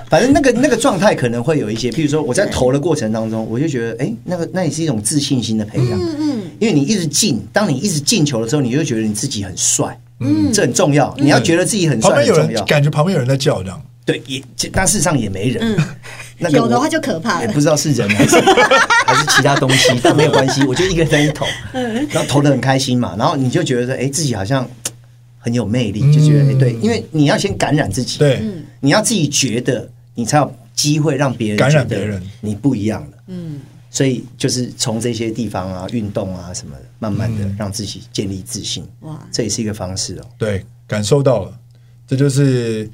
[SPEAKER 1] 反正那个那个状态可能会有一些，譬如说我在投的过程当中，我就觉得，哎、那个那也是一种自信心的培养。嗯嗯，因为你一直进，当你一直进球的时候，你就觉得你自己很帅。嗯，这很重要。你要觉得自己很
[SPEAKER 2] 旁
[SPEAKER 1] 帅
[SPEAKER 2] 边
[SPEAKER 1] 很
[SPEAKER 2] 有
[SPEAKER 1] 重
[SPEAKER 2] 人
[SPEAKER 1] 要。
[SPEAKER 2] 感觉旁边有人在叫这样，
[SPEAKER 1] 对，也但事实上也没人。 那个
[SPEAKER 5] 嗯有的
[SPEAKER 1] 我
[SPEAKER 5] 话就可怕
[SPEAKER 1] 也
[SPEAKER 5] 了
[SPEAKER 1] 不。知道是人还是还是其他东西，但没有关系，我就一个人在那投，
[SPEAKER 5] 嗯
[SPEAKER 1] 然后投的很开心嘛，然后你就觉得说，哎、自己好像很有魅力，就觉得哎、诶对，因为你要先感染自己，
[SPEAKER 2] 嗯对，
[SPEAKER 5] 嗯
[SPEAKER 1] 你要自己觉得，你才有机会让别人
[SPEAKER 2] 感染
[SPEAKER 1] 觉得
[SPEAKER 2] 别人
[SPEAKER 1] 你不一样了，嗯，所以就是从这些地方啊、运动啊什么的，慢慢
[SPEAKER 2] 嗯
[SPEAKER 1] 的让自己建立自信，
[SPEAKER 5] 哇
[SPEAKER 1] 这也是一个方式哦。
[SPEAKER 2] 对，感受到了，这就是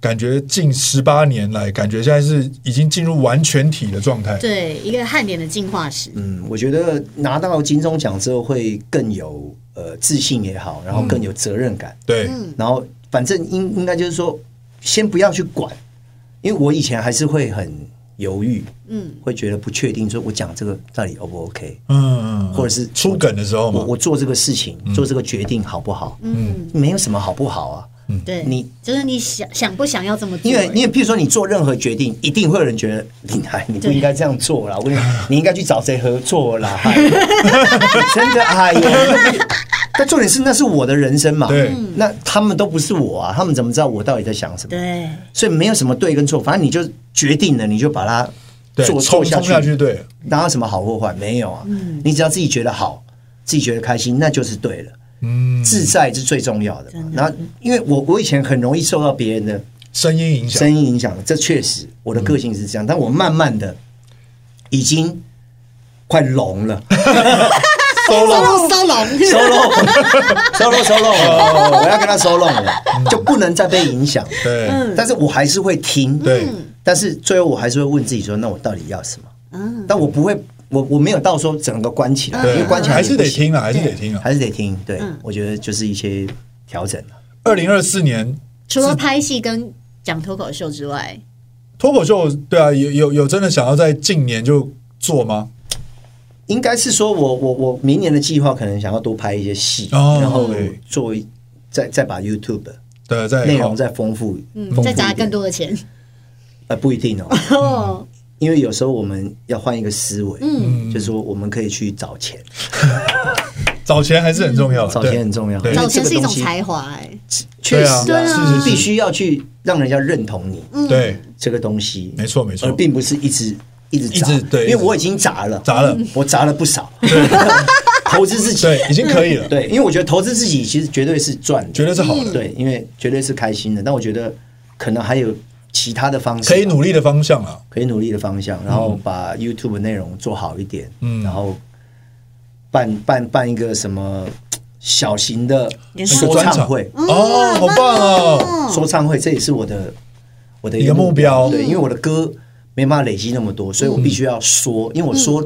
[SPEAKER 2] 感觉近十八年来，感觉现在是已经进入完全体的状态。
[SPEAKER 5] 对，一个汉典的进化史。
[SPEAKER 1] 嗯，我觉得拿到金钟奖之后会更有呃自信也好，然后更有责任感。
[SPEAKER 2] 对，
[SPEAKER 1] 然后反正应应该就是说，先不要去管，因为我以前还是会很犹豫，嗯，会觉得不确定，说我讲这个到底 O 不 OK，
[SPEAKER 2] 嗯，嗯
[SPEAKER 1] 或者是
[SPEAKER 2] 出梗的时候
[SPEAKER 1] 我
[SPEAKER 2] 嘛，
[SPEAKER 1] 我做这个事情、做这个决定好不好？嗯，没有什么好不好啊，
[SPEAKER 5] 对，
[SPEAKER 1] 你
[SPEAKER 5] 就是你想想不想要这么做？
[SPEAKER 1] 因为因为譬如说你做任何决定，一定会有人觉得林海你不应该这样做啦，我 跟你讲，你应该去找谁合作啦， 哎你真的哎呀。但重点是，那是我的人生嘛。
[SPEAKER 2] 对，
[SPEAKER 1] 那他们都不是我啊，他们怎么知道我到底在想什么？
[SPEAKER 5] 对，
[SPEAKER 1] 所以没有什么对跟错，反正你就决定了，你就把它
[SPEAKER 2] 对，
[SPEAKER 1] 做
[SPEAKER 2] 冲
[SPEAKER 1] 做
[SPEAKER 2] 冲下去，，对，
[SPEAKER 1] 哪有什么好或坏？没有啊，你只要自己觉得好，自己觉得开心，那就是对了。
[SPEAKER 2] 嗯，
[SPEAKER 1] 自在是最重要的嘛。然后，因为我我以前很容易受到别人的
[SPEAKER 2] 声音影响
[SPEAKER 1] 声，音影响，这确实我的个性是这样，但我慢慢的已经快聋了。
[SPEAKER 5] 收拢收拢，
[SPEAKER 1] 收拢，收拢，收拢
[SPEAKER 2] 哦
[SPEAKER 1] 了， 我要跟他收拢了，就不能再被影响。
[SPEAKER 2] 对，
[SPEAKER 1] 但是我还是会听，
[SPEAKER 2] 对，
[SPEAKER 1] 但是最后我还是会问自己说，那我到底要什么？但我不会，我我没有到说整个关起来，因为
[SPEAKER 2] 对，
[SPEAKER 1] 关起来
[SPEAKER 2] 还
[SPEAKER 1] 也
[SPEAKER 2] 是
[SPEAKER 1] 不
[SPEAKER 2] 得
[SPEAKER 1] 行
[SPEAKER 2] 听，啊，还是得听啊。
[SPEAKER 1] 还是得听。对，我觉得就是一些调整啊
[SPEAKER 2] 二零二四年
[SPEAKER 5] 除了拍戏跟讲脱口秀之外，
[SPEAKER 2] 脱口秀，对啊，有有有真的想要在近年就做吗？
[SPEAKER 1] 应该是说我我我明年的计划可能想要多拍一些戏，
[SPEAKER 2] 哦
[SPEAKER 1] 然后
[SPEAKER 2] 对
[SPEAKER 1] 作为再再把 YouTube
[SPEAKER 2] 对，啊在
[SPEAKER 1] 内容再丰富，
[SPEAKER 5] 嗯
[SPEAKER 2] 丰，富
[SPEAKER 5] 再
[SPEAKER 2] 一
[SPEAKER 5] 砸
[SPEAKER 2] 点
[SPEAKER 5] 更多的钱。
[SPEAKER 1] 呃不一定 哦，
[SPEAKER 5] 哦，
[SPEAKER 1] 因为有时候我们要换一个思维，
[SPEAKER 5] 嗯
[SPEAKER 1] 就是说我们可以去找钱，
[SPEAKER 2] 找钱还是很重要啊
[SPEAKER 1] 嗯
[SPEAKER 2] 的，
[SPEAKER 1] 找
[SPEAKER 2] 哦对
[SPEAKER 1] 钱很重要，
[SPEAKER 2] 对
[SPEAKER 1] 因为
[SPEAKER 5] 找
[SPEAKER 1] 这
[SPEAKER 5] 钱
[SPEAKER 1] 个
[SPEAKER 5] 嗯是一
[SPEAKER 1] 东
[SPEAKER 5] 种
[SPEAKER 1] 西
[SPEAKER 5] 才华，哎，
[SPEAKER 1] 确实
[SPEAKER 2] 对啊是是是
[SPEAKER 1] 必须要去让人家认同你
[SPEAKER 5] 嗯
[SPEAKER 2] 对，
[SPEAKER 1] 这个东西，
[SPEAKER 2] 没错没错
[SPEAKER 1] 而并不是一直一直砸
[SPEAKER 2] 一直对
[SPEAKER 1] 因为
[SPEAKER 2] 一直
[SPEAKER 1] 我已经砸了，
[SPEAKER 2] 砸了，
[SPEAKER 1] 我砸了不少， 投资自己，
[SPEAKER 2] 对，已经可以了，
[SPEAKER 1] 对，因为我觉得投资自己其实绝对是赚的，
[SPEAKER 2] 绝对是好的，
[SPEAKER 1] 对，因为绝对是开心的。但我觉得可能还有其他的方式，
[SPEAKER 2] 可以努，力的方向啊，
[SPEAKER 1] 可以努力的方向，然后把 YouTube 内容做好一点，
[SPEAKER 2] 嗯
[SPEAKER 1] 然后办办办一个什么小型的
[SPEAKER 5] 演唱
[SPEAKER 1] 说唱会，
[SPEAKER 5] 嗯
[SPEAKER 1] 哎
[SPEAKER 2] 哦，好棒哦，
[SPEAKER 1] 说唱会，这也是我的我的
[SPEAKER 2] 一个目标
[SPEAKER 1] 对，因为我的歌没办法累积那么多，所以我必须要说，
[SPEAKER 5] 嗯
[SPEAKER 1] 因为我说。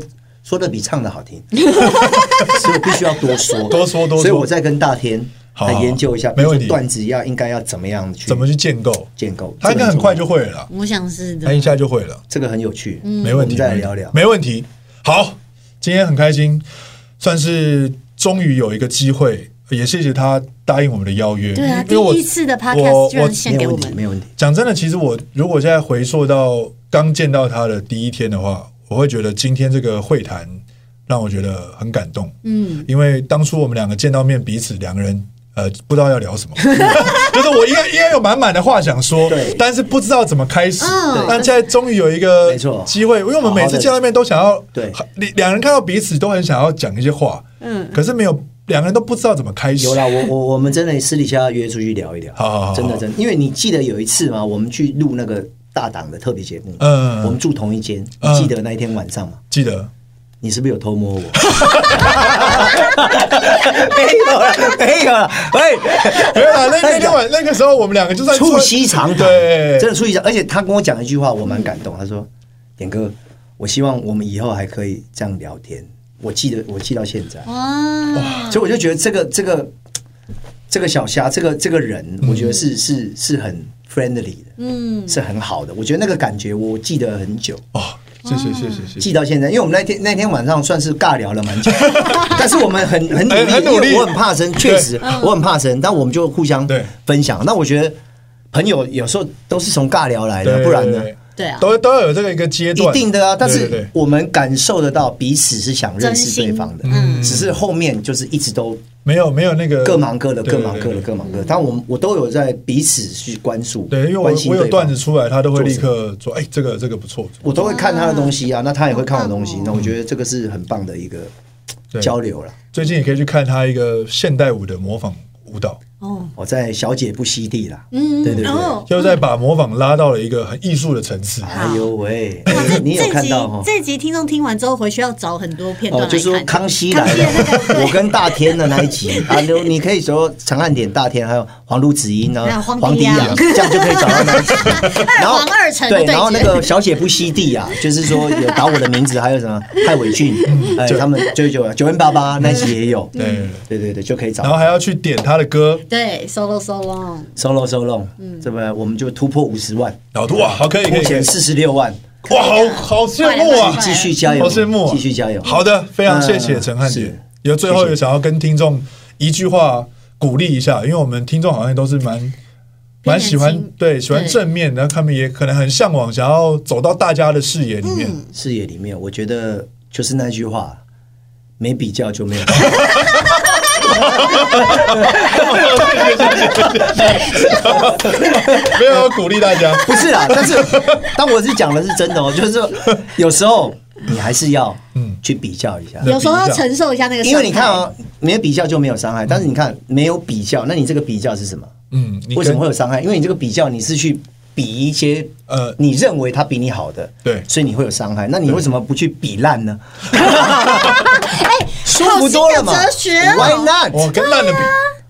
[SPEAKER 1] 说的比唱的好听， 所以我必须要多说，
[SPEAKER 2] 多说多说
[SPEAKER 1] 所以我再跟大天
[SPEAKER 2] 好
[SPEAKER 1] 来研究一下，
[SPEAKER 2] 没问
[SPEAKER 1] 比
[SPEAKER 2] 题
[SPEAKER 1] 如说段子要应该要怎么样去
[SPEAKER 2] 怎么去建构？
[SPEAKER 5] 嗯
[SPEAKER 1] 建构，
[SPEAKER 2] 他应该很快就
[SPEAKER 1] 会，
[SPEAKER 2] 会了啦，
[SPEAKER 5] 我想是
[SPEAKER 2] 他
[SPEAKER 1] 哎
[SPEAKER 5] 的
[SPEAKER 2] 一。下就会了。
[SPEAKER 1] 这个很有趣，
[SPEAKER 5] 嗯
[SPEAKER 2] 没问题，
[SPEAKER 1] 我们再来聊聊
[SPEAKER 2] 没问题。好，今天很开心，算是终于有一个机会，也谢谢他答应我们的邀约。
[SPEAKER 5] 对啊，
[SPEAKER 2] 因
[SPEAKER 5] 第
[SPEAKER 2] 为我
[SPEAKER 5] 一次的
[SPEAKER 2] 我
[SPEAKER 5] podcast 居
[SPEAKER 2] 我
[SPEAKER 5] 然献
[SPEAKER 1] 没
[SPEAKER 5] 给
[SPEAKER 1] 有
[SPEAKER 5] 我
[SPEAKER 1] 问题，没
[SPEAKER 5] 们，
[SPEAKER 1] 有问题，
[SPEAKER 2] 讲真的，其实我如果现在回溯到刚见到他的第一天的话，我会觉得今天这个会谈让我觉得很感动。嗯，因为当初我们两个见到面，彼此两个人。呃，不知道要聊什么，就是我应该应该有满满的话想说
[SPEAKER 1] 对，
[SPEAKER 2] 但是不知道怎么开始
[SPEAKER 5] 嗯。
[SPEAKER 2] 但现在终于有一个
[SPEAKER 1] 没错
[SPEAKER 2] 机会，因为我们每
[SPEAKER 1] 好好
[SPEAKER 2] 次
[SPEAKER 1] 地
[SPEAKER 2] 见到面都想要，
[SPEAKER 1] 对
[SPEAKER 2] 两两人看到彼此都很想要讲一些话，嗯，可是没有两个人都不知道怎么开始
[SPEAKER 1] 有。啦，我我我们真的私底下约出去聊一聊，
[SPEAKER 2] 好好好好
[SPEAKER 1] 真的真的，因为你记得有一次嘛，我们去录那个大档的特别节目，
[SPEAKER 2] 嗯
[SPEAKER 1] 我们住同一间，
[SPEAKER 2] 嗯
[SPEAKER 1] 你记得那一天晚上嘛，
[SPEAKER 2] 记得
[SPEAKER 1] 你是不是有偷摸 我？没有了，没有了，喂，
[SPEAKER 2] 没有啦，那那天晚那个时候我们两个就算
[SPEAKER 1] 促膝长谈，
[SPEAKER 2] 对，
[SPEAKER 1] 真的促膝长，而且他跟我讲一句话，我蛮感动，他说：“点哥，我希望我们以后还可以这样聊天。”我记得，我记到现在，
[SPEAKER 5] 哇，
[SPEAKER 1] 所以我就觉得这个这个这个小虾，这个这个人，
[SPEAKER 2] 嗯
[SPEAKER 1] 我觉得是是是很 friendly 的，嗯，是很好的。我觉得那个感觉我记得很久，
[SPEAKER 2] 哦，谢谢谢谢谢谢，
[SPEAKER 1] 记到现在，因为我们那天那天晚上算是尬聊了蛮 久，但是我们很很努力，
[SPEAKER 2] 很很努力嗯
[SPEAKER 1] 因为我很怕生，确实我很怕生，但我们就互相
[SPEAKER 2] 对
[SPEAKER 1] 分享。那我觉得朋友有时候都是从尬聊来的，嗯不然呢？
[SPEAKER 5] 对啊，
[SPEAKER 2] 都都要有这个一个阶
[SPEAKER 1] 一
[SPEAKER 2] 段，
[SPEAKER 1] 定的啊，但
[SPEAKER 2] 对对
[SPEAKER 1] 是
[SPEAKER 2] 对
[SPEAKER 1] 我们感受得到彼此是想认识对
[SPEAKER 5] 真心
[SPEAKER 1] 方的，
[SPEAKER 2] 嗯
[SPEAKER 1] 只是后面就是一直都
[SPEAKER 2] 没有没有那个
[SPEAKER 1] 各忙各的，
[SPEAKER 2] 对
[SPEAKER 1] 各忙各的，。各忙各的。但我们我都有在彼此去关注，
[SPEAKER 2] 对对对对，因为我
[SPEAKER 1] 关心
[SPEAKER 2] 我有
[SPEAKER 1] 对方
[SPEAKER 2] 段子，出来，他都会立刻说，哎，这个这个不错，
[SPEAKER 1] 我都会看他的东西啊，那他也会看我的东西
[SPEAKER 5] 好，
[SPEAKER 1] 那我觉得这个是很棒的一个
[SPEAKER 2] 哦对
[SPEAKER 1] 交流了。
[SPEAKER 2] 最近也可以去看他一个现代舞的模仿舞蹈，
[SPEAKER 5] 哦，
[SPEAKER 1] 我在小姐不惜地啦，嗯，对对对，
[SPEAKER 5] 哦，
[SPEAKER 2] 又在
[SPEAKER 1] 嗯
[SPEAKER 2] 把模仿拉到了一个很艺术的层次。
[SPEAKER 1] 哎呦喂
[SPEAKER 5] 哇，这，
[SPEAKER 1] 你有
[SPEAKER 5] 这
[SPEAKER 1] 看
[SPEAKER 5] 集
[SPEAKER 1] 到哈？
[SPEAKER 5] 这集听众听完之后，回去要找很多片段
[SPEAKER 1] 哦，
[SPEAKER 5] 来
[SPEAKER 1] 就
[SPEAKER 5] 看。
[SPEAKER 1] 说康熙来了， 我跟大天的那一集啊，你你可以说长按点大天，还有黄路子英
[SPEAKER 5] 还有
[SPEAKER 1] 啊，
[SPEAKER 5] 黄
[SPEAKER 1] 帝
[SPEAKER 5] 帝
[SPEAKER 1] 啊
[SPEAKER 5] 啊
[SPEAKER 1] 这样就可以找到那一 集。然后
[SPEAKER 5] 黄二成
[SPEAKER 1] 对，
[SPEAKER 5] 对
[SPEAKER 1] 然后那
[SPEAKER 5] 决
[SPEAKER 1] 个小姐不惜地啊，就是说有打我的名字，还有什么太伟俊，
[SPEAKER 5] 嗯
[SPEAKER 1] 哎，他们九九九 N 八八那集也有，
[SPEAKER 2] 对对
[SPEAKER 5] 嗯
[SPEAKER 2] 对
[SPEAKER 1] 对对对，就可以找
[SPEAKER 2] 然后
[SPEAKER 1] 到。
[SPEAKER 2] 还要去点他的歌，
[SPEAKER 5] 对，solo so long，
[SPEAKER 1] solo solo，这
[SPEAKER 5] 嗯
[SPEAKER 1] 么我们就突破五十万，
[SPEAKER 2] 然后哇，好可以可
[SPEAKER 1] 目
[SPEAKER 2] 以可
[SPEAKER 1] 前
[SPEAKER 2] 以，
[SPEAKER 1] 四十六万，
[SPEAKER 2] 哇，好好羡慕啊！
[SPEAKER 1] 继续加油，
[SPEAKER 2] 好羡慕啊
[SPEAKER 1] 继续加油。
[SPEAKER 2] 好的，非常谢谢
[SPEAKER 1] 嗯
[SPEAKER 2] 陈汉
[SPEAKER 1] 是
[SPEAKER 2] 典。有最后
[SPEAKER 1] 谢
[SPEAKER 2] 有
[SPEAKER 1] 谢
[SPEAKER 2] 想要跟听众一句话鼓励一下，因为我们听众好像都是蛮蛮喜欢
[SPEAKER 5] 偏年轻
[SPEAKER 2] 对喜欢正面的，然后他们也可能很向往想要走到大家的视野里
[SPEAKER 5] 嗯
[SPEAKER 2] 面。
[SPEAKER 1] 视野里面，我觉得就是那句话，没比较就没有。
[SPEAKER 2] 没有要鼓励 大家，
[SPEAKER 1] 不是啦，但是当我是讲的是真的哦，就是说有时候你还是要
[SPEAKER 2] 嗯
[SPEAKER 1] 去比较一下，
[SPEAKER 5] 有时候要承受一下那个伤害。
[SPEAKER 1] 因为你看哦，没有比较就没有伤害，但是你看没有比较，那你这个比较是什么？
[SPEAKER 2] 嗯，你跟
[SPEAKER 1] 为什么会有伤害？因为你这个比较你是去比一些
[SPEAKER 2] 呃
[SPEAKER 1] 呃你认为他比你好的，
[SPEAKER 2] 对
[SPEAKER 1] 所以你会有伤害。那你为什么不去比烂呢？ 舒
[SPEAKER 5] 哎好
[SPEAKER 1] 服
[SPEAKER 5] 新
[SPEAKER 1] 多
[SPEAKER 5] 的
[SPEAKER 1] 了嘛
[SPEAKER 5] 哲学哦
[SPEAKER 1] ，Why not？
[SPEAKER 2] 我跟烂的比？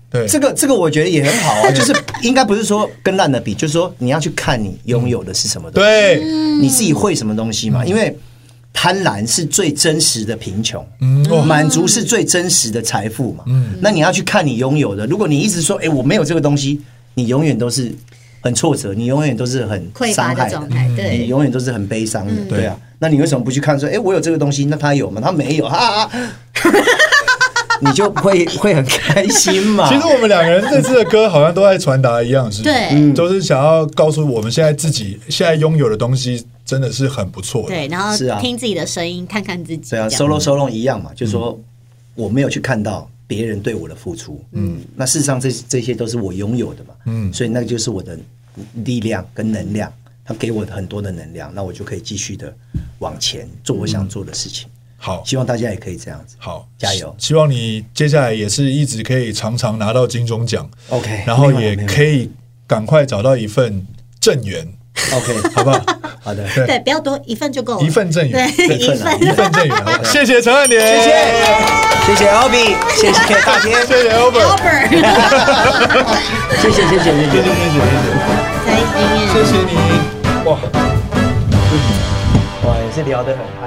[SPEAKER 2] 对，
[SPEAKER 1] 这个这个我觉得也很好啊， 就是应该不是说跟烂的比，就是说你要去看你拥有的是什么东西，
[SPEAKER 2] 对，嗯
[SPEAKER 1] 你自己会什么东西嘛？因为贪婪是最真实的贫穷，
[SPEAKER 2] 哇
[SPEAKER 1] 满足是最真实的财
[SPEAKER 2] 嗯
[SPEAKER 1] 富嘛。那你要去看你拥有的，如果你一直说“哎，我没有这个东西”，你永远都是很挫折，你永远都是很
[SPEAKER 5] 匮乏
[SPEAKER 1] 伤
[SPEAKER 5] 的
[SPEAKER 1] 害
[SPEAKER 5] 状
[SPEAKER 2] 嗯
[SPEAKER 5] 态，对
[SPEAKER 1] 你。永远都是很悲伤的，
[SPEAKER 2] 对
[SPEAKER 1] 对啊。那你为什么不去看说，哎，我有这个东西，那他有吗？他没有，哈、啊， 你就会会很开心嘛。
[SPEAKER 2] 其实我们两个人这次的歌好像都在传达一样，是不是
[SPEAKER 5] 对
[SPEAKER 1] 嗯
[SPEAKER 2] 都是想要告诉我们现在自己现在拥有的东西真的是很不错的。
[SPEAKER 5] 对，然后
[SPEAKER 1] 是啊
[SPEAKER 5] 听自己的声音，看看自己。
[SPEAKER 1] 对啊
[SPEAKER 5] 这样
[SPEAKER 1] ，solo solo 一嗯样嘛，就是说我没有去看到别人对我的付出，嗯，那事实上这这些都是我拥有的嘛，
[SPEAKER 2] 嗯
[SPEAKER 1] 嗯，所以那就是我的力量跟能量，它给我很多的能量，那我就可以继续的往前做我想做的事情。
[SPEAKER 2] 好，
[SPEAKER 1] 希望大家也可以这样子。
[SPEAKER 2] 好，
[SPEAKER 1] 加油
[SPEAKER 2] 希希望你接下来也是一直可以常常拿到金钟奖
[SPEAKER 1] OK，
[SPEAKER 2] 然后
[SPEAKER 1] 没有
[SPEAKER 2] 也
[SPEAKER 1] 没有
[SPEAKER 2] 可以赶快找到一份正缘，
[SPEAKER 1] OK，
[SPEAKER 2] 好不好？
[SPEAKER 1] 好的，
[SPEAKER 2] 对
[SPEAKER 5] 对，不要多一份就够了。
[SPEAKER 2] 一份正缘，
[SPEAKER 5] 对，
[SPEAKER 1] 一
[SPEAKER 5] 一
[SPEAKER 1] 份啊
[SPEAKER 5] 份
[SPEAKER 2] 一份正缘。好不好谢谢陈汉 典，
[SPEAKER 1] 谢谢，谢谢 L B，谢谢大天，
[SPEAKER 2] 谢谢 Albert，
[SPEAKER 5] Albert，
[SPEAKER 1] 谢谢谢谢谢
[SPEAKER 2] 谢谢
[SPEAKER 1] 谢。
[SPEAKER 2] 谢谢谢谢。
[SPEAKER 5] 再见。
[SPEAKER 2] 谢谢你，哇。
[SPEAKER 1] 哇，也是聊得很嗨。哦